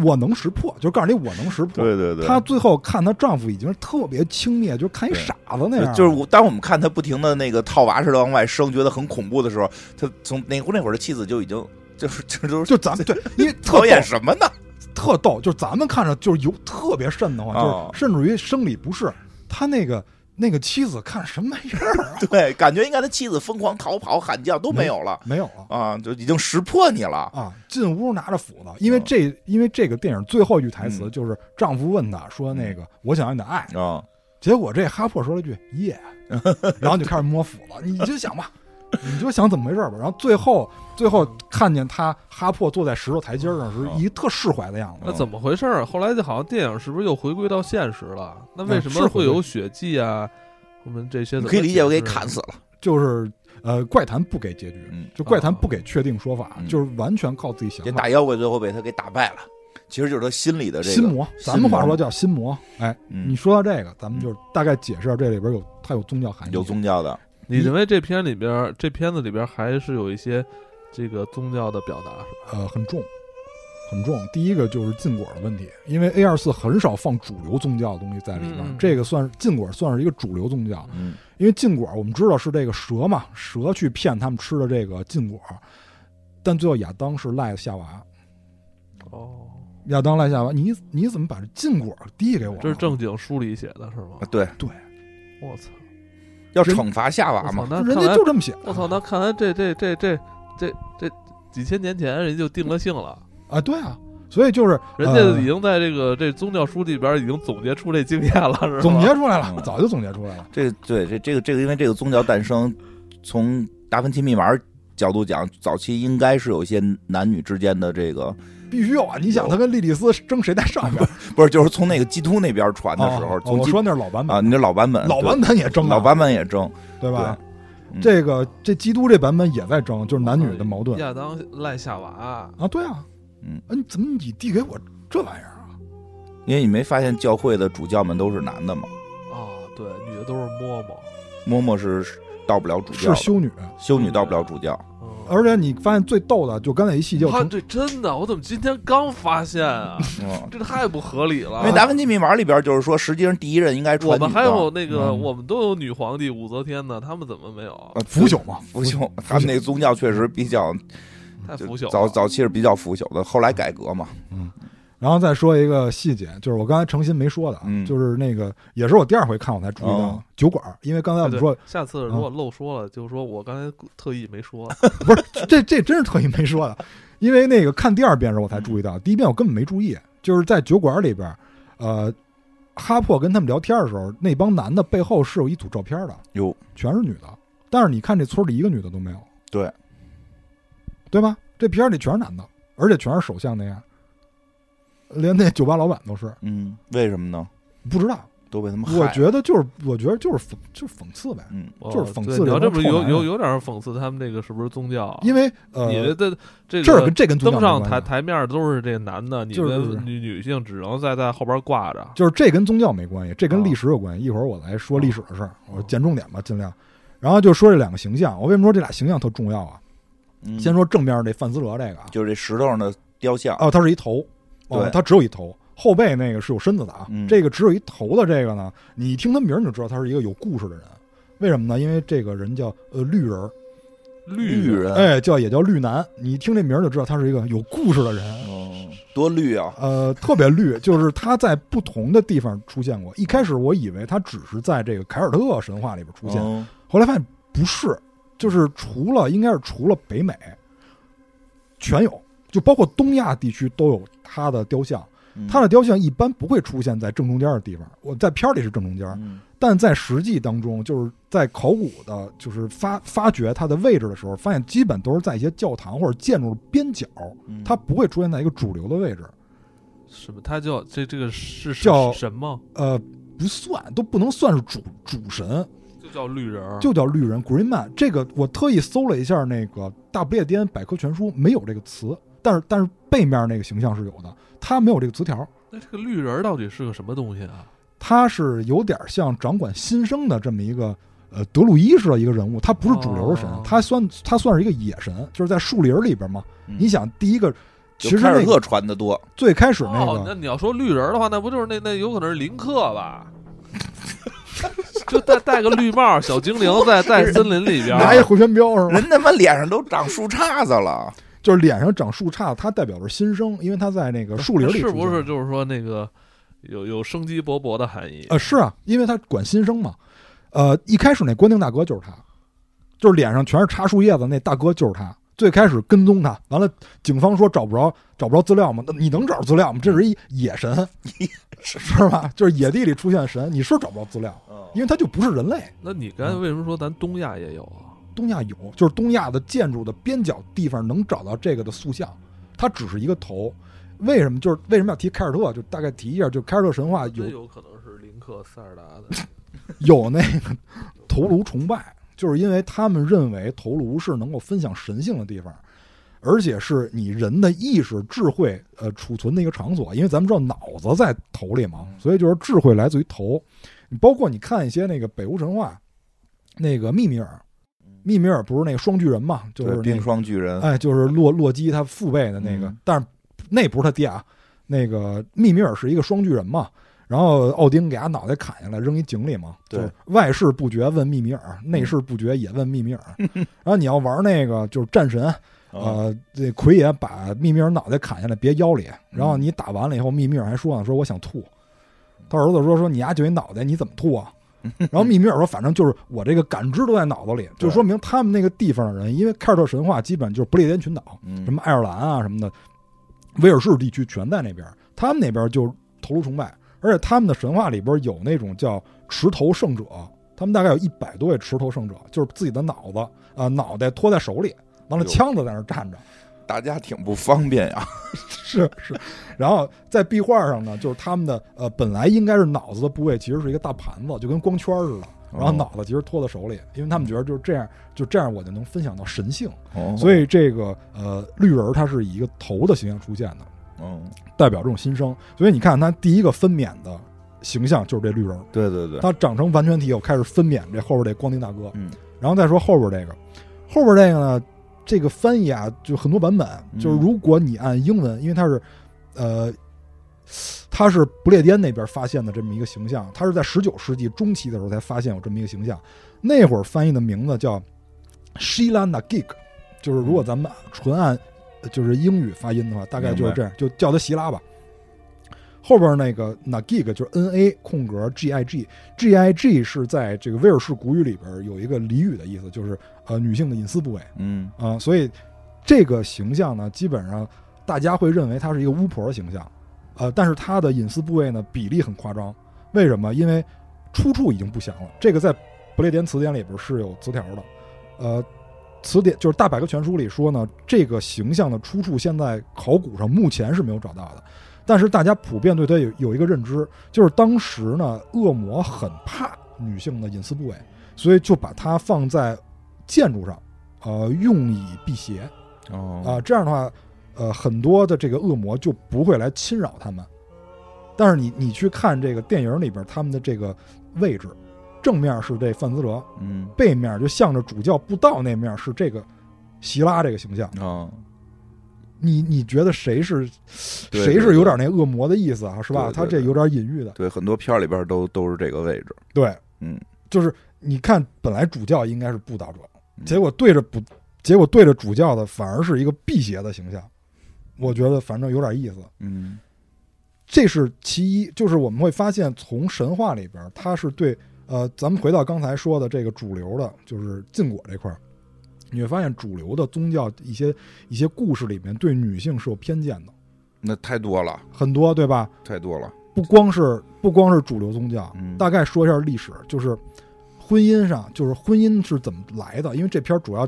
S3: 我能识破，就告诉你我能识破。
S2: 对对对，
S3: 她最后看她丈夫已经是特别轻蔑，就看一
S2: 对
S3: 傻子那样啊了，
S2: 就是我当我们看他不停的那个套娃似的往外生，觉得很恐怖的时候，他从那会儿那会儿的妻子就已经就是这都是
S3: 就咱们 对，因为特
S2: 讨
S3: 逗
S2: 厌什么呢？
S3: 特逗，就是咱们看着就是有特别瘆得慌，
S2: 哦
S3: 就是甚至于生理不适。他那个那个妻子看什么玩意儿 啊
S2: 对，感觉应该他妻子疯狂逃跑喊叫都没有了
S3: 没有了
S2: 啊，就已经识破你了。
S3: 啊！进屋拿着斧子，因为这、因为这个电影最后一句台词
S2: 嗯
S3: 就是丈夫问她说那个、我想要你的爱，
S2: 啊，
S3: 结果这哈珀说了一句 耶，然后就开始摸斧子，你就想吧。你就想怎么回事吧，然后最后最后看见他哈珀坐在石头台阶上时，
S2: 嗯
S3: 一个特释怀的样子
S1: 那。怎么回事儿？后来就好像电影是不是又回归到现实了？那为
S3: 嗯
S1: 什
S3: 是
S1: 么
S3: 回
S1: 会
S3: 归
S1: 有血迹啊？我们这些
S2: 你
S1: 怎
S2: 可以
S1: 么
S2: 理解
S1: 解
S2: 我给
S1: 释
S2: 砍死了。
S3: 就是呃，怪谈不给结局，
S2: 嗯
S3: 就怪谈
S1: 啊
S3: 不给确定说法，
S2: 嗯
S3: 就是完全靠自己想
S2: 这
S3: 法。
S2: 大妖怪最后被他给打败了，其实就是他心里的这个
S3: 心魔，咱们话说，叫心魔。哎，
S2: 嗯
S3: 你说到这个，咱们就大概解释下这里边有它有宗教含义。
S2: 有宗教的，
S1: 你认为这片里边儿，这片子里边儿还是有一些这个宗教的表达是吧？
S3: 呃很重，很重。第一个就是禁果的问题，因为 A 二四很少放主流宗教的东西在里边，
S1: 嗯嗯
S3: 这个算是禁果算是一个主流宗教，
S2: 嗯
S3: 因为禁果我们知道是这个蛇嘛，蛇去骗他们吃的这个禁果，但最后亚当是赖夏娃。
S1: 哦，
S3: 亚当赖夏娃，你你怎么把这禁果递给我了？
S1: 这是正经书里写的是吗
S2: 啊？对，
S3: 对，
S1: 我操！
S2: 要
S3: 人
S2: 惩罚夏
S1: 我
S2: 娃
S1: 操
S2: 嘛，，
S1: 那
S3: 人
S1: 看来
S3: 家就这么写的。
S1: 我操，那看来这这这这这这几千年前人就定了性了，
S3: 啊，对啊，所以就是
S1: 人
S3: 呃
S1: 家已经在这个这宗教书里边已经总结出这经验了，是吧？
S3: 呃总结出来了，
S2: 嗯
S3: 早就总结出来了。
S2: 这个对这这个这个，因为这个宗教诞生，从达芬奇密码角度讲，早期应该是有一些男女之间的这个，
S3: 必须有啊！你想，他跟莉莉丝争谁在上边？
S2: 不是就是从那个基督那边传的时
S3: 哦
S2: 候，
S3: 哦
S2: 从
S3: 我
S2: 基
S3: 说那是老版
S2: 啊，
S3: 本，
S2: 你这老版本，
S3: 老
S2: 对
S3: 版本也争啊，
S2: 老版本也争，
S3: 对吧？
S2: 对嗯
S3: 这个这基督这版本也在争，就是男女的矛盾
S1: 亚当赖夏娃，
S3: 啊，对啊，
S2: 嗯
S3: 啊，你怎么你递给我这玩意儿啊？
S2: 因为你没发现教会的主教们都是男的嘛，
S1: 啊，对，女的都是嬷嬷，
S2: 嬷嬷是到不了主教
S3: 是
S2: 的，
S3: 修女，啊
S2: 修女到不了主教，
S1: 嗯
S3: 而且你发现最逗的，就刚才一细节，我
S1: 他
S3: 从
S1: 这真的，我怎么今天刚发现啊？
S2: 嗯，
S1: 这太不合理了。
S2: 因为达芬奇密码里边就是说，实际上第一任应该传
S1: 我们还有那个，
S3: 嗯
S1: 我们都有女皇帝武则天呢，他们怎么没有？啊
S3: 腐朽嘛，
S2: 呃腐朽，他们那个宗教确实比较
S1: 太
S2: 就
S1: 腐朽了。
S2: 早早期是比较腐朽的，后来改革嘛，
S3: 然后再说一个细节，就是我刚才诚心没说的啊，
S2: 嗯
S3: 就是那个也是我第二回看我才注意到的
S2: 哦
S3: 酒馆儿，因为刚才我
S1: 哎
S3: 们
S1: 对
S3: 说嗯
S1: 下次如果漏说了，就说我刚才特意没说。
S3: 不是，这这真是特意没说的，因为那个看第二遍的时候我才注意到，第一遍我根本没注意，就是在酒馆里边，呃，哈珀跟他们聊天的时候，那帮男的背后是有一组照片的，
S2: 有
S3: 全是女的，但是你看这村里一个女的都没有，
S2: 对，
S3: 对吧？这片儿里全是男的，而且全是首相那样，连那酒吧老板都是
S2: 嗯，为什么呢？
S3: 不知道，
S2: 都被他们害
S3: 我
S2: 了，
S3: 觉得就是我觉得就是讽就是讽刺呗，
S2: 嗯，
S1: 哦
S3: 就是讽
S1: 对
S3: 刺
S1: 你要
S3: 这
S1: 这么
S3: 帮臭
S1: 有
S3: 男
S1: 有
S3: 人
S1: 有点儿讽刺他们这个是不是宗教啊？
S3: 因为呃，
S1: 你们的这
S3: 这儿
S1: 个
S3: 跟这跟宗教
S1: 登
S3: 没
S1: 上
S3: 关
S1: 台
S3: 系啊
S1: 台面儿都是这男的，你
S3: 就是就是
S1: 们女女性只能在在后边挂着。
S3: 就是这跟宗教没关系，这跟
S1: 哦
S3: 历史有关系。一会儿我来说历史的事儿，
S1: 哦
S3: 我捡重点吧，尽量。然后就说这两个形象，我为什么说这俩形象特重要啊？
S2: 嗯
S3: 先说正面这范思哲这个啊，
S2: 就是这石头上的雕像，
S3: 啊哦，他是一头，哦，
S2: 对
S3: 他只有一头，后背那个是有身子的啊，
S2: 嗯
S3: 这个只有一头的这个呢，你一听他名儿你就知道他是一个有故事的人。为什么呢？因为这个人叫呃绿人儿，
S1: 绿
S2: 绿人，
S3: 哎，叫也叫绿男。你一听这名儿就知道他是一个有故事的人，
S2: 哦，多绿啊！
S3: 呃，特别绿。就是他在不同的地方出现过。一开始我以为他只是在这个凯尔特神话里边出现，
S2: 哦
S3: 后来发现不是，就是除了应该是除了北美，全有，就包括东亚地区都有他的雕像。
S2: 嗯
S3: 他的雕像一般不会出现在正中间的地方，我在片儿里是正中间，
S2: 嗯
S3: 但在实际当中，就是在考古的，就是发发掘它的位置的时候，发现基本都是在一些教堂或者建筑的边角，
S2: 嗯
S3: 它不会出现在一个主流的位置。
S1: 什么？他叫这这个是是
S3: 叫
S1: 神吗？
S3: 呃，不算，都不能算是主主神，
S1: 就叫绿人儿，
S3: 就叫绿人 Green Man。这个我特意搜了一下那个大不列颠百科全书，没有这个词，但是但是背面那个形象是有的，它没有这个词条。
S1: 那这个绿人儿到底是个什么东西啊？
S3: 他是有点像掌管新生的这么一个呃德鲁伊式的一个人物，他不是主流的神
S1: 哦，
S3: 他算他算是一个野神，就是在树林里边嘛。
S2: 嗯
S3: 你想，第一个其
S2: 就
S3: 实
S2: 凯尔
S3: 那
S2: 特
S3: 个
S2: 传的多，
S3: 最开始那
S1: 哦，那
S3: 个
S1: 你要说绿人儿的话，那不就是那那有可能是林克吧？ 就戴戴个绿帽，小精灵在 在森林里边儿，
S3: 拿一回旋镖是吧？
S2: 人他妈脸上都长树杈子了。
S3: 就是脸上长树杈，它代表着新生，因为他在那个树林里
S1: 是
S3: 出
S1: 不
S3: 现
S1: 是就是说那个有有生机勃勃的含义？
S3: 呃，是啊，因为他管新生嘛。呃，一开始那关定大哥就是他，就是脸上全是插树叶子那大哥就是他。最开始跟踪他，完了，警方说找不着找不着资料吗？那你能找着资料吗？这是一野神，是吧？就是野地里出现的神，你是找不着资料，
S2: 哦
S3: 因为他就不是人类。
S1: 那你刚才为什么说咱东亚也有啊？
S3: 东亚有，就是东亚的建筑的边角地方能找到这个的塑像，它只是一个头。为什么？就是为什么要提凯尔特？就大概提一下，就凯尔特神话啊有
S1: 真有可能是林克塞尔达的。
S3: 有那个头颅崇拜，就是因为他们认为头颅是能够分享神性的地方，而且是你人的意识、智慧呃储存的一个场所。因为咱们知道脑子在头里嘛，所以就是智慧来自于头。你包括你看一些那个北欧神话，那个密米尔，密米尔不是那个双巨人嘛，就是那
S2: 对，
S3: 个
S2: 冰霜巨人，
S3: 哎，就是洛洛基他父辈的那个，
S2: 嗯
S3: 但是那不是他爹啊。那个密米尔是一个双巨人嘛，然后奥丁给他脑袋砍下来扔一井里嘛，
S2: 对，嗯
S3: 外事不决问密米尔，内事不决也问密米尔。 然后你要玩那个就是战神，
S2: 啊，
S3: 呃，这奎爷把密米尔脑袋砍下来别腰里，
S2: 嗯
S3: 然后你打完了以后，密米尔还说呢，说我想吐。
S2: 嗯
S3: 他儿子说说你丫就一脑袋，你怎么吐 啊？然后密米尔说，反正就是我这个感知都在脑子里，就
S2: 对
S3: 说明他们那个地方的人，因为凯尔特神话基本就是不列颠群岛，
S2: 嗯
S3: 什么爱尔兰啊什么的，威尔士地区全在那边，他们那边就头颅崇拜，而且他们的神话里边有那种叫持头圣者，他们大概有一百多位持头圣者，就是自己的脑子啊、呃脑袋托在手里，完了
S2: 哟
S3: 枪子在那儿站着，
S2: 大家挺不方便呀。
S3: 是是，然后在壁画上呢，就是他们的呃本来应该是脑子的部位，其实是一个大盘子，就跟光圈似的。然后
S2: 哦
S3: 脑子其实托在手里，因为他们觉得就是这样，就这样我就能分享到神性，
S2: 哦
S3: 所以这个呃绿人儿他是以一个头的形象出现的，
S2: 嗯，
S3: 代表这种新生。所以你看，他第一个分娩的形象就是这绿人，
S2: 对对对，
S3: 他长成完全体以后开始分娩这后边这光腚大哥，
S2: 嗯，
S3: 然后再说后边这个，后边这个呢，这个翻译啊就很多版本，
S2: 嗯
S3: 就是如果你按英文，因为它是，呃。它是不列颠那边发现的这么一个形象，它是在十九世纪中期的时候才发现有这么一个形象。那会儿翻译的名字叫 Shilana Geek，就是如果咱们纯按呃就是英语发音的话，大概就是这样，就叫它希拉吧。后边那个 Nagig 就是 N A 空格 G I G G I G 是在这个威尔士古语里边有一个俚语的意思，就是呃女性的隐私部位
S2: 嗯
S3: 啊、所以这个形象呢，基本上大家会认为她是一个巫婆的形象，呃，但是她的隐私部位呢比例很夸张，为什么？因为出处已经不详了，这个在不列颠词典里边是有词条的，呃，词典就是《大百科全书》里说呢，这个形象的出处现在考古上目前是没有找到的，但是大家普遍对它有有一个认知，就是当时呢，恶魔很怕女性的隐私部位，所以就把它放在建筑上，呃，用以辟邪啊、
S2: 哦
S3: 这样的话，呃，很多的这个恶魔就不会来侵扰他们。但是你你去看这个电影里边他们的这个位置，正面是这范思哲，
S2: 嗯
S3: 背
S2: 哦
S3: 面就向着主教布道那面是这个希拉这个形象，
S2: 啊，
S3: 你你觉得谁是
S2: 对
S3: 谁是有点那恶魔的意思啊，是吧？
S2: 对对
S3: 他这有点隐喻的，
S2: 对，很多片儿里边都都是这个位置，
S3: 对，
S2: 嗯，
S3: 就是你看，本来主教应该是布道者，
S2: 嗯
S3: 结果对着不，结果对着主教的反而是一个辟邪的形象，我觉得反正有点意思。
S2: 嗯
S3: 这是其一，就是我们会发现，从神话里边儿，它是对呃，咱们回到刚才说的这个主流的，就是禁果这块儿，你会发现主流的宗教一些一些故事里面对女性是有偏见的，
S2: 那太多了，
S3: 很多对吧？
S2: 太多了，
S3: 不光是不光是主流宗教，
S2: 嗯
S3: 大概说一下历史，就是婚姻上，就是婚姻是怎么来的？因为这篇主要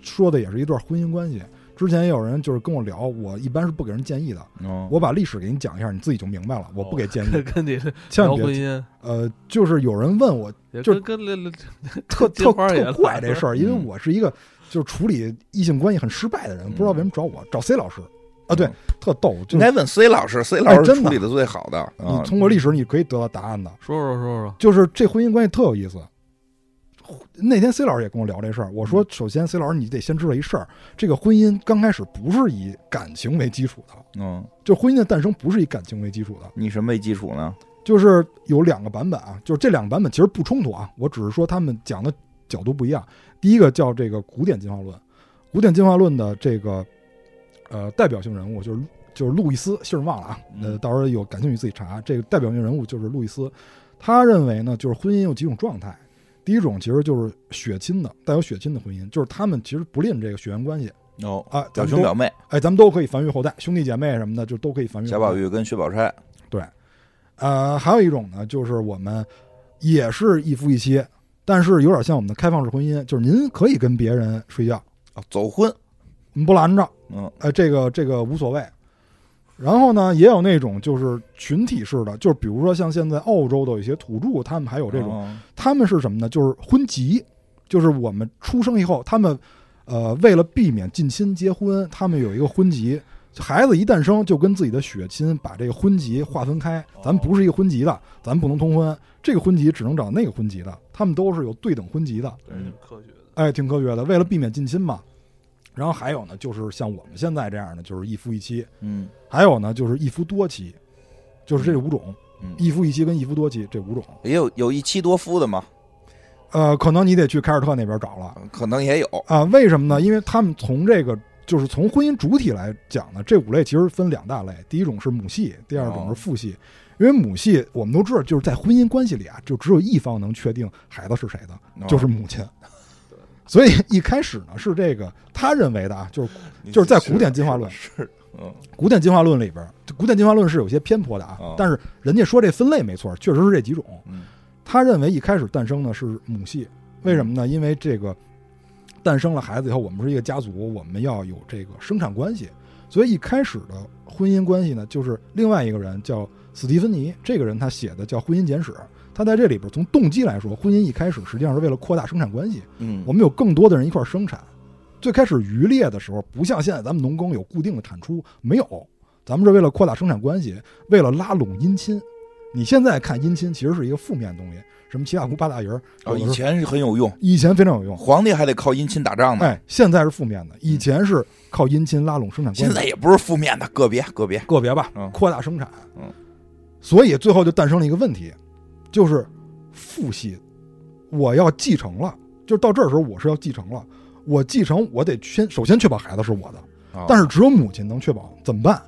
S3: 说的也是一段婚姻关系。之前也有人就是跟我聊，我一般是不给人建议的，
S2: 哦，
S3: 我把历史给你讲一下，你自己就明白了，我不给建议，
S1: 跟 跟你
S3: 嗯千
S1: 哦聊
S3: 万
S1: 婚
S3: 别。
S1: 姻，
S3: 呃，就是有人问我
S1: 也
S3: 就
S1: 跟跟聊
S3: 特
S1: 金
S3: 特
S1: 花也
S3: 特怪这事儿，
S2: 嗯
S3: 因为我是一个就是处理异性关系很失败的人，
S2: 嗯
S3: 不知道为什么找我，找 C 老师啊，对
S2: 嗯，
S3: 特逗，就是
S2: 应该问 C 老师，C 老师
S3: 真的
S2: 处理的最好的啊
S3: 你，通过历史你可以得到答案的。
S1: 说说说说，
S3: 就是这婚姻关系特有意思。那天 C 老师也跟我聊这事儿，我说首先 C 老师你得先知道一事儿，这个婚姻刚开始不是以感情为基础的，
S2: 嗯，
S3: 就婚姻的诞生不是以感情为基础的，
S2: 你什么为基础呢？
S3: 就是有两个版本啊，就是这两个版本其实不冲突啊，我只是说他们讲的角度不一样。第一个叫这个古典进化论，古典进化论的这个呃代表性人物就是就是路易斯，姓儿忘了啊，呃，
S2: 嗯
S3: 到时候有感兴趣自己查。这个代表性人物就是路易斯，他认为呢，就是婚姻有几种状态，第一种其实就是血亲的，带有血亲的婚姻，就是他们其实不吝这个血缘关系
S2: 哦，
S3: 啊，咱
S2: 表
S3: 们
S2: 兄
S3: 都
S2: 表妹，
S3: 哎，咱们都可以繁育后代，兄弟姐妹什么的就都可以繁育后代。
S2: 贾宝玉跟薛宝钗，
S3: 呃，还有一种呢，就是我们也是一夫一妻，但是有点像我们的开放式婚姻，就是您可以跟别人睡觉，
S2: 啊走婚，
S3: 我们不拦着，
S2: 嗯
S3: 呃，这个这个无所谓。然后呢，也有那种就是群体式的，就是比如说像现在澳洲的有一些土著，他们还有这种，
S2: 哦
S3: 他们是什么呢？就是婚籍，就是我们出生以后，他们呃为了避免近亲结婚，他们有一个婚籍，孩子一诞生就跟自己的血亲把这个婚籍划分开，咱不是一个婚籍的，咱不能通婚，这个婚籍只能找那个婚籍的，他们都是有对等婚籍的，
S1: 这是科学的。
S3: 哎，挺科学的，为了避免近亲嘛。然后还有呢，就是像我们现在这样的，就是一夫一妻，
S2: 嗯
S3: 还有呢就是一夫多妻，就是这五种，
S2: 嗯，
S3: 一夫一妻跟一夫多妻这五种。
S2: 也有有一妻多夫的嘛，
S3: 呃，可能你得去凯尔特那边找了。
S2: 可能也有，
S3: 啊，为什么呢？因为他们从这个就是从婚姻主体来讲呢，这五类其实分两大类，第一种是母系，第二种是父系。因为母系我们都知道，就是在婚姻关系里啊，就只有一方能确定孩子是谁的，
S2: 哦
S3: 就是母亲。所以一开始呢，是这个他认为的啊，就是就是在古典进化论
S2: 是的，嗯
S3: 古典进化论里边儿，就古典进化论是有些偏颇的啊
S2: 哦，
S3: 但是人家说这分类没错，确实是这几种。
S2: 嗯
S3: 他认为一开始诞生呢是母系，为什么呢？因为这个诞生了孩子以后，我们是一个家族，我们要有这个生产关系，所以一开始的婚姻关系呢，就是另外一个人叫史蒂芬妮，这个人他写的叫《婚姻简史》，他在这里边从动机来说，婚姻一开始实际上是为了扩大生产关系，
S2: 嗯，
S3: 我们有更多的人一块儿生产。最开始渔猎的时候，不像现在咱们农耕有固定的产出，没有，咱们是为了扩大生产关系，为了拉拢姻亲。你现在看姻亲其实是一个负面的东西，什么七大姑八大姨儿，
S2: 哦，
S3: 有的
S2: 以
S3: 时候
S2: 前是很有用，
S3: 以前非常有用，
S2: 皇帝还得靠姻亲打仗呢，
S3: 哎，现在是负面的，以前是靠姻亲拉拢生产关
S2: 现
S3: 系，
S2: 在也不是负面的，个别个别，
S3: 个别吧
S2: 嗯，
S3: 扩大生产，
S2: 嗯，
S3: 所以最后就诞生了一个问题，就是父系，我要继承了，就是到这儿的时候我是要继承了，我继承我得先首先确保孩子是我的，
S2: 哦
S3: 但是只有母亲能确保，怎么办？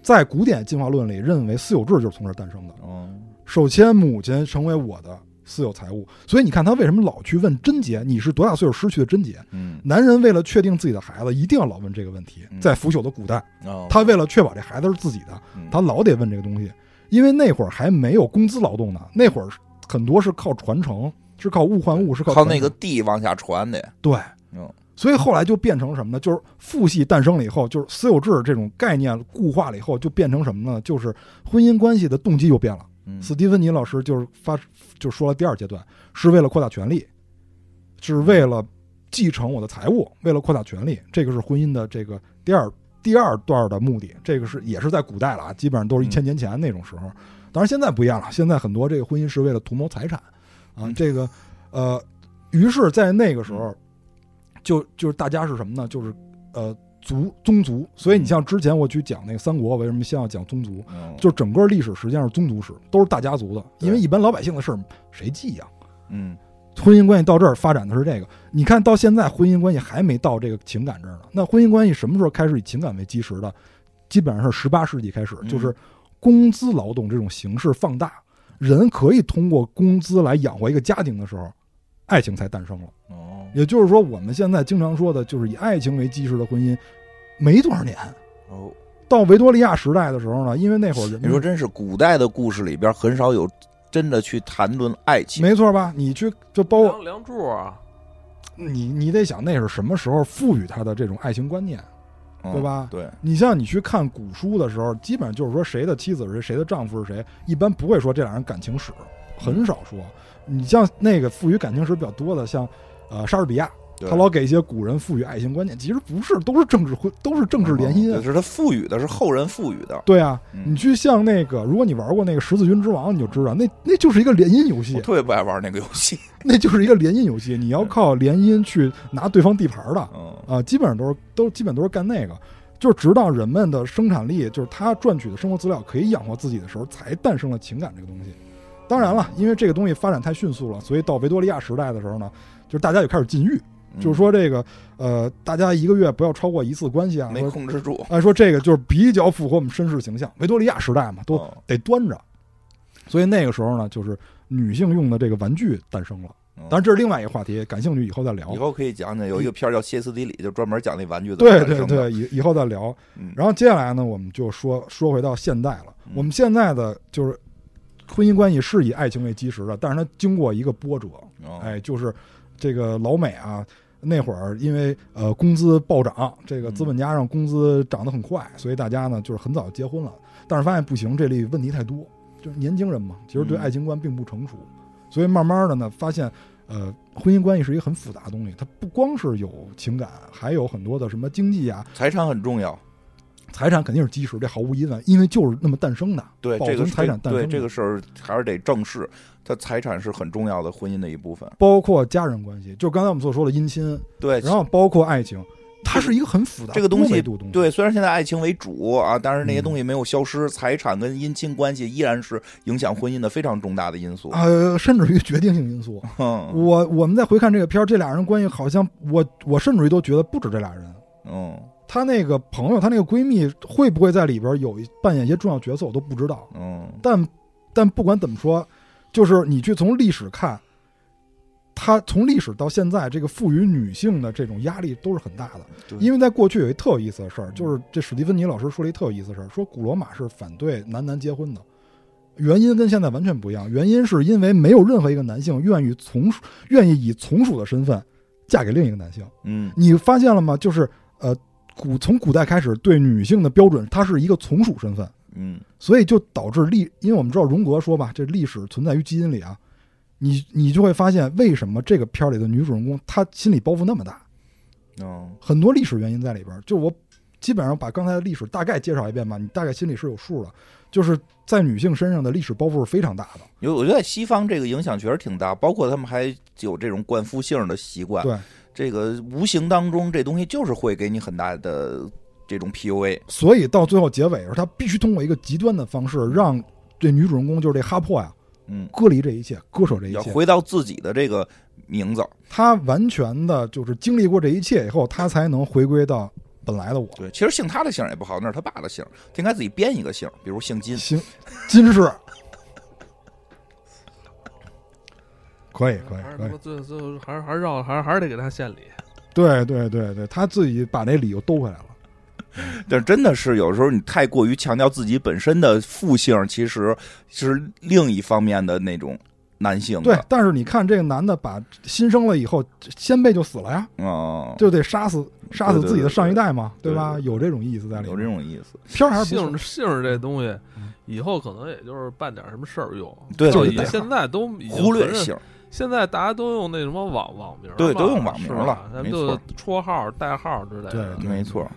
S3: 在古典进化论里，认为私有制就是从这儿诞生的。
S2: 哦，
S3: 首先，母亲成为我的私有财物，所以你看他为什么老去问贞洁，你是多大岁数失去的贞洁？
S2: 嗯
S3: 男人为了确定自己的孩子，一定要老问这个问题。
S2: 嗯
S3: 在腐朽的古代，
S2: 哦，
S3: 他为了确保这孩子是自己的，
S2: 嗯
S3: 他老得问这个东西，因为那会儿还没有工资劳动呢，那会儿很多是靠传承，是靠物换物，是靠
S2: 靠
S3: 传
S2: 那
S3: 承
S2: 个地往下传的，
S3: 对
S2: 嗯，
S3: 所以后来就变成什么呢？就是父系诞生了以后，就是私有制这种概念固化了以后，就变成什么呢？就是婚姻关系的动机又变了。
S2: 嗯
S3: 斯蒂芬妮老师就是发就说了第二阶段是为了扩大权利，是为了继承我的财物，为了扩大权利，这个是婚姻的这个第二第二段的目的。这个是也是在古代了啊，基本上
S2: 嗯
S3: 都是一千年前那种时候。当然现在不一样了，现在很多这个婚姻是为了图谋财产啊，
S2: 嗯
S3: 这个呃，于是，在那个时候，就就是大家是什么呢？就是呃，族宗族，所以你像之前我去讲那个三国，为什么先要讲宗族？
S2: 嗯
S3: 就是整个历史实际上是宗族史，都是大家族的，因为
S2: 对
S3: 一般老百姓的事儿谁记呀、
S2: 嗯
S3: 婚姻关系到这儿发展的是这个，你看到现在婚姻关系还没到这个情感这儿呢。那婚姻关系什么时候开始以情感为基石的？基本上是十八世纪开始，
S2: 嗯
S3: 就是工资劳动这种形式放大，人可以通过工资来养活一个家庭的时候，爱情才诞生了。
S2: 哦
S3: 也就是说，我们现在经常说的就是以爱情为基石的婚姻，没多少年。
S2: 哦，
S3: 到维多利亚时代的时候呢，因为那会儿人
S2: 你说真是古代的故事里边很少有真的去谈论爱情，
S3: 没错吧？你去就包括
S1: 梁梁祝啊，
S3: 你，你得想那是什么时候赋予他的这种爱情观念。
S2: 嗯
S3: 对吧
S2: 对，
S3: 你像你去看古书的时候，基本上就是说谁的妻子是谁，谁的丈夫是谁，一般不会说这俩人感情史，很少说。你像那个赋予感情史比较多的，像呃莎士比亚，
S2: 对
S3: 他老给一些古人赋予爱情观念，其实不是，都是政治婚，都是政治联姻
S2: 嗯就
S3: 啊。
S2: 是他赋予的，是后人赋予的。
S3: 对啊，
S2: 嗯
S3: 你去像那个，如果你玩过那个《十字军之王》，你就知道，那那就是一个联姻游
S2: 我
S3: 戏，
S2: 特别不爱玩那个游戏，
S3: 那就是一个联姻游戏，你要靠联姻去拿对方地盘的。
S2: 嗯
S3: 啊，基本上都是都基本都是干那个，就是直到人们的生产力，就是他赚取的生活资料可以养活自己的时候，才诞生了情感这个东西。当然了，因为这个东西发展太迅速了，所以到维多利亚时代的时候呢，就是大家就开始禁欲，
S2: 嗯
S3: 就是说这个呃，大家一个月不要超过一次关系啊
S2: 嗯。没
S3: 说
S2: 控制住，
S3: 哎，说这个就是比较符合我们绅士形象。维多利亚时代嘛，都
S2: 嗯
S3: 得端着，所以那个时候呢，就是女性用的这个玩具诞生了。
S2: 嗯
S3: 当然，这是另外一个话题，感兴趣以后再聊
S2: 以。后可以讲讲，有一个片儿叫《歇斯底里》，就专门讲那玩具的
S3: 对
S2: 诞
S3: 对
S2: 生的，
S3: 对，以以后再聊。
S2: 嗯，
S3: 然后接下来呢，我们就说说回到现代了
S2: 嗯。
S3: 我们现在的就是婚姻关系是以爱情为基石的，但是它经过一个波折，
S2: 哦
S3: 哎，就是这个老美啊，那会儿因为呃工资暴涨，这个资本家让工资涨得很快，
S2: 嗯
S3: 所以大家呢就是很早就结婚了，但是发现不行，这里问题太多，就是年轻人嘛，其实对
S2: 嗯
S3: 爱情观并不成熟，所以慢慢的呢发现。呃，婚姻关系是一个很复杂的东西，它不光是有情感，还有很多的什么经济啊，
S2: 财产很重要。
S3: 财产肯定是基石，这毫无疑问，因为就是那么诞生的。
S2: 对
S3: 保
S2: 这个
S3: 存财产诞生
S2: 对
S3: 的
S2: 这个事儿还是得正视，它财产是很重要的婚姻的一部分。
S3: 包括家人关系，就刚才我们所说的姻亲，
S2: 对，
S3: 然后包括爱情，它是一个很复杂
S2: 这个东西
S3: 多维度的东西。
S2: 对，虽然现在爱情为主啊，但是那些东西没有消失，
S3: 嗯
S2: 财产跟姻亲关系依然是影响婚姻的非常重大的因素。
S3: 呃，甚至于决定性因素。
S2: 嗯
S3: 我我们再回看这个片儿，这俩人关系好像我我甚至于都觉得不止这俩人，
S2: 嗯
S3: 她那个朋友，她那个闺蜜会不会在里边有一扮演一些重要角色，我都不知道。
S2: 嗯，
S3: 但但不管怎么说，就是你去从历史看，它从历史到现在，这个赋予女性的这种压力都是很大的。
S2: 对
S3: 因为在过去有一特有意思的事儿，就是这史蒂芬妮老师说了一特有意思的事儿，说古罗马是反对男男结婚的，原因跟现在完全不一样。原因是因为没有任何一个男性愿意从属，愿意以从属的身份嫁给另一个男性。
S2: 嗯
S3: 你发现了吗？就是呃，古从古代开始对女性的标准，它是一个从属身份。
S2: 嗯
S3: 所以就导致历，因为我们知道荣格说吧，这历史存在于基因里啊，你你就会发现为什么这个片儿里的女主人公她心理包袱那么大，
S2: 嗯
S3: 很多历史原因在里边儿。就我基本上把刚才的历史大概介绍一遍吧，你大概心里是有数了。就是在女性身上的历史包袱是非常大的，
S2: 有，我觉得在西方这个影响确实挺大，包括他们还有这种灌夫姓的习惯。
S3: 对，
S2: 这个无形当中，这东西就是会给你很大的这种 PUA。
S3: 所以到最后结尾的时候，她必须通过一个极端的方式让这女主人公就是这哈珀呀、
S2: 嗯，
S3: 割离这一切，割舍这一
S2: 要
S3: 切。
S2: 回到自己的这个名字。
S3: 她完全的就是经历过这一切以后，她才能回归到本来的我。
S2: 对，其实姓他的姓也不好，那是他爸的姓，他应该自己编一个姓，比如姓金。
S3: 行，金氏，可以，可以
S1: 还，是
S3: 可
S1: 他
S3: 以
S1: 妈，最最后还是还是绕，还是还是得给他献礼。
S3: 对对对对，他自己把那理由兜回来了。
S2: 但真的是有时候你太过于强调自己本身的父姓，其实是另一方面的那种男性的。
S3: 对，但是你看这个男的把新生了以后，先辈就死了呀，
S2: 嗯，
S3: 就得杀死杀死自己的上一代嘛，
S2: 对对对
S3: 吧？
S2: 对对
S3: 有这种意思在里
S2: 有
S3: 面。
S2: 这种意思。
S3: 片儿还是不
S1: 姓
S3: 错，
S1: 姓儿这东西
S3: 嗯，
S1: 以后可能也就是办点什么事儿用。
S2: 对
S1: 就
S2: 对
S1: 以
S2: 对
S1: 现在都已经
S2: 忽略
S1: 承认
S2: 姓，
S1: 现在大家都用那什么网网名儿嘛，
S2: 对都用网名
S1: 是
S2: 儿
S1: 吧
S2: 了
S1: 咱
S2: 没
S1: 们都
S2: 错
S1: 有绰号、代号之类的。
S3: 对
S2: 没错。